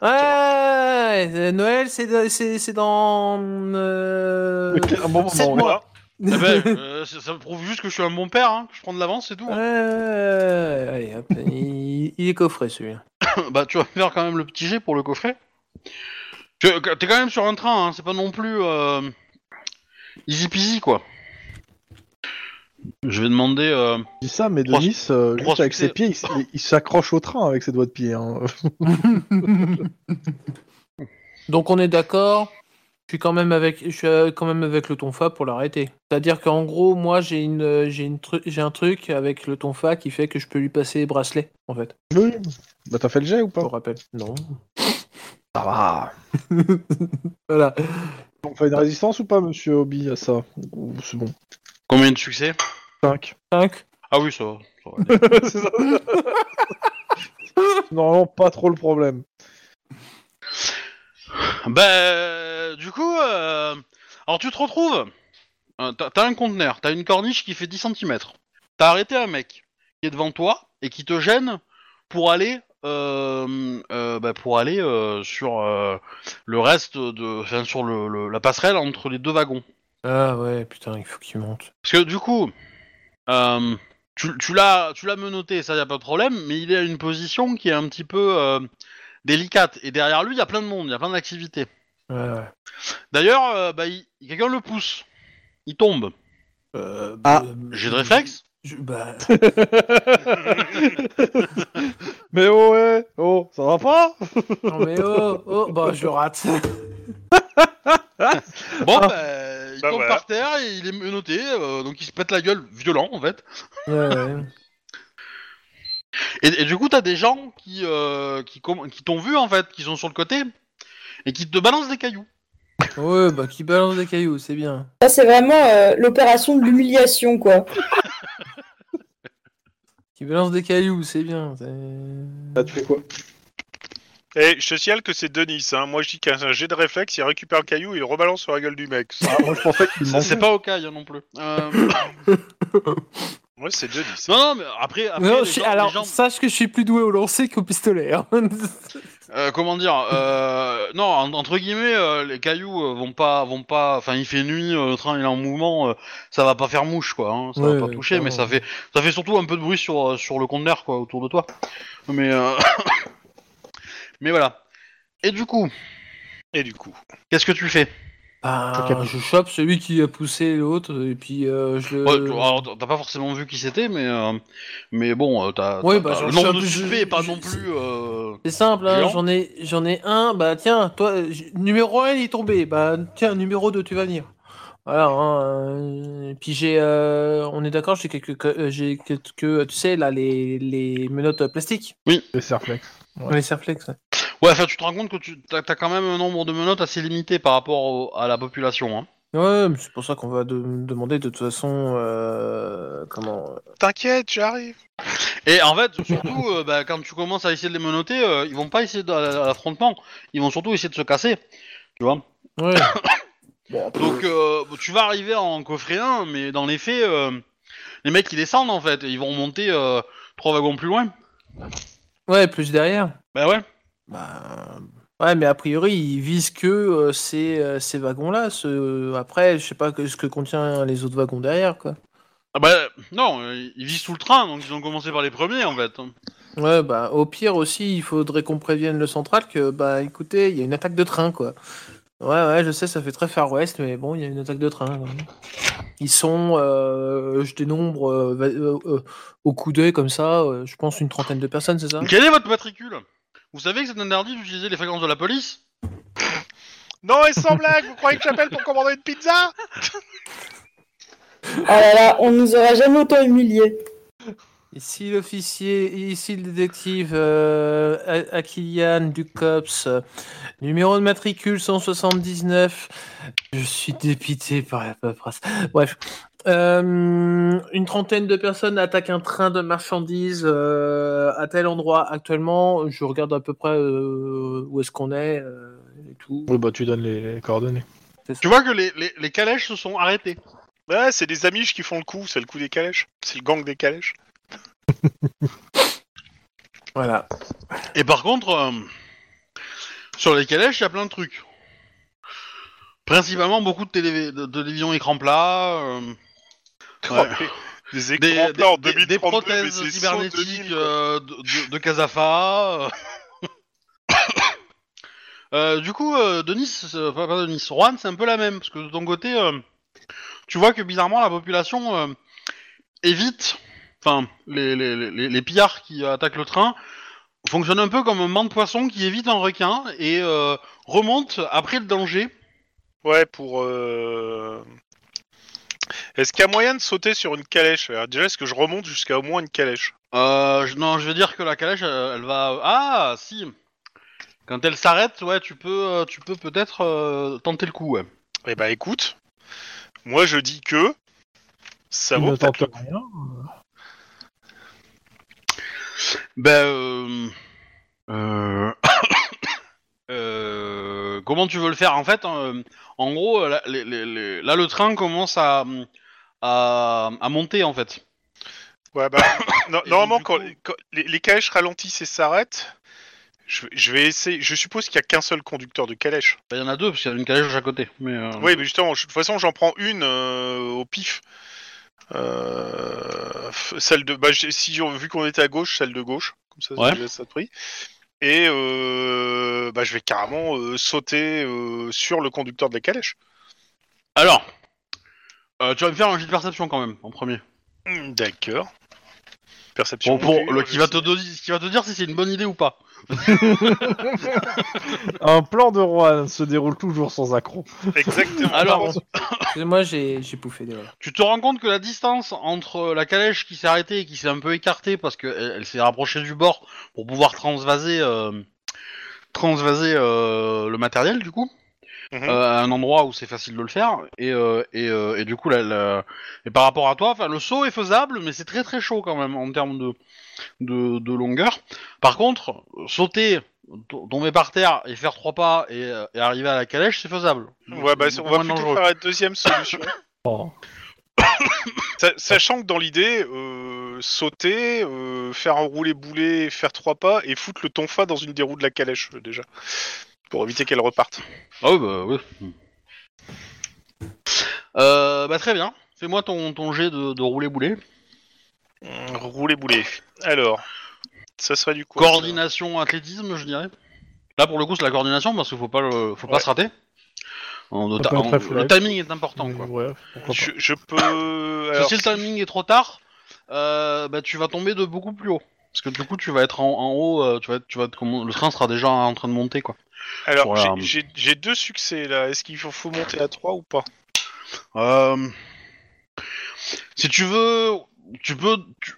Speaker 2: Ouais, euh, Noël, c'est c'est c'est dans. Euh...
Speaker 1: Ok, un bon
Speaker 2: sept
Speaker 1: moment,
Speaker 2: mois.
Speaker 3: Eh ben, euh, ça, ça me prouve juste que je suis un bon père, hein, que je prends de l'avance, c'est tout. hein.
Speaker 2: Ouais, allez, hop, il, il est coffré celui-là.
Speaker 3: bah, tu vas faire quand même le petit jet pour le coffret. Tu- T'es quand même sur un train, hein, c'est pas non plus euh, easy peasy quoi. Je vais demander. euh,
Speaker 1: Je dis ça, mais
Speaker 3: Trois-
Speaker 1: Denis, euh,
Speaker 3: trois
Speaker 1: juste avec
Speaker 3: succès.
Speaker 1: ses pieds, il s- il, il s'accroche au train avec ses doigts de pied. hein.
Speaker 2: Donc on est d'accord. Je suis quand même avec, je suis euh, quand même avec le tonfa pour l'arrêter. C'est-à-dire qu'en gros, moi, j'ai une, euh, j'ai une tru- j'ai un truc avec le tonfa qui fait que je peux lui passer les bracelets, en fait.
Speaker 1: Oui. Bah t'as fait le jet ou pas
Speaker 2: Pour rappel. Non.
Speaker 1: Ça va.
Speaker 2: Voilà.
Speaker 1: On fait une résistance ou pas, monsieur Hobby, à ça Ou C'est bon.
Speaker 3: Combien de succès
Speaker 1: 5.
Speaker 2: 5.
Speaker 3: Ah oui, ça va. ça va.
Speaker 1: C'est ça. Normalement, pas trop le problème.
Speaker 3: Bah, euh, du coup, euh, alors tu te retrouves. euh, t'as- T'as un conteneur, t'as une corniche qui fait 10 cm. T'as arrêté un mec qui est devant toi et qui te gêne pour aller, euh, euh, bah, pour aller euh, sur euh, le reste de, enfin, sur le- le- la passerelle entre les deux wagons.
Speaker 2: Ah ouais, putain, il faut qu'il monte.
Speaker 3: Parce que du coup, euh, tu, tu l'as, tu l'as menotté, ça y a pas de problème, mais il est à une position qui est un petit peu euh, délicate. Et derrière lui, il y a plein de monde, il y a plein d'activités.
Speaker 2: Ouais, ouais.
Speaker 3: D'ailleurs, euh, bah, il- quelqu'un le pousse. Il tombe.
Speaker 2: Euh,
Speaker 1: Ah.
Speaker 2: bah,
Speaker 3: J'ai de réflexe
Speaker 2: je- bah,
Speaker 1: mais oh, ouais, oh, ça va pas
Speaker 2: non mais oh, oh, bah je le rate.
Speaker 3: Bon,
Speaker 2: Ah.
Speaker 3: bah, il
Speaker 4: Bah,
Speaker 3: tombe
Speaker 4: voilà.
Speaker 3: par terre et il est menotté, euh, donc il se pète la gueule violent en fait.
Speaker 2: Ouais, ouais.
Speaker 3: Et, et du coup, t'as des gens qui, euh, qui, com- qui t'ont vu en fait, qui sont sur le côté et qui te balancent des cailloux.
Speaker 2: Ouais, bah qui balance des cailloux, c'est bien.
Speaker 6: Ça, c'est vraiment euh, l'opération de l'humiliation, quoi.
Speaker 2: Qui balance des cailloux, c'est bien. c'est-
Speaker 1: tu fais quoi
Speaker 4: Et je te signale que c'est Denis. Hein. Moi, je dis qu'un un jet de réflexe, il récupère le caillou et il le rebalance sur la gueule du mec. Ça,
Speaker 1: Ah, Moi, je pensais
Speaker 2: Mmh.
Speaker 1: qu'il
Speaker 3: C'est-
Speaker 1: manquait.
Speaker 3: C'est pas au caille non plus. Euh,
Speaker 4: ouais, c'est Denis.
Speaker 3: non, non, mais après, après
Speaker 2: non,
Speaker 3: les
Speaker 2: je suis-
Speaker 3: gens-
Speaker 2: alors
Speaker 3: les gens-
Speaker 2: sache que je suis plus doué au lancer qu'au pistolet. hein.
Speaker 3: Euh, comment dire euh, Non, en- entre guillemets, euh, les cailloux euh, vont pas, vont pas. Enfin, il fait nuit, euh, le train il est en mouvement, euh, ça va pas faire mouche, quoi. hein, ça
Speaker 2: Ouais,
Speaker 3: va pas toucher, mais ça
Speaker 2: clairement.
Speaker 3: fait, ça fait surtout un peu de bruit sur, euh, sur le conteneur, quoi, autour de toi. Mais, euh, mais voilà. Et du coup,
Speaker 4: Et du coup,
Speaker 3: qu'est-ce que tu fais
Speaker 2: Ben, je chope celui qui a poussé l'autre et puis euh, je le.
Speaker 3: Ouais, tu- alors, T'as pas forcément vu qui c'était, mais, euh, mais bon, euh, t'as.
Speaker 2: Ouais,
Speaker 3: t'as-
Speaker 2: bah,
Speaker 3: t'as-
Speaker 2: j'en
Speaker 3: le nombre
Speaker 2: sais
Speaker 3: de
Speaker 2: un peu, je-
Speaker 3: suspects est pas
Speaker 2: je-
Speaker 3: non plus. euh,
Speaker 2: C'est simple, hein,
Speaker 3: Géant.
Speaker 2: j'en ai, j'en ai un. Bah tiens, toi, euh, j- numéro 1 il est tombé. Bah tiens, numéro 2 tu vas venir. Voilà. hein, euh, et puis j'ai, euh, on est d'accord, j'ai quelques, que- euh, j'ai quelques, euh, tu sais là les les menottes euh, plastiques,
Speaker 1: Les serflex.
Speaker 2: les serflex. ouais.
Speaker 3: Ouais, enfin, tu te rends compte que tu t'as t'as quand même un nombre de menottes assez limité par rapport au- à la population, hein.
Speaker 2: Ouais, mais c'est pour ça qu'on va de- demander de toute façon euh, comment.
Speaker 4: t'inquiète, j'arrive.
Speaker 3: Et en fait, surtout, euh, bah, quand tu commences à essayer de les menotter, euh, ils vont pas essayer de- à l'affrontement, ils vont surtout essayer de se casser, tu vois.
Speaker 2: euh, Ouais.
Speaker 3: Donc, euh, tu vas arriver en coffret 1, mais dans les faits, euh, les mecs ils descendent en fait, et ils vont remonter euh, trois wagons plus loin.
Speaker 2: ouais, plus derrière.
Speaker 3: Bah ouais.
Speaker 2: Bah, ouais, mais a priori ils visent que euh, ces euh, ces wagons là. Ce... Après, je sais pas que- ce que contient les autres wagons derrière quoi.
Speaker 3: Ah bah non, euh, ils visent tout le train, donc ils ont commencé par les premiers en fait.
Speaker 7: Ouais, bah, au pire aussi, il faudrait qu'on prévienne le central que, bah, écoutez, il y a une attaque de train, quoi. Ouais, ouais, je sais, ça fait très Far West, mais bon, il y a une attaque de train. quoi. Ils sont, euh, je dénombre euh, va- euh, euh, au coup d'œil comme ça, euh, je pense une trentaine de personnes, c'est ça
Speaker 3: Quel est votre matricule Vous savez que c'est interdit d'utiliser les fréquences de la police
Speaker 4: Non, et sans blague, vous croyez que j'appelle pour commander une pizza
Speaker 6: Ah là là, on nous aura jamais autant humiliés.
Speaker 7: Ici l'officier, ici le détective euh, A- Akilian du COPS, euh, numéro de matricule 179. Je suis dépité par la paperasse. Bref, Euh, une trentaine de personnes attaquent un train de marchandises euh, à tel endroit actuellement. Je regarde à peu près euh, où est-ce qu'on est euh, et tout.
Speaker 1: Oui, bah, tu donnes les, les coordonnées.
Speaker 3: Tu vois que les, les- les calèches se sont arrêtées.
Speaker 4: Bah, c'est les Amish qui font le coup, c'est le coup des calèches. C'est le gang des calèches.
Speaker 7: Voilà.
Speaker 3: Et par contre, euh, sur les calèches, il y a plein de trucs. Principalement beaucoup de, télé- de télévision écran plat. euh, Ouais.
Speaker 4: Oh, Des
Speaker 3: des,
Speaker 4: écrans plats en
Speaker 3: des- des- des
Speaker 4: 2032, mais
Speaker 3: prothèses
Speaker 4: c'est saut
Speaker 3: cybernétiques
Speaker 4: 2000, quoi.
Speaker 3: euh, de, de- de Casafa. euh. Euh, du coup, euh, Denis, euh, enfin, pas Denis, Juan, c'est un peu la même, parce que de ton côté, euh, tu vois que bizarrement, la population euh, évite, enfin, les, les- les- les pillards qui attaquent le train fonctionnent un peu comme un man de poisson qui évite un requin et euh, remonte après le danger.
Speaker 4: Ouais, pour. euh, Est-ce qu'il y a moyen de sauter sur une calèche Alors, Déjà, est-ce que je remonte jusqu'à au moins une calèche
Speaker 3: Euh, je- non, je veux dire que la calèche, euh, elle va. Ah, si. Quand elle s'arrête, ouais, tu peux, euh, tu peux peut-être euh, tenter le coup, ouais.
Speaker 4: Eh bah, écoute, moi je dis que. Ça
Speaker 1: Il ne
Speaker 4: vaut
Speaker 1: tente
Speaker 4: peut-être.
Speaker 1: rien.
Speaker 3: Ben, euh... euh, euh, comment tu veux le faire En fait, euh, en gros, euh, là, les- les- les- là, le train commence à, à, à monter, en fait.
Speaker 4: Ouais, bah, no-
Speaker 3: Et
Speaker 4: normalement,
Speaker 3: donc, du
Speaker 4: quand,
Speaker 3: coup-
Speaker 4: quand les, les calèches ralentissent et s'arrêtent, je, vais- je vais essayer. Je suppose qu'il n'y a qu'un seul conducteur de calèche.
Speaker 3: Ben, Il y en a deux, parce qu'il y a une calèche à chaque côté. Mais, euh,
Speaker 4: Oui, mais justement, je- de toute façon, j'en prends une euh, au pif. Euh, f- celle de. Bah, j'ai- si j'ai- vu qu'on était à gauche, celle de gauche. Comme ça,
Speaker 3: Ouais.
Speaker 4: ça, laisse ça de pris. Et euh, bah, je vais carrément euh, sauter euh, sur le conducteur de la calèche.
Speaker 3: Alors, euh, tu vas me faire un jet de perception quand même, en premier.
Speaker 4: Hmm, D'accord. Perception.
Speaker 3: Bon, pour,
Speaker 4: Ok,
Speaker 3: le,
Speaker 4: je
Speaker 3: qui, va
Speaker 4: sais.
Speaker 3: te, do- qui va te dire si c'est une bonne idée ou pas.
Speaker 1: Un plan de Rohan se déroule toujours sans accroc.
Speaker 4: Exactement.
Speaker 3: Alors-
Speaker 7: Excusez-moi, j'ai j'ai bouffé des voilà.
Speaker 3: Tu te rends compte que la distance entre la calèche qui s'est arrêtée et qui s'est un peu écartée parce qu'elle elle, s'est rapprochée du bord pour pouvoir transvaser, euh, transvaser euh, le matériel du coup,
Speaker 4: Mhm.
Speaker 3: euh, à un endroit où c'est facile de le faire et, euh, et, euh, et du coup la, la- et par rapport à toi, enfin le saut est faisable mais c'est très très chaud quand même en termes de, de, de longueur. Par contre, sauter, to- tomber par terre et faire trois pas et, euh, et arriver à la calèche c'est faisable.
Speaker 4: Ouais, bah,
Speaker 3: C'est
Speaker 4: on
Speaker 3: Mmh. moins
Speaker 4: va plutôt
Speaker 3: dangereux.
Speaker 4: faire la deuxième solution.
Speaker 1: Oh.
Speaker 4: Sa- Sachant que dans l'idée, euh, sauter, euh, faire un roulé-boulet, faire trois pas et foutre le tonfa dans une des roues de la calèche, euh, déjà. Pour éviter qu'elle reparte.
Speaker 3: Ah oui, bah oui. Euh, bah très bien. Fais-moi ton, ton jet de, de rouler boulet.
Speaker 4: Hum, Roulé-boulet. Alors, ça serait du quoi
Speaker 3: coordination, athlétisme, je dirais. Là, pour le coup, c'est la coordination parce qu'il faut pas, le- faut pas
Speaker 4: Ouais.
Speaker 3: se rater. En- de
Speaker 1: Faut
Speaker 3: ta-
Speaker 1: pas être
Speaker 3: en- le
Speaker 1: réflexe.
Speaker 3: timing est important.
Speaker 1: Mais
Speaker 3: Quoi.
Speaker 1: ouais,
Speaker 4: ça
Speaker 1: pourquoi
Speaker 4: je, je peux.
Speaker 3: Parce
Speaker 4: alors,
Speaker 3: que si le timing est trop tard, euh, bah, tu vas tomber de beaucoup plus haut. Parce que du coup, tu vas être en, en haut, euh, tu vas, être- tu vas être comme- le train sera déjà en train de monter. quoi.
Speaker 4: alors,
Speaker 3: pour la-
Speaker 4: j'ai- j'ai j'ai deux succès là. Est-ce qu'il faut, faut monter à trois ou pas
Speaker 3: Euh, si tu veux, tu peux, tu,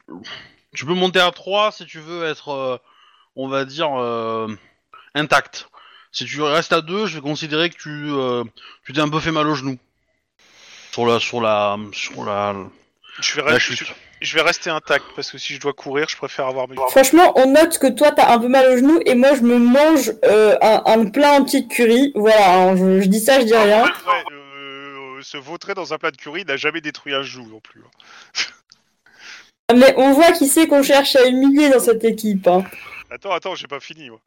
Speaker 3: tu peux monter à 3 si tu veux être, euh, on va dire, euh, intact. Si tu restes à 2, je vais considérer que tu, euh, tu t'es un peu fait mal au genou. Sur la, sur la, sur la,
Speaker 4: je vais,
Speaker 3: la
Speaker 4: rester-
Speaker 3: chute.
Speaker 4: je, je vais rester intact parce que si je dois courir, je préfère avoir mes.
Speaker 6: Franchement, on note que toi, t'as un peu mal au genou et moi, je me mange euh, un, un plat anti de curry. Voilà, hein, je, je dis ça, je dis rien.
Speaker 4: Ah, Ouais, euh, euh, se vautrer dans un plat de curry n'a jamais détruit un genou non plus. hein.
Speaker 6: Mais on voit qui c'est qu'on cherche à humilier dans cette équipe. hein.
Speaker 4: Attends, attends, j'ai pas fini moi.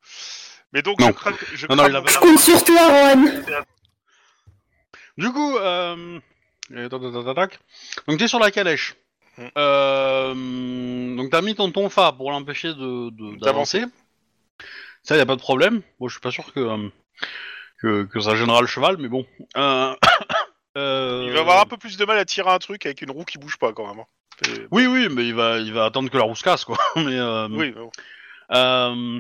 Speaker 4: Mais donc,
Speaker 3: Non.
Speaker 4: je craque. Je
Speaker 3: Non, non,
Speaker 4: craque
Speaker 3: il a
Speaker 4: mon-
Speaker 3: pas-
Speaker 6: Je compte sur toi, Rohan.
Speaker 3: euh, Du coup, euh, et tac, tac, tac, tac, tac. donc t'es sur la calèche.
Speaker 4: Mm.
Speaker 3: Euh, donc t'as mis ton tonfa pour l'empêcher de- de-
Speaker 4: D'avancer.
Speaker 3: d'avancer. ça, y a pas de problème. Bon, je suis pas sûr que, euh, que, que ça gênera le cheval, mais bon. Euh, euh,
Speaker 4: Il va avoir un peu plus de mal à tirer un truc avec une roue qui bouge pas quand même. hein. C'est-
Speaker 3: Oui, oui, mais il va, il va attendre que la roue se casse, quoi. Mais, euh,
Speaker 4: Oui, mais bon.
Speaker 3: euh,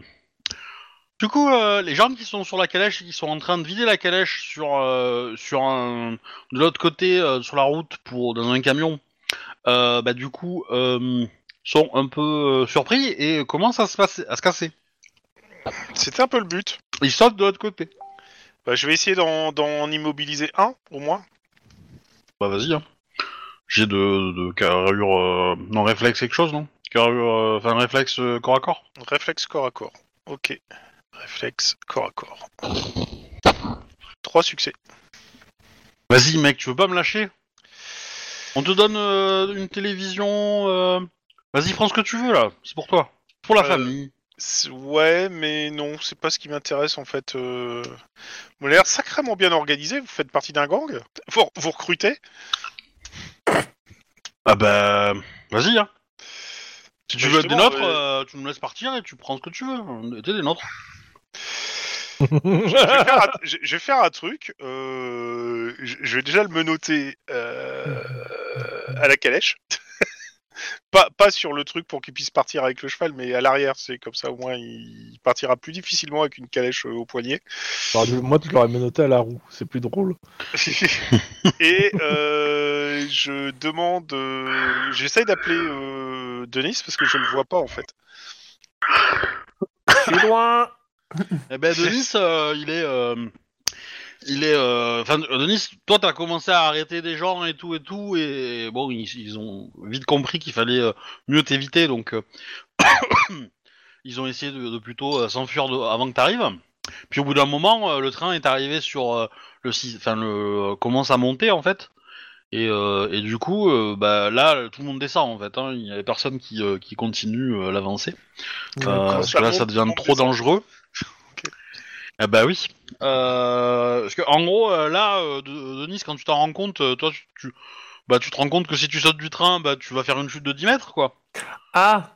Speaker 3: du coup, euh, les gens qui sont sur la calèche, et qui sont en train de vider la calèche sur, euh, sur un, de l'autre côté, euh, sur la route, pour dans un camion, euh, bah, du coup, euh, sont un peu euh, surpris et commencent à se, passer- à se casser.
Speaker 4: c'était un peu le but.
Speaker 3: Ils sautent de l'autre côté.
Speaker 4: Bah, je vais essayer d'en- d'en immobiliser un au moins.
Speaker 3: Bah vas-y. Hein. J'ai de, de carrure... euh, non, réflexe quelque chose, non Carrure... euh, Enfin, réflexe euh, corps à corps
Speaker 4: Réflexe corps à corps. Ok. Réflexe corps à corps. Trois succès.
Speaker 3: Vas-y, mec, tu veux pas me lâcher On te donne euh, une télévision. euh, Vas-y, prends ce que tu veux là, c'est pour toi, pour la
Speaker 4: Euh,
Speaker 3: famille.
Speaker 4: C'est- Ouais, mais non, c'est pas ce qui m'intéresse en fait. Euh... Vous avez l'air sacrément bien organisé, vous faites partie d'un gang vous, vous recrutez
Speaker 3: Ah bah, vas-y. Hein. Si tu
Speaker 4: Bah,
Speaker 3: veux être des
Speaker 4: justement,
Speaker 3: nôtres,
Speaker 4: ouais.
Speaker 3: euh, tu nous laisses partir et tu prends ce que tu veux. T'es des nôtres.
Speaker 4: je, vais faire un, je- je vais faire un truc, euh, je, je vais déjà le menoter euh, à la calèche. pas, pas sur le truc pour qu'il puisse partir avec le cheval, mais à l'arrière, c'est comme ça au moins il partira plus difficilement avec une calèche euh, au poignet.
Speaker 1: J'aurais dû- Moi, tu l'aurais menotté à la roue, c'est plus drôle.
Speaker 4: Et euh, je demande, euh, j'essaye d'appeler euh, Denis parce que je le vois pas en fait.
Speaker 2: Je suis loin
Speaker 3: Eh ben, Denis, euh, il est. euh, Il est. euh, Enfin, Denis, toi, t'as commencé à arrêter des gens et tout et tout, et bon, ils, ils ont vite compris qu'il fallait euh, mieux t'éviter, donc. euh, ils ont essayé de, de plutôt euh, s'enfuir de- avant que t'arrives. Puis au bout d'un moment, euh, le train est arrivé sur euh, le. si- Enfin, le. euh, commence à monter, en fait. Et, euh, et du coup, euh, bah, là, tout le monde descend en fait. hein. Il y avait personne qui, euh, qui continue euh, l'avancée. Euh, parce
Speaker 4: ça
Speaker 3: que là,
Speaker 4: monte,
Speaker 3: ça devient
Speaker 4: on
Speaker 3: trop
Speaker 4: descend.
Speaker 3: dangereux.
Speaker 4: Ok.
Speaker 3: Ah bah oui. Euh, parce que en gros, euh, là, euh, de- Denis, quand tu t'en rends compte, euh, toi, tu, tu- bah, tu te rends compte que si tu sautes du train, bah, tu vas faire une chute de 10 mètres, quoi.
Speaker 2: Ah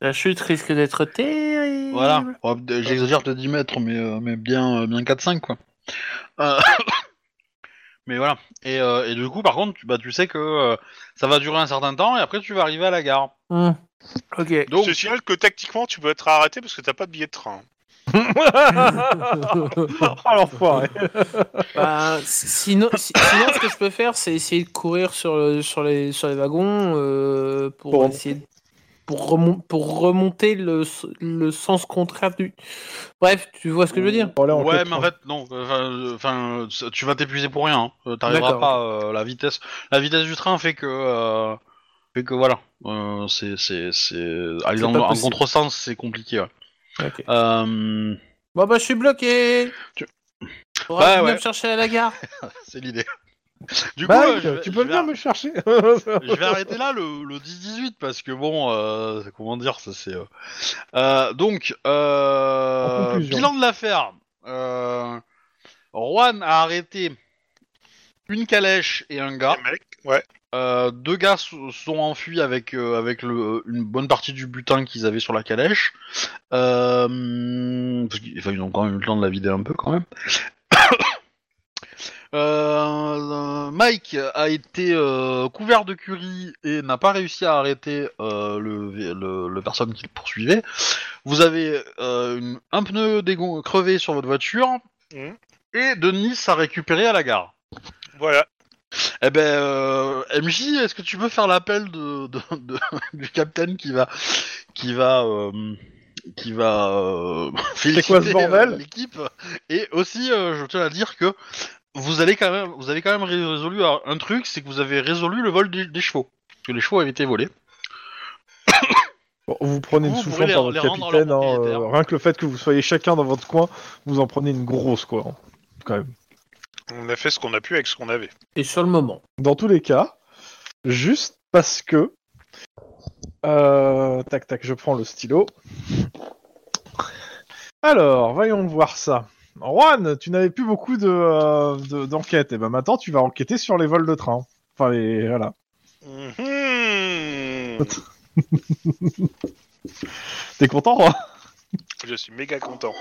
Speaker 2: La chute risque d'être terrible
Speaker 3: Voilà. Bon, euh, J'exagère de 10 mètres, mais, euh, mais bien, euh, bien 4-5, quoi. Euh, mais voilà. Et, euh, et du coup, par contre, tu, bah, tu sais que euh, ça va durer un certain temps, et après, tu vas arriver à la gare.
Speaker 2: Hmm. Ok.
Speaker 3: Donc,
Speaker 4: Je te signale que tactiquement tu peux être arrêté parce que t'as pas de billet de train.
Speaker 1: Ah, l'enfoiré
Speaker 2: Bah, si- sinon, si- sinon, ce que je peux faire, c'est essayer de courir sur, le- sur, les, sur les wagons euh, pour,
Speaker 1: Pour remonter.
Speaker 2: essayer de- pour, remon- pour remonter le, s- le sens contraire du. Bref, tu vois ce que je veux dire
Speaker 1: Bon, là, on
Speaker 3: ouais,
Speaker 1: clope,
Speaker 3: mais en
Speaker 1: hein.
Speaker 3: fait, non. Enfin, euh, enfin, euh, ça- tu vas t'épuiser pour rien. hein. Euh, T'arriveras
Speaker 2: D'accord,
Speaker 3: pas. euh, la vitesse, la vitesse du train fait que, euh, fait que voilà. Euh, c'est, c'est, c'est. Aller
Speaker 2: C'est
Speaker 3: en,
Speaker 2: pas
Speaker 3: en
Speaker 2: possible.
Speaker 3: contresens, c'est compliqué. ouais.
Speaker 2: Ok.
Speaker 3: Euh,
Speaker 2: Bon, bah, je suis bloqué
Speaker 3: Tu-
Speaker 2: Faudra
Speaker 3: Bah,
Speaker 2: venir
Speaker 3: ouais.
Speaker 2: me chercher à la gare
Speaker 3: c'est l'idée. Du coup,
Speaker 1: Mike,
Speaker 3: euh, je vais-
Speaker 1: Bah tu
Speaker 3: je
Speaker 1: peux
Speaker 3: vais
Speaker 1: venir
Speaker 3: ar-
Speaker 1: me chercher
Speaker 3: Je vais arrêter là le, le 10-18 parce que bon, euh, comment dire, ça c'est. euh, euh, donc,
Speaker 1: En
Speaker 3: euh,
Speaker 1: conclusion.
Speaker 3: bilan de l'affaire. Euh, Juan a arrêté une calèche et un gars.
Speaker 4: Et mec, ouais.
Speaker 3: Euh, deux gars so- sont enfuis avec, euh, avec le, une bonne partie du butin qu'ils avaient sur la calèche. Euh, parce qu'ils- enfin, ils ont quand même eu le temps de la vider un peu quand même. Euh, Mike a été euh, couvert de curie et n'a pas réussi à arrêter euh, le, le, le personne qui le poursuivait. Vous avez euh, une- un pneu dégon- crevé sur votre voiture
Speaker 1: Mmh.
Speaker 4: Mhm.
Speaker 3: et Denis a récupéré à la gare.
Speaker 4: Voilà.
Speaker 3: Eh ben, euh, MJ, est-ce que tu peux faire l'appel de, de- de- du capitaine qui va, qui va, euh, qui va euh, féliciter
Speaker 1: quoi ce bordel
Speaker 3: euh, l'équipe Et aussi, euh, je tiens à dire que vous allez quand même, vous avez quand même ré- résolu un un truc, c'est que vous avez résolu le vol des, des chevaux, parce que les chevaux avaient été volés.
Speaker 1: Bon, vous prenez une
Speaker 3: Vous
Speaker 1: soufflante
Speaker 3: pourrez les-
Speaker 1: par votre
Speaker 3: les rendre à leur
Speaker 1: capitaine, hein,
Speaker 3: propriétaire.
Speaker 1: euh, rien que le fait que vous soyez chacun dans votre coin, vous en prenez une grosse quoi. hein, Quand même.
Speaker 4: On a fait ce qu'on a pu avec ce qu'on avait.
Speaker 2: Et sur le moment.
Speaker 1: Dans tous les cas, juste parce que. Euh, tac tac, je prends le stylo. Alors, voyons voir ça. Juan, tu n'avais plus beaucoup de euh, de- d'enquête. et ben maintenant, tu vas enquêter sur les vols de train. Enfin, les, voilà.
Speaker 4: Mhm. Mmh,
Speaker 1: T'es content, Roy
Speaker 4: je suis méga content.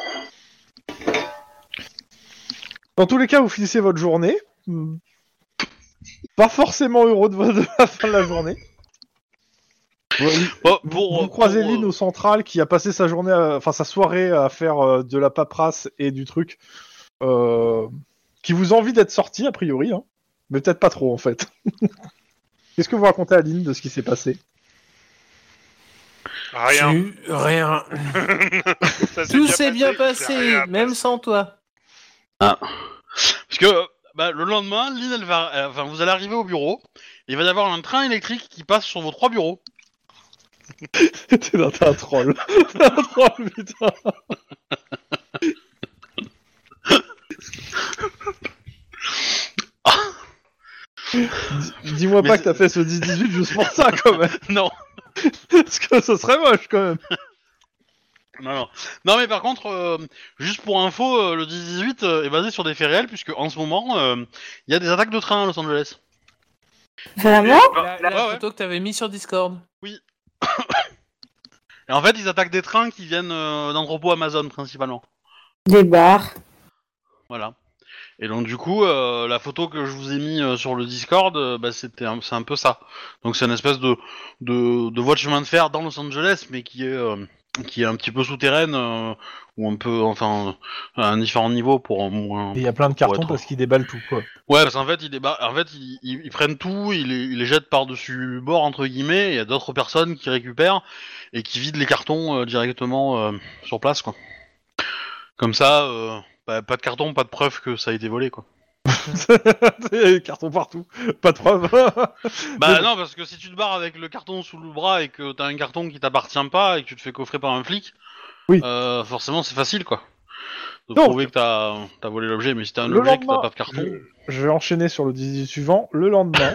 Speaker 1: Dans tous les cas, vous finissez votre journée. Hmm. Pas forcément heureux de, votre- de la fin de la journée.
Speaker 3: Bon, pour,
Speaker 1: vous
Speaker 3: pour,
Speaker 1: croisez
Speaker 3: euh,
Speaker 1: Lynn au central qui a passé sa journée, à- enfin sa soirée à faire euh, de la paperasse et du truc. euh, qui vous a envie d'être sorti, a priori. hein. Mais peut-être pas trop, en fait. Qu'est-ce que vous racontez à Lynn de ce qui s'est passé
Speaker 4: Rien.
Speaker 2: Tu- Rien.
Speaker 4: Ça
Speaker 2: Tout s'est bien
Speaker 4: c'est
Speaker 2: passé,
Speaker 4: rien.
Speaker 2: même sans toi.
Speaker 3: Parce que bah, le lendemain, Lynn, elle va, elle- enfin, vous allez arriver au bureau. Il va y avoir un train électrique qui passe sur vos trois bureaux.
Speaker 1: T'es un, t'es un troll. T'es un troll, putain. Dis- Dis-moi
Speaker 3: Mais
Speaker 1: pas
Speaker 3: c'est-
Speaker 1: que t'as fait ce 10-18 juste pour ça, quand même.
Speaker 3: Non,
Speaker 1: Parce que ce serait moche, quand même.
Speaker 3: non, non. Non, mais par contre, euh, juste pour info, euh, le 10-18 euh, est basé sur des faits réels, puisque en ce moment, euh, il y a des attaques de train à Los Angeles.
Speaker 6: Vraiment
Speaker 2: La, la
Speaker 3: ouais, ouais.
Speaker 2: photo que t'avais mis sur Discord.
Speaker 3: Et en fait, ils attaquent des trains qui viennent euh, d'entrepôts Amazon, principalement.
Speaker 6: Des bars.
Speaker 3: Voilà. Et donc du coup, euh, la photo que je vous ai mis euh, sur le Discord, euh, bah, c'était un- c'est un peu ça. Donc c'est une espèce de, de, de voie de chemin de fer dans Los Angeles, mais qui est, euh, qui est un petit peu souterraine, euh, ou un peu, enfin, euh, à un différent niveau pour un moins...
Speaker 1: y a plein de
Speaker 3: cartons être- parce
Speaker 1: qu'ils déballent tout, quoi.
Speaker 3: Ouais, parce qu'en fait, ils, débar- en fait ils, ils- ils prennent tout, ils, les- ils les jettent par-dessus bord, entre guillemets, et il y a d'autres personnes qui récupèrent et qui vident les cartons euh, directement euh, sur place, quoi. Comme ça, euh, bah, pas de carton, pas de preuve que ça a été volé, quoi.
Speaker 1: Carton partout. Pas de preuve.
Speaker 3: Bah non, parce que si tu te barres avec le carton sous le bras et que t'as un carton qui t'appartient pas et que tu te fais coffrer par un flic,
Speaker 1: Oui.
Speaker 3: euh, forcément c'est facile quoi. De
Speaker 1: Donc-
Speaker 3: prouver que t'as t'as volé l'objet, mais si t'as un
Speaker 1: Le
Speaker 3: objet que t'as
Speaker 1: lendemain,
Speaker 3: pas de carton.
Speaker 1: je, je vais enchaîner sur le 18 suivant. Le lendemain,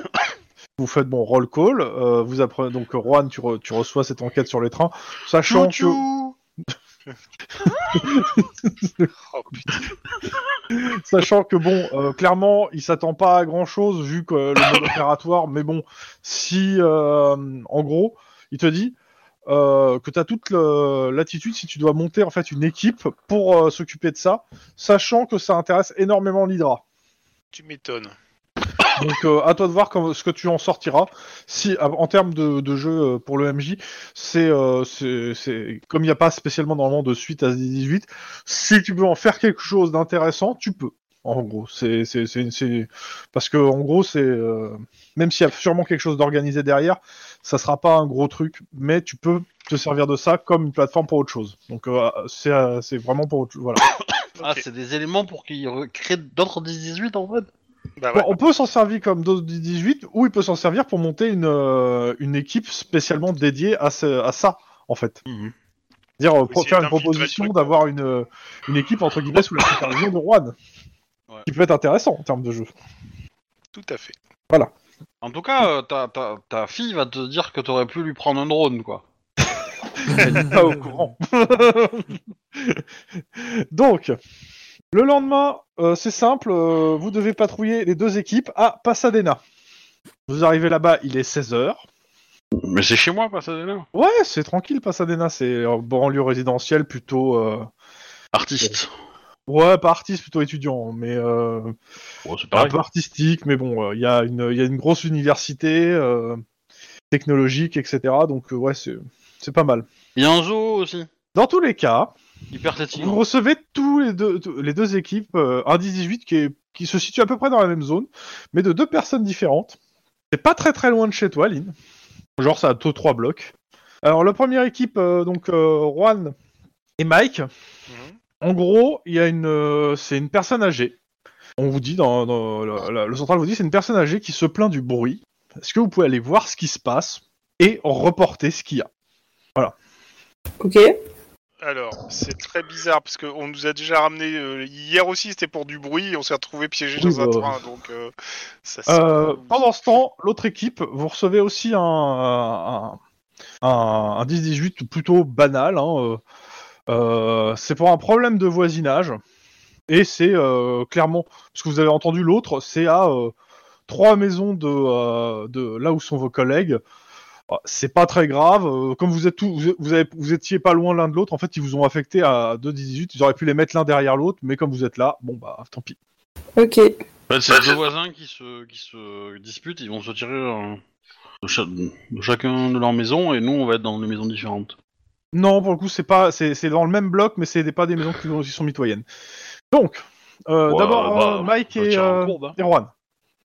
Speaker 1: vous faites bon roll call. euh, vous apprenez donc euh, Juan, tu, re- tu reçois cette enquête sur les trains, sachant que
Speaker 3: Tchou-tchou
Speaker 4: Oh, putain.
Speaker 1: sachant que bon, euh, clairement, il s'attend pas à grand chose vu que euh, le mode opératoire. Mais bon, si euh, en gros, il te dit. euh, que tu as toute le- l'attitude si tu dois monter en fait une équipe pour euh, s'occuper de ça, sachant que ça intéresse énormément l'Hydra.
Speaker 4: Tu m'étonnes.
Speaker 1: Donc euh, à toi de voir comment- ce que tu en sortiras. Si à- en termes de, de jeu euh, pour le MJ, c'est euh, c'est- c'est- comme il n'y a pas spécialement normalement de suite à 18, si tu peux en faire quelque chose d'intéressant, tu peux. En gros, c'est c'est- c'est- c'est- parce que en gros c'est euh, même s'il y a sûrement quelque chose d'organisé derrière, ça sera pas un gros truc, mais tu peux te servir de ça comme une plateforme pour autre chose. Donc euh, c'est euh, c'est vraiment pour autre chose. Voilà.
Speaker 3: Ah,
Speaker 4: Ok.
Speaker 3: c'est des éléments pour qu'ils créent d'autres 10-18 en fait.
Speaker 4: Bah
Speaker 1: Bon,
Speaker 4: ouais.
Speaker 1: on peut s'en servir comme dose du 18 ou il peut s'en servir pour monter une, euh, une équipe spécialement dédiée à, ce- à ça, en fait.
Speaker 3: Mhm.
Speaker 1: Dire euh,
Speaker 4: Faut
Speaker 1: pro-
Speaker 4: essayer
Speaker 1: faire une
Speaker 4: d'infiltrer le
Speaker 1: proposition
Speaker 4: truc,
Speaker 1: d'avoir une, euh, une équipe entre guillemets sous la supervision de Juan.
Speaker 3: Ouais.
Speaker 1: Qui peut être intéressant en termes de jeu.
Speaker 4: Tout à fait.
Speaker 3: En tout cas, euh, ta, ta, ta fille va te dire que t'aurais pu lui prendre un drone quoi.
Speaker 1: Pas au courant. Donc, le lendemain, euh, c'est simple, euh, vous devez patrouiller les deux équipes à Pasadena. Vous arrivez là-bas, il est 16h.
Speaker 3: Mais c'est chez moi, pas ça là.
Speaker 1: Ouais, c'est tranquille, Pasadena, c'est en banlieue résidentielle plutôt. euh,
Speaker 3: Artiste.
Speaker 1: Ouais, pas artiste, plutôt étudiant, mais euh,
Speaker 3: Bon, c'est
Speaker 1: un
Speaker 3: pareil.
Speaker 1: peu artistique, mais bon, euh, il y a une, il y a une grosse université euh, technologique, etc. Donc euh, ouais, c'est, c'est pas mal.
Speaker 3: Ah, Il y a un zoo aussi.
Speaker 1: Dans tous les cas,
Speaker 3: Hyper tétillant.
Speaker 1: vous recevez tous les deux, tous- les deux équipes, euh, un 18 qui, est- qui se situe à peu près dans la même zone, mais de deux personnes différentes. C'est pas très très loin de chez toi, Lynn. Genre, ça a tôt trois blocs. Alors, la première équipe, euh, donc euh, Juan et Mike,
Speaker 4: Mhm.
Speaker 1: en gros, il y a une, euh, c'est une personne âgée. On vous dit dans, dans la- la- le central vous dit c'est une personne âgée qui se plaint du bruit. Est-ce que vous pouvez aller voir ce qui se passe et reporter ce qu'il y a
Speaker 6: Ok.
Speaker 4: Alors, c'est très bizarre parce qu'on nous a déjà ramené euh, hier aussi, c'était pour du bruit, on s'est retrouvé piégé
Speaker 1: Oui,
Speaker 4: dans un
Speaker 1: bah,
Speaker 4: train, donc euh, ça. sent-
Speaker 1: Euh, Pendant ce temps, l'autre équipe, vous recevez aussi un, un, un- un 10-18 plutôt banal. hein, euh, euh, c'est pour un problème de voisinage. Et c'est euh, clairement, parce que vous avez entendu l'autre, c'est à euh, trois maisons de, euh, de là où sont vos collègues. Ah, C'est pas très grave. euh, comme vous êtes tous, vous, vous avez- vous étiez pas loin l'un de l'autre, en fait, ils vous ont affecté à 2,18. Ils auraient pu les mettre l'un derrière l'autre, mais comme vous êtes là, bon bah, tant pis.
Speaker 6: Ok.
Speaker 3: Bah, c'est deux voisins qui se, qui se disputent, ils vont se tirer euh, de, cha- de chacun de leur maison et nous on va être dans des maisons différentes.
Speaker 1: Non, pour le coup, c'est pas, c'est c'est dans le même bloc, mais c'est des- pas des maisons qui, sont- qui sont mitoyennes. Donc, euh,
Speaker 3: Ouais, bah,
Speaker 1: d'abord, euh, Mike
Speaker 3: on va
Speaker 1: et,
Speaker 3: tirer en
Speaker 1: euh,
Speaker 3: courbe, hein.
Speaker 1: et Juan.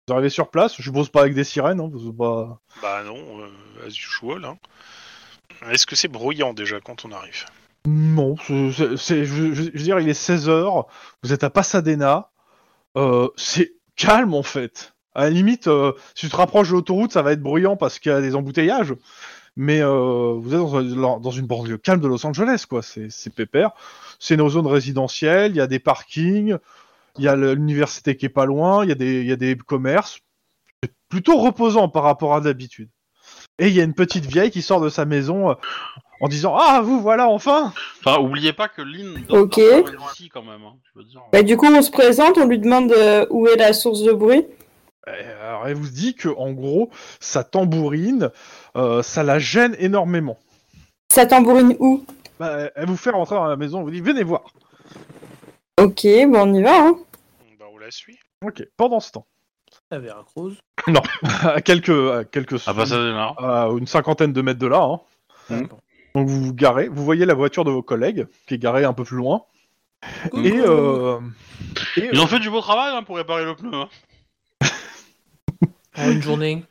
Speaker 1: Vous arrivez sur place, je bosse pas avec des sirènes, hein, vous pas...
Speaker 4: Bah non, euh, as usual. hein. Est-ce que c'est bruyant déjà quand on arrive
Speaker 1: Non, c'est, c'est- c'est- je, je- je veux dire, il est 16h, vous êtes à Pasadena, euh, c'est calme en fait. À la limite, euh, si tu te rapproches de l'autoroute, ça va être bruyant parce qu'il y a des embouteillages, mais euh, vous êtes dans, un- dans une banlieue calme de Los Angeles, quoi, c'est, c'est pépère. C'est nos zones résidentielles, il y a des parkings, il y a le- l'université qui est pas loin, il y a des, il y a des commerces. C'est plutôt reposant par rapport à d'habitude. Et il y a une petite vieille qui sort de sa maison euh, en disant Ah, vous voilà enfin
Speaker 3: Enfin, oubliez pas que Lynn
Speaker 6: Ok.
Speaker 3: ici quand même. hein, je veux dire.
Speaker 6: Bah, du coup, on se présente, on lui demande euh, où est la source de bruit.
Speaker 1: Et, Euh, alors, elle vous dit que en gros, sa tambourine, euh, ça la gêne énormément.
Speaker 6: Ça tambourine où
Speaker 1: Bah, elle vous fait rentrer dans la maison, elle vous dit venez voir.
Speaker 6: Ok, bon, on y va. Hein.
Speaker 4: Bah on la suit.
Speaker 1: Ok. Pendant ce temps,
Speaker 2: La Veracruz.
Speaker 1: à quelques, à quelques,
Speaker 3: Ah bah ça démarre.
Speaker 1: à une cinquantaine de mètres de là. hein.
Speaker 3: Mhm.
Speaker 1: Donc vous vous garez, vous voyez la voiture de vos collègues qui est garée un peu plus loin. Et, euh, et,
Speaker 3: Ils ont fait du beau travail hein, pour réparer le pneu. hein.
Speaker 2: Ah,
Speaker 7: En une journée.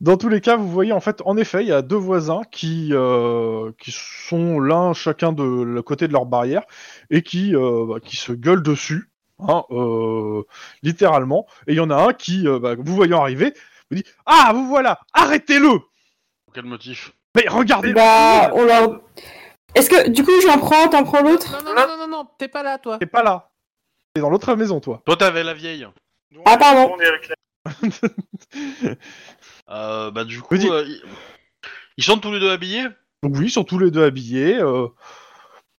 Speaker 1: Dans tous les cas, vous voyez en fait, en effet, il y a deux voisins qui, euh, qui sont l'un chacun de le côté de leur barrière et qui, euh, bah, qui se gueulent dessus, hein, euh, littéralement. Et il y en a un qui, euh, bah, vous voyant arriver, vous dit Ah, vous voilà, arrêtez-le
Speaker 3: Pour quel motif
Speaker 1: Mais regardez
Speaker 6: Bah, on leur. Est-ce que du coup, j'en prends, t'en prends l'autre
Speaker 7: Non, non,
Speaker 1: Hein
Speaker 7: non, non, non, non, t'es pas là, toi.
Speaker 1: T'es pas là T'es dans l'autre maison, toi.
Speaker 3: Toi t'avais la vieille.
Speaker 4: Nous,
Speaker 6: Ah,
Speaker 4: on est-
Speaker 6: pardon.
Speaker 4: on est avec la-
Speaker 3: Euh, bah du coup,
Speaker 1: Vas-y.
Speaker 3: euh, ils... ils sont tous les deux habillés.
Speaker 1: Donc, oui, ils sont tous les deux habillés. euh,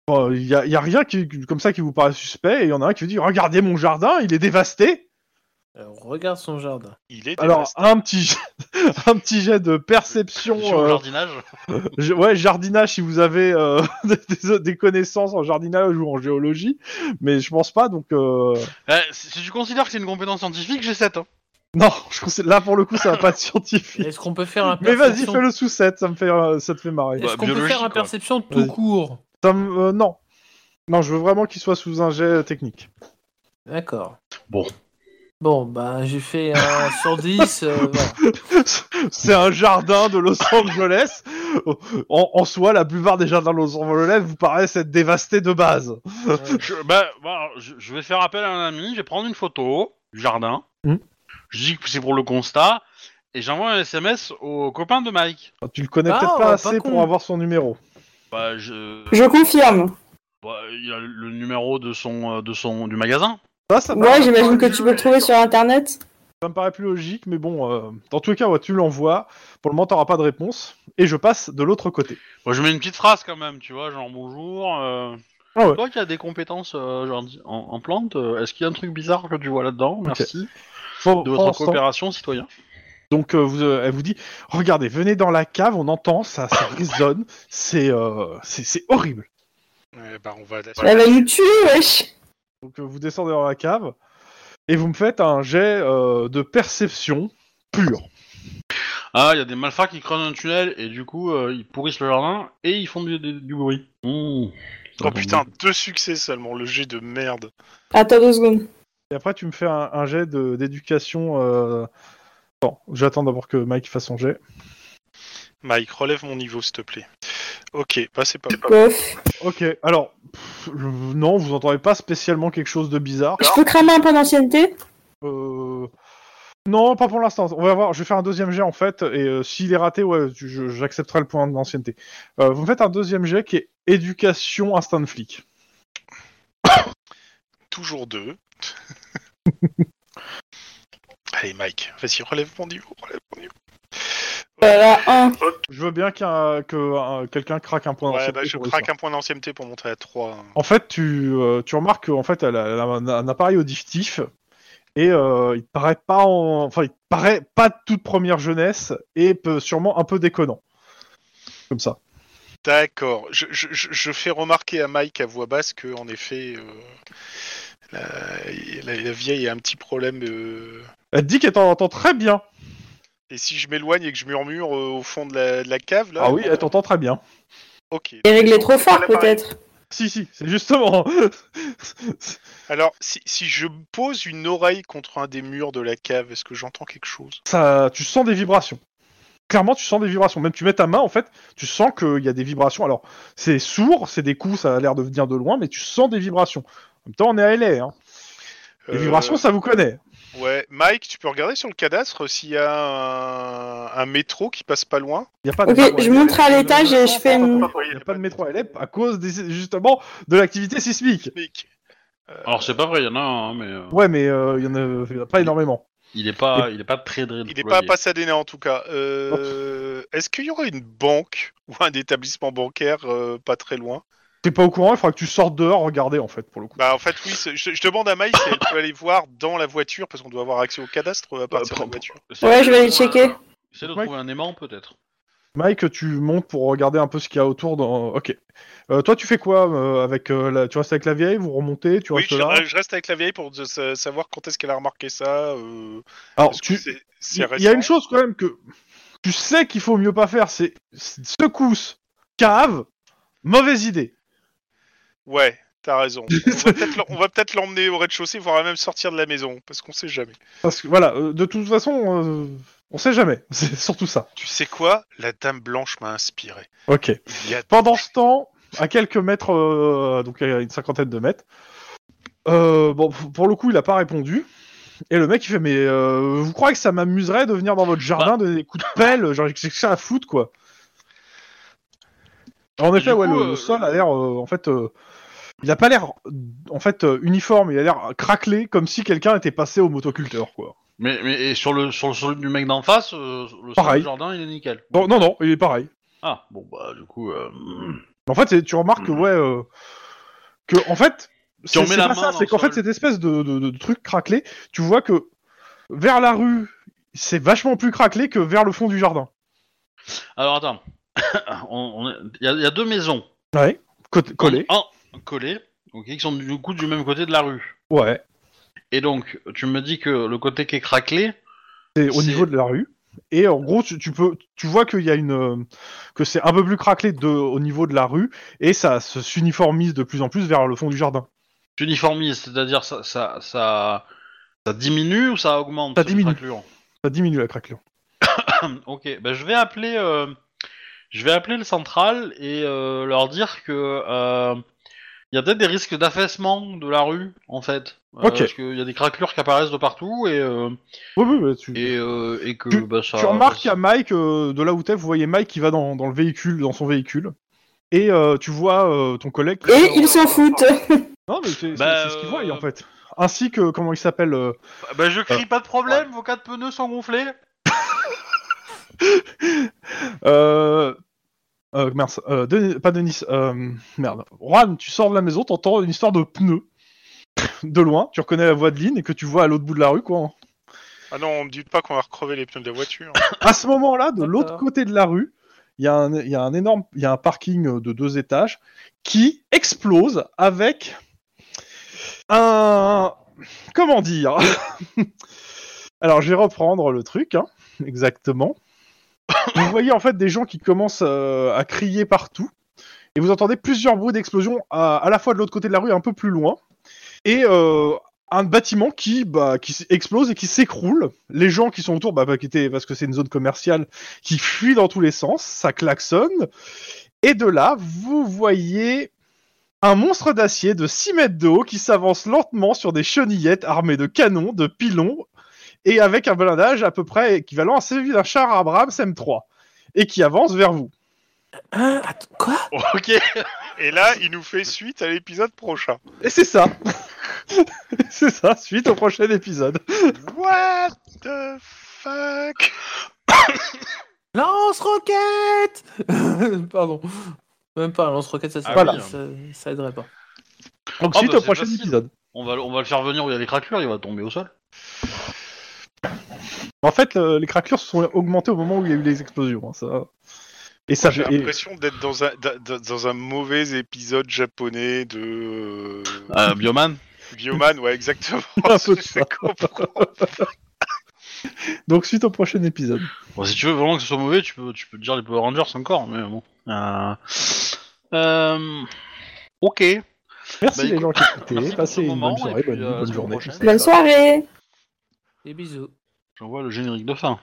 Speaker 1: bon, Il n'y a, il y a rien qui, comme ça qui vous paraît suspect. Et il y en a un qui vous dit Regardez mon jardin, il est dévasté
Speaker 7: Euh,
Speaker 2: Alors, regarde son jardin.
Speaker 4: Il est
Speaker 1: Alors un petit jet- un petit jet de perception,
Speaker 3: Sur le
Speaker 1: euh,
Speaker 3: jardinage.
Speaker 1: je- ouais jardinage si vous avez euh, des, des connaissances en jardinage ou en géologie, mais je pense pas donc euh,
Speaker 3: Eh, si si tu considères que c'est une compétence scientifique, j'ai 7. Hein.
Speaker 1: non je trouve que c'est- là pour le coup ça va pas être scientifique.
Speaker 7: Est-ce qu'on peut faire un
Speaker 1: Mais vas-y
Speaker 7: perception
Speaker 1: fais le sous 7 ça me fait euh, ça te fait marrer.
Speaker 7: Est-ce
Speaker 3: Bah,
Speaker 7: qu'on peut
Speaker 3: biologique,
Speaker 7: faire un
Speaker 3: quoi.
Speaker 7: perception tout
Speaker 1: Vas-y.
Speaker 7: court
Speaker 1: Ça me- euh, non non je veux vraiment qu'il soit sous un jet technique.
Speaker 7: D'accord.
Speaker 3: Bon.
Speaker 7: Bon, bah, j'ai fait un sur 10. euh, voilà.
Speaker 1: C'est un jardin de Los Angeles. En, en soi, la plupart des jardins de Los Angeles vous paraissent être dévastés de base.
Speaker 3: Je, bah, bah, je, je vais faire appel à un ami, je vais prendre une photo du jardin.
Speaker 1: Hmm.
Speaker 3: Je dis que c'est pour le constat. Et j'envoie un SMS au copain de Mike.
Speaker 1: Tu le connais
Speaker 7: Ah,
Speaker 1: peut-être
Speaker 7: pas
Speaker 1: pas assez
Speaker 7: con.
Speaker 1: pour avoir son numéro.
Speaker 3: Bah, je...
Speaker 6: Je confirme.
Speaker 3: bah, il a le numéro de son, euh, de son, du magasin.
Speaker 1: Ça, ça, me paraît-
Speaker 6: Ouais, j'imagine que tu peux le trouver sur internet.
Speaker 1: ça me paraît plus logique, mais bon, euh, dans tous les cas, ouais, tu l'envoies. Pour le moment, t'auras pas de réponse. Et je passe de l'autre côté.
Speaker 3: Moi, je mets une petite phrase quand même, tu vois, genre bonjour. euh,
Speaker 1: Ah ouais.
Speaker 3: Toi qui as des compétences euh, genre, en, en plantes, euh, est-ce qu'il y a un truc bizarre que tu vois là-dedans Merci
Speaker 1: Pour-
Speaker 3: de
Speaker 1: pour
Speaker 3: votre
Speaker 1: l'instant.
Speaker 3: coopération, citoyen.
Speaker 1: Donc, euh, vous, euh, elle vous dit Regardez, venez dans la cave, on entend, ça, ça résonne. C'est euh, c'est- c'est horrible.
Speaker 4: Eh bah, on va la
Speaker 6: Elle va nous tuer, wesh.
Speaker 1: Donc, euh, vous descendez dans la cave. Et vous me faites un jet euh, de perception pure.
Speaker 3: Ah, il y a des malfrats qui creusent un tunnel et du coup euh, ils pourrissent le jardin et ils font du, du- du bruit. Mmh.
Speaker 4: Oh putain, deux succès seulement, le jet de merde.
Speaker 6: Attends deux secondes.
Speaker 1: Et après, tu me fais un, un jet de- d'éducation. euh, Attends, j'attends d'abord que Mike fasse son jet.
Speaker 4: Mike, relève mon niveau, s'il te plaît. Ok, bah c'est pas.
Speaker 6: Bof.
Speaker 1: Ok, alors, pff, je- non, vous entendez pas spécialement quelque chose de bizarre.
Speaker 6: Je peux cramer un point d'ancienneté
Speaker 1: Euh, Non, pas pour l'instant. On va voir. Je vais faire un deuxième jet en fait, et euh, s'il est raté, ouais, tu- je- j'accepterai le point d'ancienneté. Euh, vous me faites un deuxième jet qui est éducation instinct de flic.
Speaker 4: Toujours deux. Allez, Mike, vas-y, relève mon niveau, relève mon niveau.
Speaker 6: Voilà, un.
Speaker 1: Je veux bien qu'un que un- quelqu'un craque un point
Speaker 4: Ouais,
Speaker 1: d'ancienneté.
Speaker 4: bah, je
Speaker 1: pour
Speaker 4: craque
Speaker 1: réussir.
Speaker 4: un point d'ancienneté pour monter à hein. 3.
Speaker 1: En fait, tu, euh, tu remarques qu'en fait, elle a, elle a un, un appareil auditif Et euh, il te paraît pas en... enfin, il te paraît pas de toute première jeunesse et peut- sûrement un peu déconnant. Comme ça.
Speaker 4: D'accord. Je, je- je- je fais remarquer à Mike à voix basse que, en effet, euh, la, la- la vieille a un petit problème. euh,
Speaker 1: Elle te dit qu'elle t'en entend très bien.
Speaker 4: Et si je m'éloigne et que je murmure euh, au fond de la, de la cave, là
Speaker 1: Ah oui, elle t'entend très bien.
Speaker 4: Ok.
Speaker 6: Et régler trop fort, peut-être.
Speaker 1: Si, si, c'est justement.
Speaker 4: Alors, si, si je pose une oreille contre un des murs de la cave, est-ce que j'entends quelque chose
Speaker 1: ça, tu sens des vibrations. Clairement, tu sens des vibrations. Même tu mets ta main, en fait, tu sens qu'il y a des vibrations. Alors, c'est sourd, c'est des coups, ça a l'air de venir de loin, mais tu sens des vibrations. En même temps, on est à LA. Hein. Les
Speaker 4: Euh,
Speaker 1: vibrations, ça vous connaît.
Speaker 4: Ouais. Mike, tu peux regarder sur le cadastre s'il y a un, un métro qui passe pas loin
Speaker 1: Il n'y a pas de
Speaker 6: Ok,
Speaker 1: métro à
Speaker 6: je
Speaker 1: LA.
Speaker 6: montre à l'étage et je fais une.
Speaker 1: Il n'y a pas de métro à LA à cause des- justement de l'activité sismique.
Speaker 4: Mec. Euh,
Speaker 3: Alors c'est pas vrai, il y en a un, hein, mais euh,
Speaker 1: Ouais, mais euh, il y en a- il y en a pas énormément.
Speaker 3: il est pas, il est pas très très.
Speaker 4: Il n'est pas à Pasadena en tout cas. Euh, Est-ce qu'il y aurait une banque ou un établissement bancaire euh, pas très loin
Speaker 1: T'es pas au courant, il faudra que tu sortes dehors, regarder, en fait, pour le coup.
Speaker 4: Bah en fait oui, c'est- je, je demande à Mike si elle peut aller voir dans la voiture parce qu'on doit avoir accès au cadastre euh,
Speaker 1: Euh,
Speaker 4: à partir de la voiture.
Speaker 6: Ouais, je vais aller checker.
Speaker 3: C'est de trouver un aimant peut-être.
Speaker 1: Mike, tu montes pour regarder un peu ce qu'il y a autour. Dans... Ok. Euh, toi, tu fais quoi euh, avec euh, la... Tu restes avec la vieille, vous remontez, tu
Speaker 4: Oui,
Speaker 1: restes
Speaker 4: je,
Speaker 1: là
Speaker 4: je reste avec la vieille pour de- sa- savoir quand est-ce qu'elle a remarqué ça. euh,
Speaker 1: Alors,
Speaker 4: est-ce que
Speaker 1: tu...
Speaker 4: c'est- c'est
Speaker 1: il y a
Speaker 4: récent
Speaker 1: une chose quand même que tu sais qu'il faut mieux pas faire, c'est c'est secousse, cave, mauvaise idée.
Speaker 4: Ouais, t'as raison. On va peut-être l'em- on va peut-être l'emmener au rez-de-chaussée, voire même sortir de la maison, parce qu'on sait jamais.
Speaker 1: Parce que voilà, euh, de toute façon, euh, on sait jamais. C'est surtout ça.
Speaker 4: Tu sais quoi La dame blanche m'a inspiré.
Speaker 1: Ok.
Speaker 4: Il y a-
Speaker 1: Pendant ce temps, à quelques mètres, euh, donc à une cinquantaine de mètres, euh, bon, p- pour le coup, il a pas répondu. Et le mec, il fait Mais euh, vous croyez que ça m'amuserait de venir dans votre
Speaker 3: Bah.
Speaker 1: jardin, donner des coups de pelle Genre, j'ai que ça à foutre, quoi. En effet,
Speaker 3: du
Speaker 1: ouais,
Speaker 3: coup,
Speaker 1: le,
Speaker 3: euh,
Speaker 1: le sol a l'air, euh, en fait, euh, il a pas l'air, euh, en fait, euh, uniforme, il a l'air craquelé, comme si quelqu'un était passé au motoculteur, quoi.
Speaker 3: Mais, mais et sur le sur le sol du mec d'en face, euh, le sol
Speaker 1: Pareil.
Speaker 3: du jardin il est nickel.
Speaker 1: Non, non, non, il est pareil.
Speaker 3: Ah bon bah du coup. euh,
Speaker 1: En fait, c'est- tu remarques que,
Speaker 3: Mhm.
Speaker 1: ouais, euh, que, en fait, c'est
Speaker 3: on met
Speaker 1: c'est
Speaker 3: la
Speaker 1: pas
Speaker 3: main
Speaker 1: ça,
Speaker 3: dans
Speaker 1: c'est
Speaker 3: le
Speaker 1: qu'en fait,
Speaker 3: sol.
Speaker 1: cette espèce de, de- de truc craquelé, tu vois que vers la rue, c'est vachement plus craquelé que vers le fond du jardin.
Speaker 3: Alors attends, On- on est- il y, a- il y a deux maisons
Speaker 1: Ouais. Côté- Collé.
Speaker 3: Un, collées, ok, qui sont du coup du même côté de la rue.
Speaker 1: Ouais.
Speaker 3: Et donc tu me dis que le côté qui est craquelé,
Speaker 1: C'est au
Speaker 3: C'est-
Speaker 1: niveau de la rue. Et en gros, tu, tu peux, tu vois qu'il y a une, euh, que c'est un peu plus craquelé de, au niveau de la rue, et ça se s'uniformise de plus en plus vers le fond du jardin.
Speaker 3: t'uniformise, c'est-à-dire ça ça ça ça diminue ou ça augmente
Speaker 1: Ça
Speaker 3: cette
Speaker 1: diminue.
Speaker 3: craquelure
Speaker 1: Ça diminue la craquelure.
Speaker 3: Ok, bah, je vais appeler, euh, je vais appeler le central et euh, leur dire que euh, il y a peut-être des risques d'affaissement de la rue en fait, Euh,
Speaker 1: Ok.
Speaker 3: parce qu'il y a des craquelures qui apparaissent de partout et euh,
Speaker 1: Oui, oui, bah, tu,
Speaker 3: et, euh, et que bah, ça.
Speaker 1: Tu remarques à Mike, euh, de là où t'es, vous voyez Mike qui va dans, dans le véhicule, dans son véhicule. Et euh, tu vois euh, ton collègue. qui-
Speaker 6: Et ils s'en foutent.
Speaker 1: Non, mais c'est c'est-
Speaker 3: Bah,
Speaker 1: c'est ce qu'il voit,
Speaker 3: euh,
Speaker 1: en fait. Ainsi que, comment il s'appelle euh,
Speaker 3: Bah, je crie pas de problème, vos quatre pneus sont gonflés.
Speaker 1: euh, euh, mince, euh, Denis- pas Denis, euh, merde. Juan, tu sors de la maison, t'entends une histoire de pneus. De loin, tu reconnais la voix de Lynn et que tu vois à l'autre bout de la rue, quoi.
Speaker 4: Ah non, on me dit pas qu'on va recrever les pneus de la voiture.
Speaker 1: À ce moment-là, de
Speaker 2: D'accord.
Speaker 1: l'autre côté de la rue, il y, a un- il y a un énorme il y a un parking euh, de deux étages qui explose avec un. Comment dire Alors, je vais reprendre le truc, hein, exactement. Vous voyez en fait des gens qui commencent euh, à crier partout. Et vous entendez plusieurs bruits d'explosion à, à la fois de l'autre côté de la rue, un peu plus loin. Et euh, un bâtiment qui, bah, qui s- explose et qui s'écroule. Les gens qui sont autour, bah, bah, qui étaient- parce que c'est une zone commerciale, qui fuient dans tous les sens, ça klaxonne. Et de là, vous voyez un monstre d'acier de 6 mètres de haut qui s'avance lentement sur des chenillettes armées de canons, de pilons, et avec un blindage à peu près équivalent à celui d'un char Abrams M3, et qui avance vers vous.
Speaker 2: Hein Attends, quoi
Speaker 3: Ok.
Speaker 4: Et là, il nous fait suite à l'épisode prochain.
Speaker 1: Et c'est ça C'est ça, suite au prochain épisode.
Speaker 4: What the fuck
Speaker 2: Lance-roquette Pardon. Même pas, lance-roquette, ça,
Speaker 3: Ah
Speaker 2: sert-
Speaker 3: oui.
Speaker 2: ça, ça aiderait pas.
Speaker 1: Donc
Speaker 3: Oh,
Speaker 1: suite
Speaker 3: bah,
Speaker 1: au
Speaker 3: c'est
Speaker 1: prochain
Speaker 3: facile.
Speaker 1: épisode.
Speaker 3: On va, le- on va le faire venir où il y a les craquelures, il va tomber au sol.
Speaker 1: En fait, le- les craquelures se sont augmentées au moment où il y a eu les explosions. hein, ça... Et ça
Speaker 4: J'ai
Speaker 1: et-
Speaker 4: l'impression d'être dans un, d'a- d'a- dans un mauvais épisode japonais de. euh,
Speaker 3: Euh, Bioman
Speaker 4: Bioman, ouais, exactement.
Speaker 1: Ah. Un peu de
Speaker 4: Je
Speaker 1: ça.
Speaker 4: comprends.
Speaker 1: Donc, suite au prochain épisode.
Speaker 3: Bon, si tu veux vraiment que ce soit mauvais, tu peux, tu peux te dire les Power Rangers encore, mais bon. Euh, euh, Ok.
Speaker 1: Merci
Speaker 3: Bah,
Speaker 1: les gens qui écoutaient.
Speaker 3: merci
Speaker 1: Passez
Speaker 3: pour ce
Speaker 1: une
Speaker 3: moment,
Speaker 1: bonne soirée,
Speaker 3: et puis,
Speaker 1: bonne, nuit,
Speaker 3: euh, à la
Speaker 1: bonne
Speaker 3: semaine
Speaker 1: journée.
Speaker 3: prochaine.
Speaker 6: Bonne soirée
Speaker 7: Des bisous.
Speaker 3: J'envoie le générique de fin.